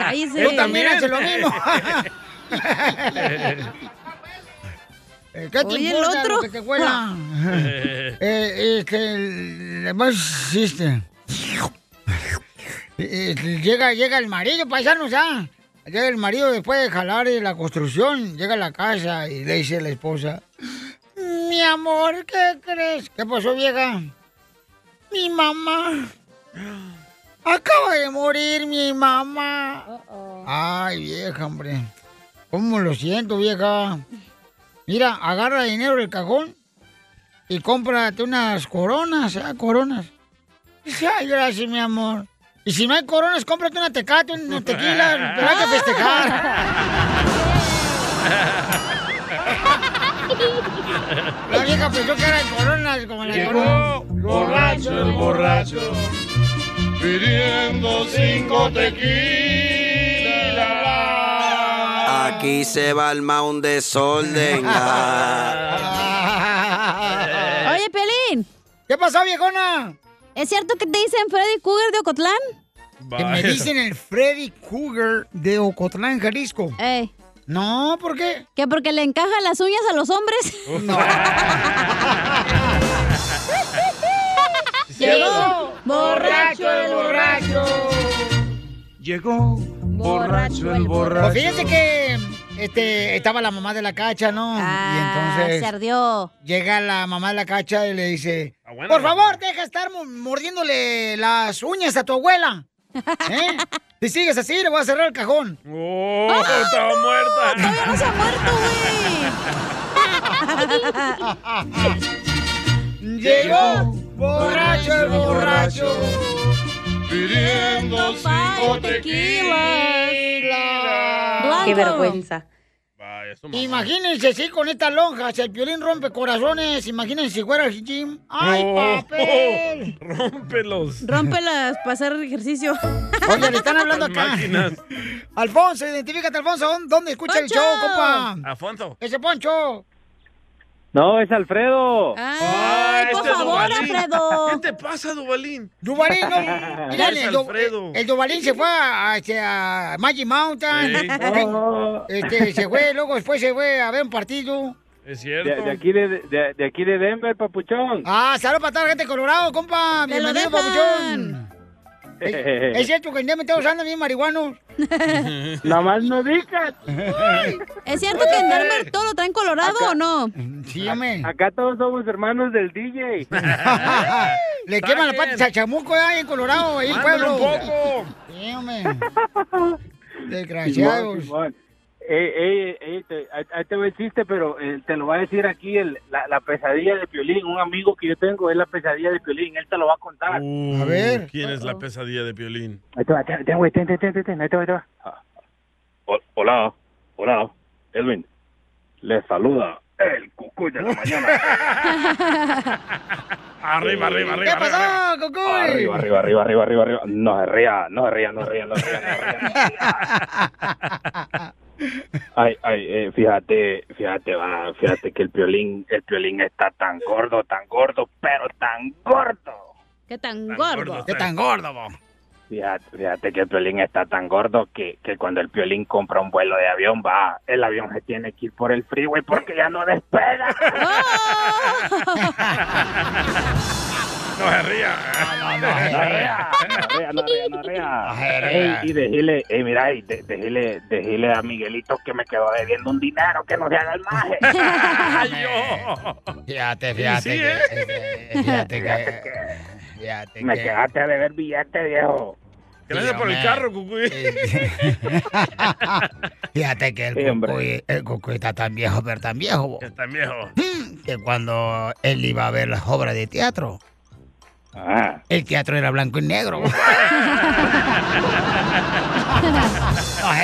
[SPEAKER 4] cállese.
[SPEAKER 1] Tú también haces lo mismo. Eh, ¿Qué te
[SPEAKER 4] Oye, el
[SPEAKER 1] importa
[SPEAKER 4] otro.
[SPEAKER 1] lo que te huela? eh, eh, que le más hiciste. Eh, eh, llega, llega el marido, paisanos, ¿ah? Llega el marido después de jalar eh, la construcción, llega a la casa y le dice a la esposa, Mi amor, ¿qué crees? ¿qué pasó, vieja? Mi mamá. Acaba de morir mi mamá. Ay, vieja, hombre. ¿Cómo lo siento, vieja? Mira, agarra dinero del cajón y cómprate unas coronas, ah, coronas. Dice, ay, gracias, mi amor. Y si no hay coronas, cómprate una tecate, una tequila, pero hay que festejar. La vieja pensó que eran coronas, como la corona.
[SPEAKER 14] Borracho el borracho, pidiendo cinco tequilas.
[SPEAKER 13] Aquí se va el mound de desorden.
[SPEAKER 5] Oye, Pelín.
[SPEAKER 1] ¿Qué pasó, viejona?
[SPEAKER 5] ¿Es cierto que te dicen Freddy Cougar de Ocotlán?
[SPEAKER 1] Que me dicen el Freddy Cougar de Ocotlán, Jalisco. No, ¿por qué?
[SPEAKER 5] Eh. Que porque le encaja las uñas a los hombres.
[SPEAKER 1] No.
[SPEAKER 4] Llegó borracho el borracho.
[SPEAKER 14] Llegó borracho el
[SPEAKER 1] Pues
[SPEAKER 14] borracho.
[SPEAKER 1] fíjense que este, estaba la mamá de la cacha, ¿no? y entonces.
[SPEAKER 5] se ardió.
[SPEAKER 1] Llega la mamá de la cacha y le dice:
[SPEAKER 3] Ah,
[SPEAKER 1] Por favor, deja estar mo- mordiéndole las uñas a tu abuela. ¿Eh? Si sigues así, le voy a cerrar el cajón. ¡Ah!
[SPEAKER 3] ¡Oh! ¡Está muerta! ¡Todavía
[SPEAKER 5] no se ha muerto,
[SPEAKER 4] güey! Llegó borracho el borracho.
[SPEAKER 14] Pidiendo cinco tequilas.
[SPEAKER 1] Qué vergüenza.
[SPEAKER 3] Vaya, eso mamá.
[SPEAKER 1] Imagínense así con estas lonjas, el violín rompe corazones. Imagínense si fuera Jim. ¡Ay,
[SPEAKER 3] Oh.
[SPEAKER 1] papel!
[SPEAKER 3] Rómpelos.
[SPEAKER 5] Rómpelas para hacer ejercicio.
[SPEAKER 1] Oye, le están hablando acá.
[SPEAKER 3] Máquinas.
[SPEAKER 1] Alfonso, identifícate, Alfonso. ¿dó- ¿Dónde escucha el
[SPEAKER 5] Poncho.
[SPEAKER 1] show,
[SPEAKER 4] Ah.
[SPEAKER 1] compa?
[SPEAKER 23] Ah,
[SPEAKER 3] Afonso.
[SPEAKER 1] Ese Poncho.
[SPEAKER 23] No, es Alfredo.
[SPEAKER 1] Ah,
[SPEAKER 3] Ah,
[SPEAKER 5] Ay, por favor, Alfredo.
[SPEAKER 3] este ¿Qué te pasa, Dubalín?
[SPEAKER 1] Dubalín, no. Mírale,
[SPEAKER 3] Eres
[SPEAKER 1] el, Du-
[SPEAKER 3] Alfredo.
[SPEAKER 1] el Dubalín se fue a, a, este, a Magic Mountain.
[SPEAKER 23] Sí.
[SPEAKER 1] Eh, Este, se fue, luego después se fue a ver un partido.
[SPEAKER 3] Es
[SPEAKER 23] De,
[SPEAKER 3] cierto.
[SPEAKER 23] de aquí de, de- de aquí de Denver, papuchón.
[SPEAKER 1] Ah, saludos para toda la gente de Colorado, compa.
[SPEAKER 23] Te lo
[SPEAKER 1] Bienvenido,
[SPEAKER 23] dejan.
[SPEAKER 1] papuchón. Es cierto que el día me está usando bien marihuano.
[SPEAKER 23] Nomás no digas.
[SPEAKER 5] ¿Es cierto que en Denver todo lo traen colorado o no?
[SPEAKER 23] Acá todos somos hermanos del DJ.
[SPEAKER 1] Le queman las patas a chamuco ahí en Colorado, ahí en
[SPEAKER 23] Mándale
[SPEAKER 1] pueblo.
[SPEAKER 23] un
[SPEAKER 1] Sí, hombre. Desgraciados.
[SPEAKER 23] Simón, Simón. Ey, ey, ey, te, ahí- ahí te voy el chiste, pero eh, te lo va a decir aquí el, la, la pesadilla de Piolín. Un amigo que yo tengo es la pesadilla de Piolín. Él te lo va a contar.
[SPEAKER 3] Uh,
[SPEAKER 23] A ver.
[SPEAKER 3] ¿Quién es la pesadilla de Piolín?
[SPEAKER 23] Ahí te va, te- te- güey, ten, ten, ten, ten, ten, ahí te va, ahí te va.
[SPEAKER 21] Hol- Hola, hola, Edwin. Les saluda el cucuy de la mañana.
[SPEAKER 3] Arriba, arriba,
[SPEAKER 1] ¿Qué
[SPEAKER 4] Eh,
[SPEAKER 3] arriba.
[SPEAKER 1] pasó, Cucuy?
[SPEAKER 21] Arriba, arriba, arriba, arriba, arriba, arriba. No se ría, no se ría, no se ría, no se ría. no se ría. Ay, ay, eh, fíjate, fíjate, va, fíjate que el piolín, el piolín está tan gordo, tan gordo, pero tan gordo.
[SPEAKER 5] Qué tan, gordo.
[SPEAKER 21] ¿Qué tan gordo, Fíjate, fíjate que el piolín está tan gordo que, que cuando el piolín compra un vuelo de avión, va, el avión se tiene que ir por el freeway porque ya no despega.
[SPEAKER 3] No se ría.
[SPEAKER 21] No, no, no, rea, no, rea, no, rea, no, rea. Ey, y decirle, ey, mira, y de, decirle, decirle a Miguelito que me quedó debiendo un dinero, que no se haga el maje.
[SPEAKER 1] Fíjate, fíjate.
[SPEAKER 21] sí,
[SPEAKER 1] que- eh, Fíjate
[SPEAKER 21] Fíjate
[SPEAKER 1] que. Fíjate
[SPEAKER 21] Me
[SPEAKER 1] que-
[SPEAKER 21] quedaste a deber billete, viejo.
[SPEAKER 1] Gracias por el Dígame. carro,
[SPEAKER 21] Cucuy.
[SPEAKER 1] Fíjate que el
[SPEAKER 21] Sí, hombre.
[SPEAKER 1] cucuy, el cucuy está tan viejo, pero tan viejo, Hmm,
[SPEAKER 3] Está viejo.
[SPEAKER 1] que cuando él iba a ver las obras de teatro,
[SPEAKER 21] Ah.
[SPEAKER 1] el teatro era blanco y negro.
[SPEAKER 4] No se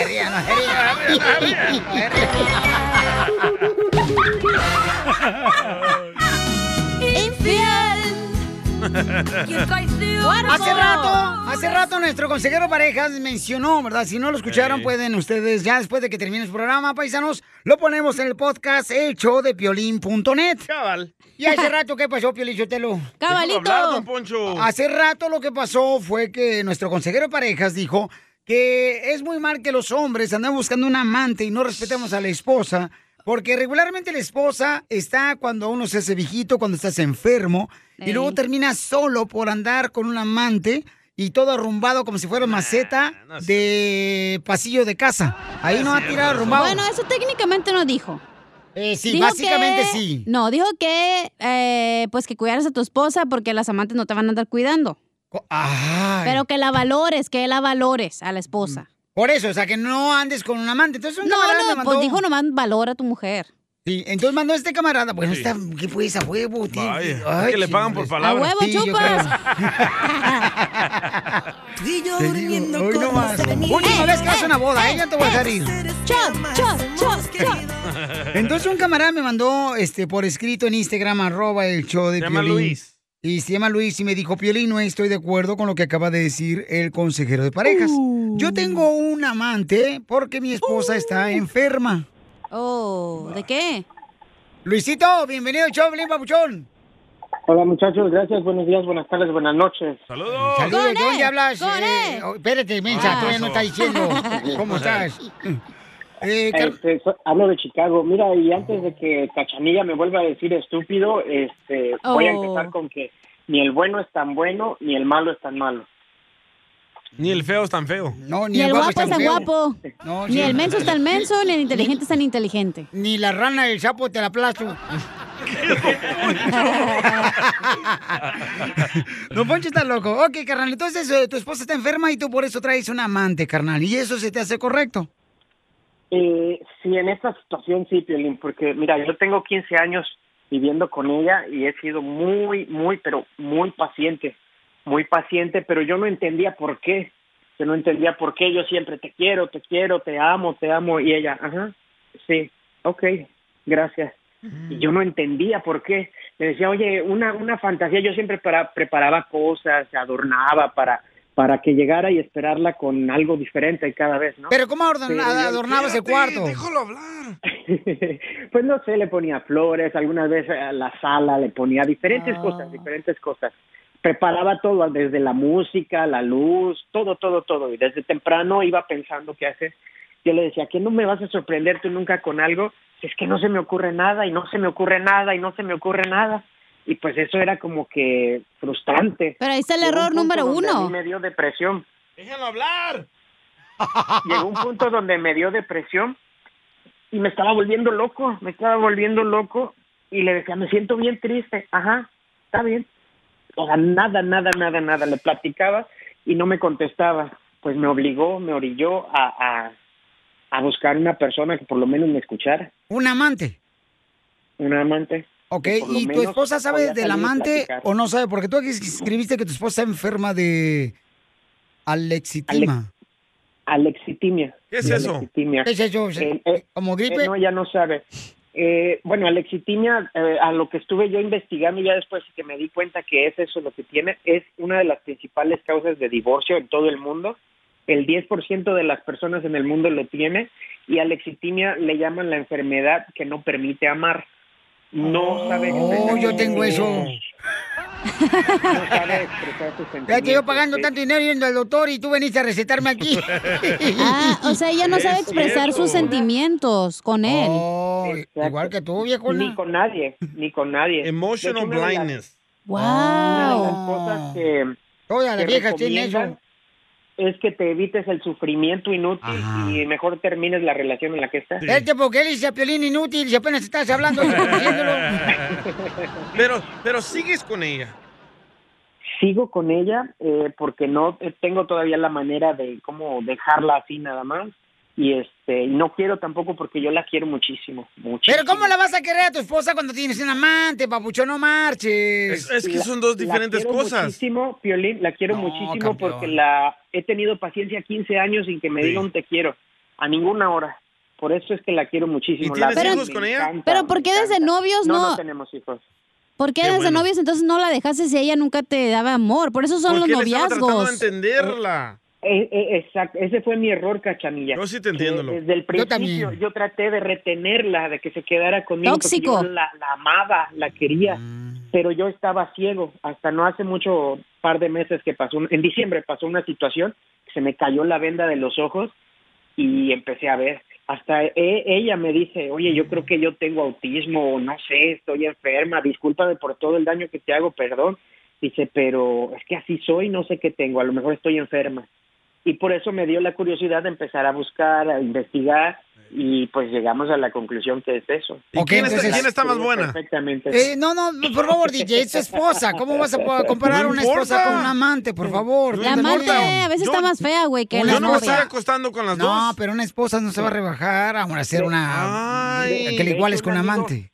[SPEAKER 4] ría, no se ría. No se ría, no se
[SPEAKER 5] Infiel.
[SPEAKER 4] ¡Guardo!
[SPEAKER 1] Hace rato, hace rato nuestro consejero parejas mencionó, ¿verdad? Si no lo escucharon,
[SPEAKER 4] Sí.
[SPEAKER 1] pueden ustedes ya después de que termine el programa, paisanos, lo ponemos en el podcast el show de piolín.net.
[SPEAKER 3] Cabal.
[SPEAKER 1] Y hace rato, ¿qué pasó, Piolín Sotelo?
[SPEAKER 3] Cabalito. Déjalo hablar, don Poncho.
[SPEAKER 1] Hace rato lo que pasó fue que nuestro consejero parejas dijo que es muy mal que los hombres andan buscando un amante y no respetamos a la esposa, porque regularmente la esposa está cuando uno se hace viejito, cuando estás enfermo, y
[SPEAKER 4] Ey.
[SPEAKER 1] luego termina solo por andar con un amante y todo arrumbado como si fuera maceta de pasillo de casa. Ahí no ha tirado arrumbado.
[SPEAKER 5] Bueno, eso técnicamente no dijo.
[SPEAKER 1] Eh, sí,
[SPEAKER 5] Dijo
[SPEAKER 1] básicamente
[SPEAKER 5] que-
[SPEAKER 1] sí.
[SPEAKER 5] No, dijo que eh, pues que cuidaras a tu esposa porque las amantes no te van a andar cuidando. Pero que la valores, que la valores a la esposa.
[SPEAKER 1] Mm. Por eso, o sea, que no andes con un amante. Entonces, un
[SPEAKER 5] No,
[SPEAKER 1] camarada
[SPEAKER 5] no,
[SPEAKER 1] me mandó-
[SPEAKER 5] pues dijo nomás valora a tu mujer.
[SPEAKER 1] Sí, entonces mandó este camarada. Bueno,
[SPEAKER 5] Sí.
[SPEAKER 1] está, ¿qué pues a huevo? tío?
[SPEAKER 3] Vaya,
[SPEAKER 1] Ay,
[SPEAKER 3] es que le pagan por
[SPEAKER 1] chingres.
[SPEAKER 3] palabra.
[SPEAKER 5] A huevo,
[SPEAKER 1] Sí, yo
[SPEAKER 5] chupas.
[SPEAKER 1] creo. Te digo, hoy no más. Última vez que vas
[SPEAKER 5] Eh,
[SPEAKER 1] a una boda, ella te voy a dejar ir. Entonces un camarada me mandó este por escrito en Instagram, arroba el show de
[SPEAKER 3] Se llama
[SPEAKER 1] Piolín.
[SPEAKER 3] Luis.
[SPEAKER 1] Y se llama Luis y me dijo, Piolín, no estoy de acuerdo con lo que acaba de decir el consejero de parejas.
[SPEAKER 5] Uh.
[SPEAKER 1] Yo tengo un amante porque mi esposa está enferma.
[SPEAKER 5] Oh, ¿de qué?
[SPEAKER 1] Luisito, bienvenido al show, Piolín Papuchón.
[SPEAKER 25] Hola muchachos, gracias, buenos días, buenas tardes, buenas noches.
[SPEAKER 3] Saludos.
[SPEAKER 1] Saludos, ¿de dónde hablas? Eh, oh, espérate, mensa,
[SPEAKER 25] Ah.
[SPEAKER 1] todavía no está diciendo. ¿Cómo estás? Eh,
[SPEAKER 25] Este, so- hablo de Chicago. Mira, y antes de que Cachanilla me vuelva a decir estúpido, este, voy a
[SPEAKER 3] Oh.
[SPEAKER 25] empezar con que ni el bueno es tan bueno, ni el malo es tan malo.
[SPEAKER 3] Ni el feo es tan feo.
[SPEAKER 1] No,
[SPEAKER 5] Ni el guapo es tan guapo.
[SPEAKER 1] No,
[SPEAKER 5] Ni
[SPEAKER 1] sí.
[SPEAKER 5] el menso es tan menso, ni el inteligente es tan inteligente.
[SPEAKER 1] Ni la rana del sapo te la aplasto. Don Poncho está loco. Ok, carnal, entonces eh, tu esposa está enferma y tú por eso traes un amante, carnal. ¿Y eso se te hace correcto?
[SPEAKER 25] Eh, sí, en esta situación sí, Piolín, porque mira, yo tengo 15 años viviendo con ella y he sido muy, muy, pero muy paciente, muy paciente, pero yo no entendía por qué. Yo no entendía por qué yo siempre te quiero, te quiero, te amo, te amo. Y ella, ajá, sí, ok, gracias. Y yo no entendía por qué. Me decía, oye, una, una fantasía, yo siempre para, preparaba cosas, adornaba para, para que llegara y esperarla con algo diferente cada vez, ¿no?
[SPEAKER 1] Pero ¿cómo adorn-
[SPEAKER 25] Pero yo-
[SPEAKER 1] adornabas el cuarto?
[SPEAKER 25] pues no sé, le ponía flores, algunas veces a la sala le ponía diferentes
[SPEAKER 1] Ah.
[SPEAKER 25] cosas, diferentes cosas. Preparaba todo, desde la música, la luz, todo, todo, todo. Y desde temprano iba pensando qué hacer. Yo le decía, ¿qué no me vas a sorprender tú nunca con algo? Es que no se me ocurre nada y no se me ocurre nada y no se me ocurre nada. Y pues eso era como que frustrante.
[SPEAKER 5] Pero ahí está el
[SPEAKER 25] Llegó un
[SPEAKER 5] error
[SPEAKER 25] punto
[SPEAKER 5] número
[SPEAKER 25] donde a mí
[SPEAKER 5] uno.
[SPEAKER 25] me dio depresión.
[SPEAKER 3] Déjalo hablar.
[SPEAKER 25] Llegó un punto donde me dio depresión y me estaba volviendo loco, me estaba volviendo loco y le decía, me siento bien triste, ajá, está bien. O sea, nada, nada, nada, nada, le platicaba y no me contestaba. Pues me obligó, me orilló a, a, a buscar una persona que por lo menos me escuchara,
[SPEAKER 1] Un amante.
[SPEAKER 25] un amante.
[SPEAKER 1] Ok,
[SPEAKER 25] que por lo
[SPEAKER 1] ¿y tu
[SPEAKER 25] menos
[SPEAKER 1] esposa
[SPEAKER 25] podía
[SPEAKER 1] sabe del
[SPEAKER 25] salir y
[SPEAKER 1] amante
[SPEAKER 25] platicar.
[SPEAKER 1] o no sabe? Porque tú aquí escribiste que tu esposa está enferma de alexitima.
[SPEAKER 25] Alexitimia.
[SPEAKER 1] ¿Qué es
[SPEAKER 25] Sí,
[SPEAKER 1] eso?
[SPEAKER 25] alexitimia.
[SPEAKER 1] ¿Qué es eso?
[SPEAKER 25] Eh, eh,
[SPEAKER 1] ¿Como gripe?
[SPEAKER 25] eh, no, ya no sabe. Eh, bueno, alexitimia, eh, a lo que estuve yo investigando ya después que me di cuenta que es eso lo que tiene, es una de las principales causas de divorcio en todo el mundo. El 10% de las personas en el mundo lo tiene y alexitimia le llaman la enfermedad que no permite amar. No sabe
[SPEAKER 1] Oh,
[SPEAKER 25] expresar
[SPEAKER 1] yo
[SPEAKER 25] sus
[SPEAKER 1] tengo eso.
[SPEAKER 25] sentimientos, No sabe expresar sus
[SPEAKER 1] Fíjate, yo
[SPEAKER 25] sentimientos,
[SPEAKER 1] pagando
[SPEAKER 25] sí.
[SPEAKER 1] tanto dinero yendo al doctor y tú veniste a recetarme aquí.
[SPEAKER 5] Ah, o sea, ella no sabe expresar sus sentimientos con él.
[SPEAKER 25] Oh,
[SPEAKER 1] Oh, igual que tú, viejo.
[SPEAKER 25] Ni con nadie, ni con nadie.
[SPEAKER 3] Emotional
[SPEAKER 25] De hecho, una de las-
[SPEAKER 3] blindness.
[SPEAKER 5] Wow.
[SPEAKER 25] Una de las cosas que.
[SPEAKER 1] Todas
[SPEAKER 5] las viejas tienen
[SPEAKER 25] Es que te evites el sufrimiento inútil y mejor termines la relación en la que estás.
[SPEAKER 1] Este porque él dice a Piolín inútil si apenas estás hablando.
[SPEAKER 3] pero, pero sigues con ella.
[SPEAKER 25] Sigo con ella eh, porque no eh, tengo todavía la manera de cómo dejarla así nada más. Y este y no quiero tampoco porque yo la quiero muchísimo, muchísimo.
[SPEAKER 1] Pero ¿cómo la vas a querer a tu esposa cuando tienes un amante, papucho? No marches.
[SPEAKER 25] La- la quiero Muchísimo, Piolín, la quiero muchísimo
[SPEAKER 1] campeón.
[SPEAKER 25] porque la he tenido paciencia 15 años sin que me
[SPEAKER 1] Sí.
[SPEAKER 25] diga un te quiero a ninguna hora. Por eso es que la quiero muchísimo. la
[SPEAKER 5] tienes
[SPEAKER 25] amo,
[SPEAKER 5] hijos
[SPEAKER 25] me
[SPEAKER 5] con ella?
[SPEAKER 25] encanta,
[SPEAKER 5] Pero, ¿por
[SPEAKER 25] me
[SPEAKER 5] qué desde
[SPEAKER 25] encanta.
[SPEAKER 5] novios
[SPEAKER 25] No,
[SPEAKER 5] no-
[SPEAKER 25] no tenemos hijos.
[SPEAKER 5] ¿Por qué, desde novios entonces no la dejaste si ella nunca te daba amor? Por eso son los noviazgos.
[SPEAKER 3] entenderla.
[SPEAKER 25] Eh, exacto, ese fue mi error, cachanilla. Yo
[SPEAKER 3] sí te entiendo, loco.
[SPEAKER 25] Desde el
[SPEAKER 3] Yo
[SPEAKER 25] principio
[SPEAKER 3] también.
[SPEAKER 25] yo, traté de retenerla, de que se quedara conmigo. porque
[SPEAKER 5] Tóxico.
[SPEAKER 25] yo la, la amaba, la quería, pero yo estaba ciego. Hasta no hace mucho par de meses que pasó, en diciembre pasó una situación, que se me cayó la venda de los ojos y empecé a ver. Hasta e- ella me dice, oye, yo creo que yo tengo autismo, o no sé, estoy enferma, discúlpame por todo el daño que te hago, perdón. Dice, pero es que así soy, no sé qué tengo, a lo mejor estoy enferma. Y por eso me dio la curiosidad de empezar a buscar, a investigar, y pues llegamos a la conclusión que es eso.
[SPEAKER 1] Ok, quién está- entonces- quién está más buena?
[SPEAKER 25] Perfectamente.
[SPEAKER 1] Eh, no, no, por favor, DJ, es su esposa. ¿Cómo vas a po- comparar
[SPEAKER 25] No
[SPEAKER 1] una esposa
[SPEAKER 25] importa.
[SPEAKER 1] con un amante, por favor?
[SPEAKER 5] La amante a veces está más fea, güey, que
[SPEAKER 1] Yo
[SPEAKER 5] la
[SPEAKER 1] no me
[SPEAKER 5] novia.
[SPEAKER 1] saco-
[SPEAKER 3] Acostando con las
[SPEAKER 1] No,
[SPEAKER 3] dos.
[SPEAKER 1] pero una esposa no se va a rebajar a hacer una...
[SPEAKER 25] Ay.
[SPEAKER 1] que le iguales con un
[SPEAKER 25] Un amigo-
[SPEAKER 1] amante.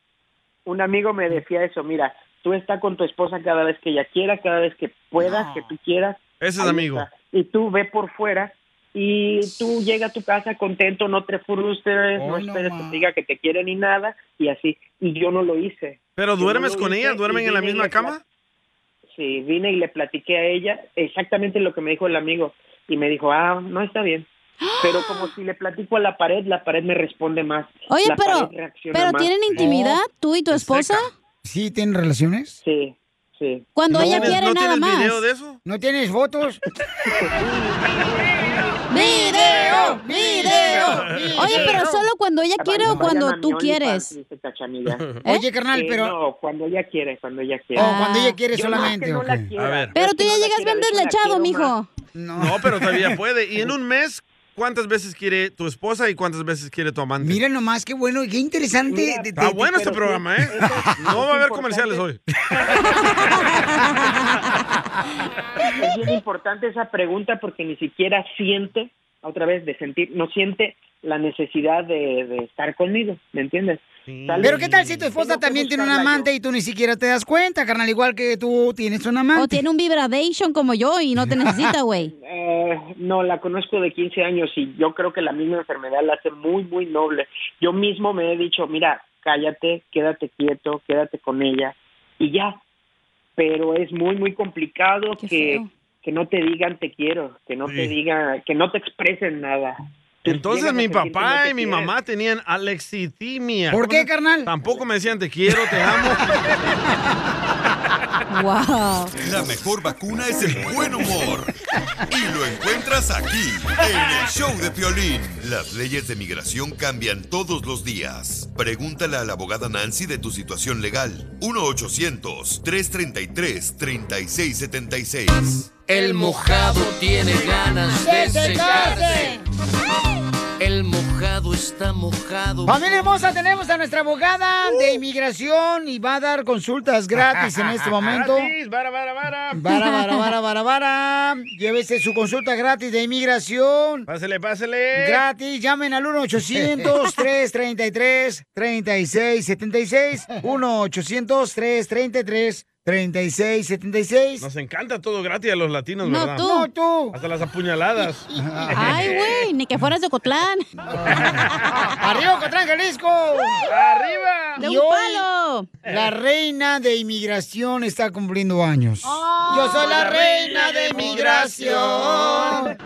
[SPEAKER 25] un amigo me decía eso, mira, tú estás con tu esposa cada vez que ella quiera, cada vez que puedas, que tú quieras.
[SPEAKER 3] Ese es
[SPEAKER 25] ahí
[SPEAKER 3] amigo.
[SPEAKER 25] está. Y tú ve por fuera y tú llega a tu casa contento, no te frustres,
[SPEAKER 5] Oh,
[SPEAKER 25] no esperes que te diga que te quiere ni nada y así. Y yo no lo hice.
[SPEAKER 3] ¿Pero
[SPEAKER 25] Yo no
[SPEAKER 3] duermes
[SPEAKER 25] lo
[SPEAKER 3] con ella?
[SPEAKER 25] y
[SPEAKER 3] ¿Duermen en la
[SPEAKER 25] vine y
[SPEAKER 3] misma
[SPEAKER 25] le
[SPEAKER 3] cama?
[SPEAKER 25] plat- Sí, vine y le platiqué a ella exactamente lo que me dijo el amigo y me dijo, ah, no está bien. Pero como si le platico a la pared, la pared me responde más.
[SPEAKER 5] ¡Ah! Oye,
[SPEAKER 25] La
[SPEAKER 5] pero,
[SPEAKER 25] pared reacciona
[SPEAKER 5] pero
[SPEAKER 25] más.
[SPEAKER 5] ¿tienen intimidad tú y tu esposa?
[SPEAKER 1] ¿Sí tienen relaciones?
[SPEAKER 25] Sí, sí.
[SPEAKER 5] Cuando ella quiere nada más.
[SPEAKER 3] eso?
[SPEAKER 1] ¿No tienes fotos?
[SPEAKER 5] ¡Video! ¡Video! Oye, pero solo cuando ella quiere o
[SPEAKER 25] Vayan- vayan
[SPEAKER 5] cuando
[SPEAKER 25] a mi
[SPEAKER 5] tú
[SPEAKER 25] OnlyFans,
[SPEAKER 5] quieres.
[SPEAKER 25] dice Cachanilla.
[SPEAKER 1] Oye, carnal,
[SPEAKER 25] Eh,
[SPEAKER 1] pero-
[SPEAKER 25] No, cuando ella quiere, cuando ella quiere.
[SPEAKER 1] Oh, cuando ella quiere
[SPEAKER 25] Yo no,
[SPEAKER 1] solamente.
[SPEAKER 25] es que no la
[SPEAKER 1] ok.
[SPEAKER 25] quiera.
[SPEAKER 3] A ver.
[SPEAKER 5] Pero tú ya llegas bien
[SPEAKER 25] quiero, es que la
[SPEAKER 5] deslechado,
[SPEAKER 25] quiero
[SPEAKER 5] mijo.
[SPEAKER 3] No. pero todavía puede. Y en un mes, ¿cuántas veces quiere tu esposa y cuántas veces quiere tu amante?
[SPEAKER 1] Mira nomás, qué bueno y qué interesante.
[SPEAKER 3] Mira,
[SPEAKER 1] de-
[SPEAKER 3] está
[SPEAKER 1] de-
[SPEAKER 3] bueno
[SPEAKER 1] de-
[SPEAKER 3] este
[SPEAKER 1] pero-
[SPEAKER 3] programa, ¿eh? No va a haber comerciales hoy.
[SPEAKER 25] Es bien importante esa pregunta porque ni siquiera siente, otra vez de sentir, no siente la necesidad de, de estar conmigo, ¿me entiendes? Tal vez-
[SPEAKER 1] Pero qué tal si tu esposa también tiene un amante y tú ni siquiera te das cuenta, carnal, igual que tú tienes un amante.
[SPEAKER 5] O tiene un vibradation como yo y no te necesita, güey.
[SPEAKER 25] Eh, no, la conozco de 15 años y yo creo que la misma enfermedad la hace muy, muy noble. Yo mismo me he dicho, mira, cállate, quédate quieto, quédate con ella y ya. Pero es muy, muy complicado que,
[SPEAKER 3] feo.
[SPEAKER 25] que no te digan te quiero, que no te
[SPEAKER 3] Sí.
[SPEAKER 25] digan, que no te expresen nada.
[SPEAKER 3] Entonces
[SPEAKER 25] Llegas a
[SPEAKER 3] mi
[SPEAKER 25] sentir que
[SPEAKER 3] papá
[SPEAKER 25] no te
[SPEAKER 3] y mi
[SPEAKER 25] quieren.
[SPEAKER 3] mamá tenían alexitimia.
[SPEAKER 25] ¿Por qué,
[SPEAKER 1] carnal?
[SPEAKER 3] Tampoco me decían te quiero, te amo.
[SPEAKER 5] Wow.
[SPEAKER 9] La mejor vacuna es el buen humor. Y lo encuentras aquí, en el show de Piolín. Las leyes de migración cambian todos los días. Pregúntale a la abogada Nancy de tu situación legal. 1-800-333-3676.
[SPEAKER 12] El mojado tiene ganas de secarse. El mojado está mojado.
[SPEAKER 1] Familia hermosa, tenemos a nuestra abogada de inmigración y va a dar consultas gratis en este momento.
[SPEAKER 3] Gratis, vara, vara, vara.
[SPEAKER 1] Vara, vara, vara, vara, vara. Llévese su consulta gratis de inmigración.
[SPEAKER 3] Pásele, pásele.
[SPEAKER 1] Gratis, llamen al 1-800-333-3676. 1-800-333-3676.
[SPEAKER 3] Nos encanta todo gratis a los latinos,
[SPEAKER 1] No,
[SPEAKER 3] ¿verdad?
[SPEAKER 1] tú. No, tú.
[SPEAKER 3] Hasta las apuñaladas.
[SPEAKER 5] Ay, güey, ni que fueras de Ocotlán.
[SPEAKER 1] ¡Arriba, Cotlán, Jalisco! ¡Arriba!
[SPEAKER 5] De un palo.
[SPEAKER 1] La reina de inmigración está cumpliendo años.
[SPEAKER 5] Oh.
[SPEAKER 4] Yo soy la reina de migración.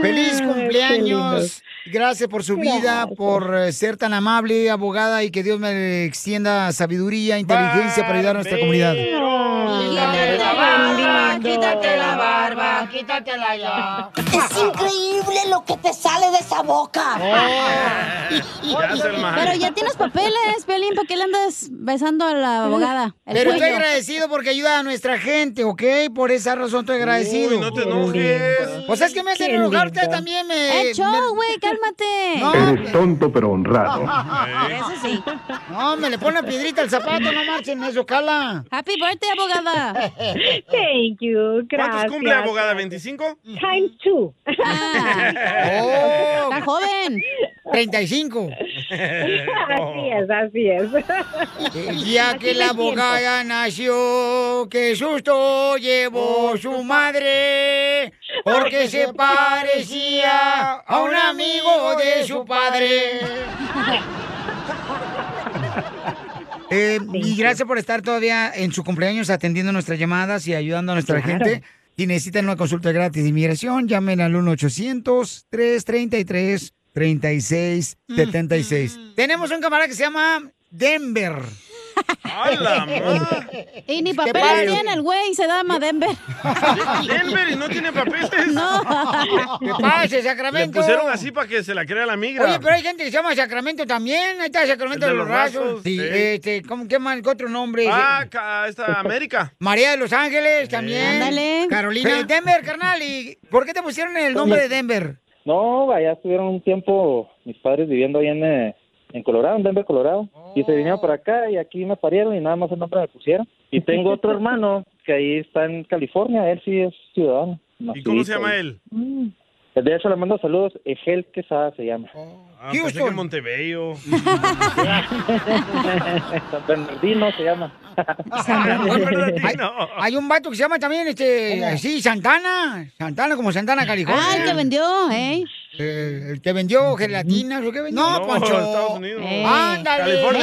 [SPEAKER 1] ¡Feliz
[SPEAKER 4] cumpleaños!
[SPEAKER 1] cumpleaños! Gracias por su vida, por eh, ser tan amable, abogada, y que Dios me extienda sabiduría, inteligencia para ayudar a nuestra comunidad.
[SPEAKER 4] Quítate la barba, quítate la barba, ya, quítatela ya.
[SPEAKER 28] Es increíble lo que te sale de esa boca.
[SPEAKER 1] Eh. Oh.
[SPEAKER 5] Pero ya tienes papeles, Pelín, ¿para qué le andas besando a la abogada? El
[SPEAKER 1] Pero
[SPEAKER 5] cuello.
[SPEAKER 1] estoy agradecido porque ayuda a nuestra gente, ¿ok? Por esa razón estoy agradecido.
[SPEAKER 3] Uy, no te enojes.
[SPEAKER 1] Pues es que me hacen
[SPEAKER 5] Qué
[SPEAKER 1] enojar,
[SPEAKER 5] linda.
[SPEAKER 1] ustedes también me...
[SPEAKER 5] ¡Eh, show, güey! ¡Cálmate!
[SPEAKER 19] Eres tonto pero honrado.
[SPEAKER 5] Eso sí.
[SPEAKER 1] No, me le pone la piedrita al zapato, no marchen eso, cala.
[SPEAKER 5] Happy birthday, abogada.
[SPEAKER 29] Thank you, gracias.
[SPEAKER 3] ¿Cuántos cumple, abogada? ¿25?
[SPEAKER 29] Times
[SPEAKER 1] Oh,
[SPEAKER 29] two.
[SPEAKER 5] Está joven.
[SPEAKER 1] 35.
[SPEAKER 29] Así es, así es.
[SPEAKER 1] El día que la abogada nació, qué susto llevó su madre, porque se parecía a un amigo de su padre. Eh, y gracias por estar todavía en su cumpleaños atendiendo nuestras llamadas y ayudando a nuestra
[SPEAKER 4] Claro.
[SPEAKER 1] gente. Si necesitan una consulta gratis de inmigración, llamen al 1-800-333-3676. Tenemos un camarada que se llama Denver.
[SPEAKER 5] Y ni
[SPEAKER 1] padre.
[SPEAKER 5] papeles tiene el güey, se da Denver.
[SPEAKER 3] Denver y no tiene papeles.
[SPEAKER 5] No.
[SPEAKER 1] ¿Qué pasa, Ah, Sacramento?
[SPEAKER 3] Le pusieron así para que se la crea la migra.
[SPEAKER 1] Oye, pero hay gente que se llama Sacramento también. Ahí está Sacramento
[SPEAKER 3] El
[SPEAKER 1] de los, Rasos. Sí,
[SPEAKER 3] sí.
[SPEAKER 1] este, ¿cómo, qué, más, qué otro nombre?
[SPEAKER 3] Ah, ca- esta América. Eh,
[SPEAKER 1] María de Los Ángeles también.
[SPEAKER 5] Ándale.
[SPEAKER 1] Carolina.
[SPEAKER 5] Sí.
[SPEAKER 1] Denver, carnal. ¿Y por qué te pusieron el nombre de Denver?
[SPEAKER 30] No, allá estuvieron un tiempo mis padres viviendo ahí en, eh, en Colorado, en Denver, Colorado. Y se vinieron para acá y aquí me parieron y nada más el nombre me pusieron. Y tengo otro hermano que ahí está en California, él sí es ciudadano.
[SPEAKER 3] ¿Y cómo se llama él?
[SPEAKER 1] Mm.
[SPEAKER 30] De hecho, le mando saludos. Egel Quesada se llama.
[SPEAKER 3] Ah, pensé que Montebello.
[SPEAKER 30] San Bernardino se llama.
[SPEAKER 1] hay, hay un vato que se llama también, este, así, Santana. Santana, como Santana, California.
[SPEAKER 5] Ah, el que vendió, ¿eh?
[SPEAKER 1] Eh, el que vendió gelatinas o qué vendió. No,
[SPEAKER 5] No,
[SPEAKER 1] Poncho.
[SPEAKER 5] Estados Unidos.
[SPEAKER 1] Eh.
[SPEAKER 5] Ey.
[SPEAKER 1] Ándale.
[SPEAKER 5] California,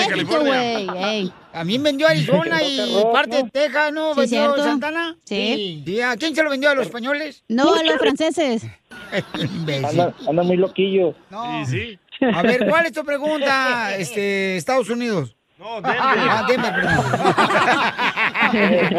[SPEAKER 5] México, California.
[SPEAKER 1] A mí vendió Arizona y parte de Texas, ¿no?
[SPEAKER 5] Sí,
[SPEAKER 1] ¿Vendió
[SPEAKER 5] cierto.
[SPEAKER 1] Santana?
[SPEAKER 5] Sí.
[SPEAKER 1] Sí, ¿A quién se lo vendió? ¿A los españoles?
[SPEAKER 5] No, a los franceses.
[SPEAKER 30] Anda, anda muy loquillo.
[SPEAKER 1] No. A ver, ¿cuál es tu pregunta, este, Estados Unidos? No,
[SPEAKER 30] Denver.
[SPEAKER 1] Ah, Denver, perdón.
[SPEAKER 30] Eh,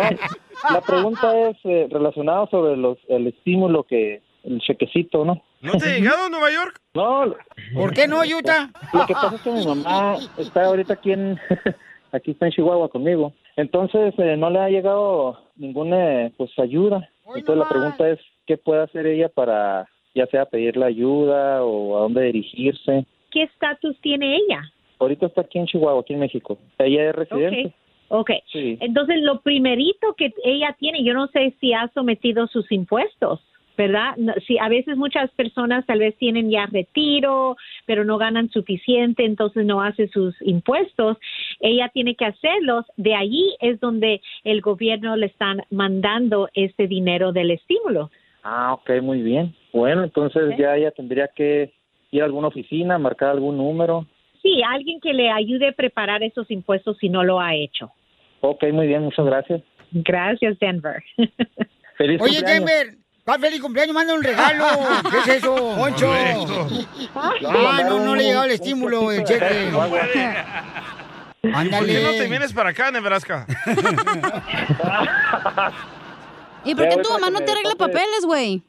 [SPEAKER 30] La pregunta es eh, relacionada sobre los, el estímulo que el chequecito, ¿no?
[SPEAKER 3] ¿No te ha llegado a Nueva York?
[SPEAKER 30] No.
[SPEAKER 1] ¿Por qué no, Utah?
[SPEAKER 30] Lo que pasa es que mi mamá está ahorita aquí en, aquí está en Chihuahua conmigo. Entonces eh, no le ha llegado ninguna eh, pues ayuda. Entonces la pregunta es qué puede hacer ella para ya sea pedir la ayuda o a dónde dirigirse.
[SPEAKER 29] ¿Qué estatus tiene ella?
[SPEAKER 30] Ahorita está aquí en Chihuahua, aquí en México. Ella es residente.
[SPEAKER 29] Okay. Ok,
[SPEAKER 30] Sí.
[SPEAKER 29] entonces lo primerito que ella tiene, yo no sé si ha sometido sus impuestos, ¿verdad? No- si a veces muchas personas tal vez tienen ya retiro, pero no ganan suficiente, entonces no hace sus impuestos. Ella tiene que hacerlos. De allí es donde el gobierno le están mandando este dinero del estímulo.
[SPEAKER 30] Ah, ok, muy bien. Bueno, entonces ya ella tendría que ir a alguna oficina, marcar algún número.
[SPEAKER 29] Sí, alguien que le ayude a preparar esos impuestos si no lo ha hecho.
[SPEAKER 30] Ok, muy bien, muchas gracias.
[SPEAKER 29] Gracias, Denver.
[SPEAKER 30] Feliz
[SPEAKER 1] Oye,
[SPEAKER 30] cumpleaños.
[SPEAKER 1] Denver, va feliz cumpleaños, manda un regalo. ¿Qué es eso? Poncho. Ah, no, no le ha llegado el estímulo, el cheque.
[SPEAKER 3] ¿Y por qué no te
[SPEAKER 1] Ándale.
[SPEAKER 3] vienes para acá, Nebraska?
[SPEAKER 5] ¿Y por
[SPEAKER 29] Ya
[SPEAKER 5] qué
[SPEAKER 29] ves
[SPEAKER 5] tu
[SPEAKER 29] la
[SPEAKER 5] mamá
[SPEAKER 29] que
[SPEAKER 5] no
[SPEAKER 29] me
[SPEAKER 5] te arregla
[SPEAKER 29] dejaste.
[SPEAKER 5] papeles, güey?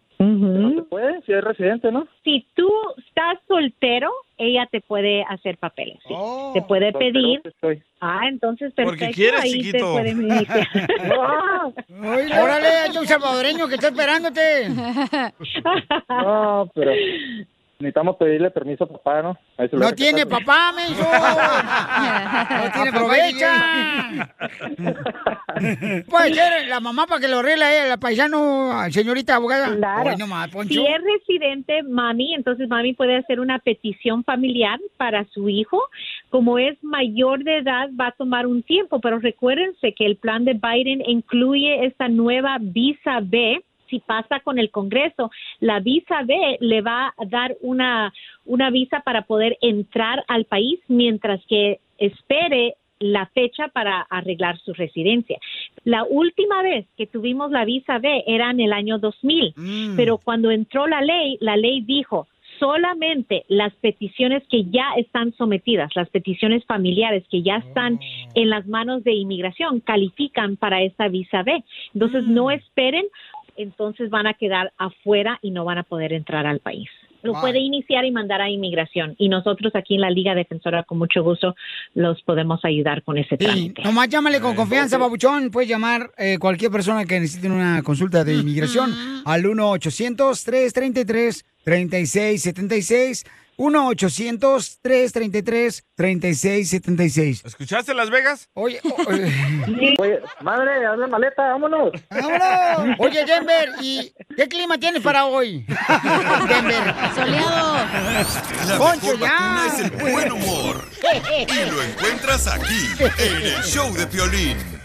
[SPEAKER 30] ¿Se puede? Si es residente, ¿no?
[SPEAKER 29] si tú estás soltero, ella te puede hacer papeles. sí.
[SPEAKER 30] Oh.
[SPEAKER 29] te puede
[SPEAKER 30] Soltero
[SPEAKER 29] pedir.
[SPEAKER 30] que estoy.
[SPEAKER 29] Ah, entonces perfecto.
[SPEAKER 30] Porque quieres,
[SPEAKER 29] ahí
[SPEAKER 30] chiquito.
[SPEAKER 29] Te pueden iniciar.
[SPEAKER 1] Órale, hay un salvadoreño que está esperándote.
[SPEAKER 30] No, pero necesitamos pedirle permiso a papá, ¿no? Ahí se lo
[SPEAKER 1] No
[SPEAKER 30] hace
[SPEAKER 1] tiene
[SPEAKER 30] casarse.
[SPEAKER 1] papá, menso. No tiene aprovecha. Puede ser la mamá para que lo arregle ella, la paisano, señorita abogada.
[SPEAKER 29] Claro.
[SPEAKER 1] Hoy nomás, Poncho.
[SPEAKER 29] si es residente, mami, entonces mami puede hacer una petición familiar para su hijo. Como es mayor de edad, va a tomar un tiempo, pero recuérdense que el plan de Biden incluye esta nueva visa B. Si pasa con el Congreso, la visa B le va a dar una, una visa para poder entrar al país mientras que espere la fecha para arreglar su residencia. La última vez que tuvimos la visa B era en el año 2000, pero cuando entró la ley, la ley dijo solamente las peticiones que ya están sometidas, las peticiones familiares que ya están en las manos de inmigración califican para esta visa B. Entonces no esperen entonces van a quedar afuera y no van a poder entrar al país. Lo
[SPEAKER 27] Wow.
[SPEAKER 29] puede iniciar y mandar a inmigración. Y nosotros aquí en la Liga Defensora, con mucho gusto, los podemos ayudar con ese trámite.
[SPEAKER 1] Nomás llámale
[SPEAKER 29] Eh,
[SPEAKER 1] con confianza, babuchón. Puedes llamar eh, cualquier persona que necesite una consulta de inmigración al 1-800-333-3676. 1-800-333-3676.
[SPEAKER 3] ¿Escuchaste Las Vegas?
[SPEAKER 1] Oye,
[SPEAKER 31] madre, haz la maleta, vámonos.
[SPEAKER 1] ¡Vámonos! Oye, Denver, ¿y qué clima tienes para hoy? Denver. Soleado.
[SPEAKER 9] La
[SPEAKER 1] Poncho,
[SPEAKER 9] mejor vacuna es el buen humor. Y lo encuentras aquí, en el show de Piolín.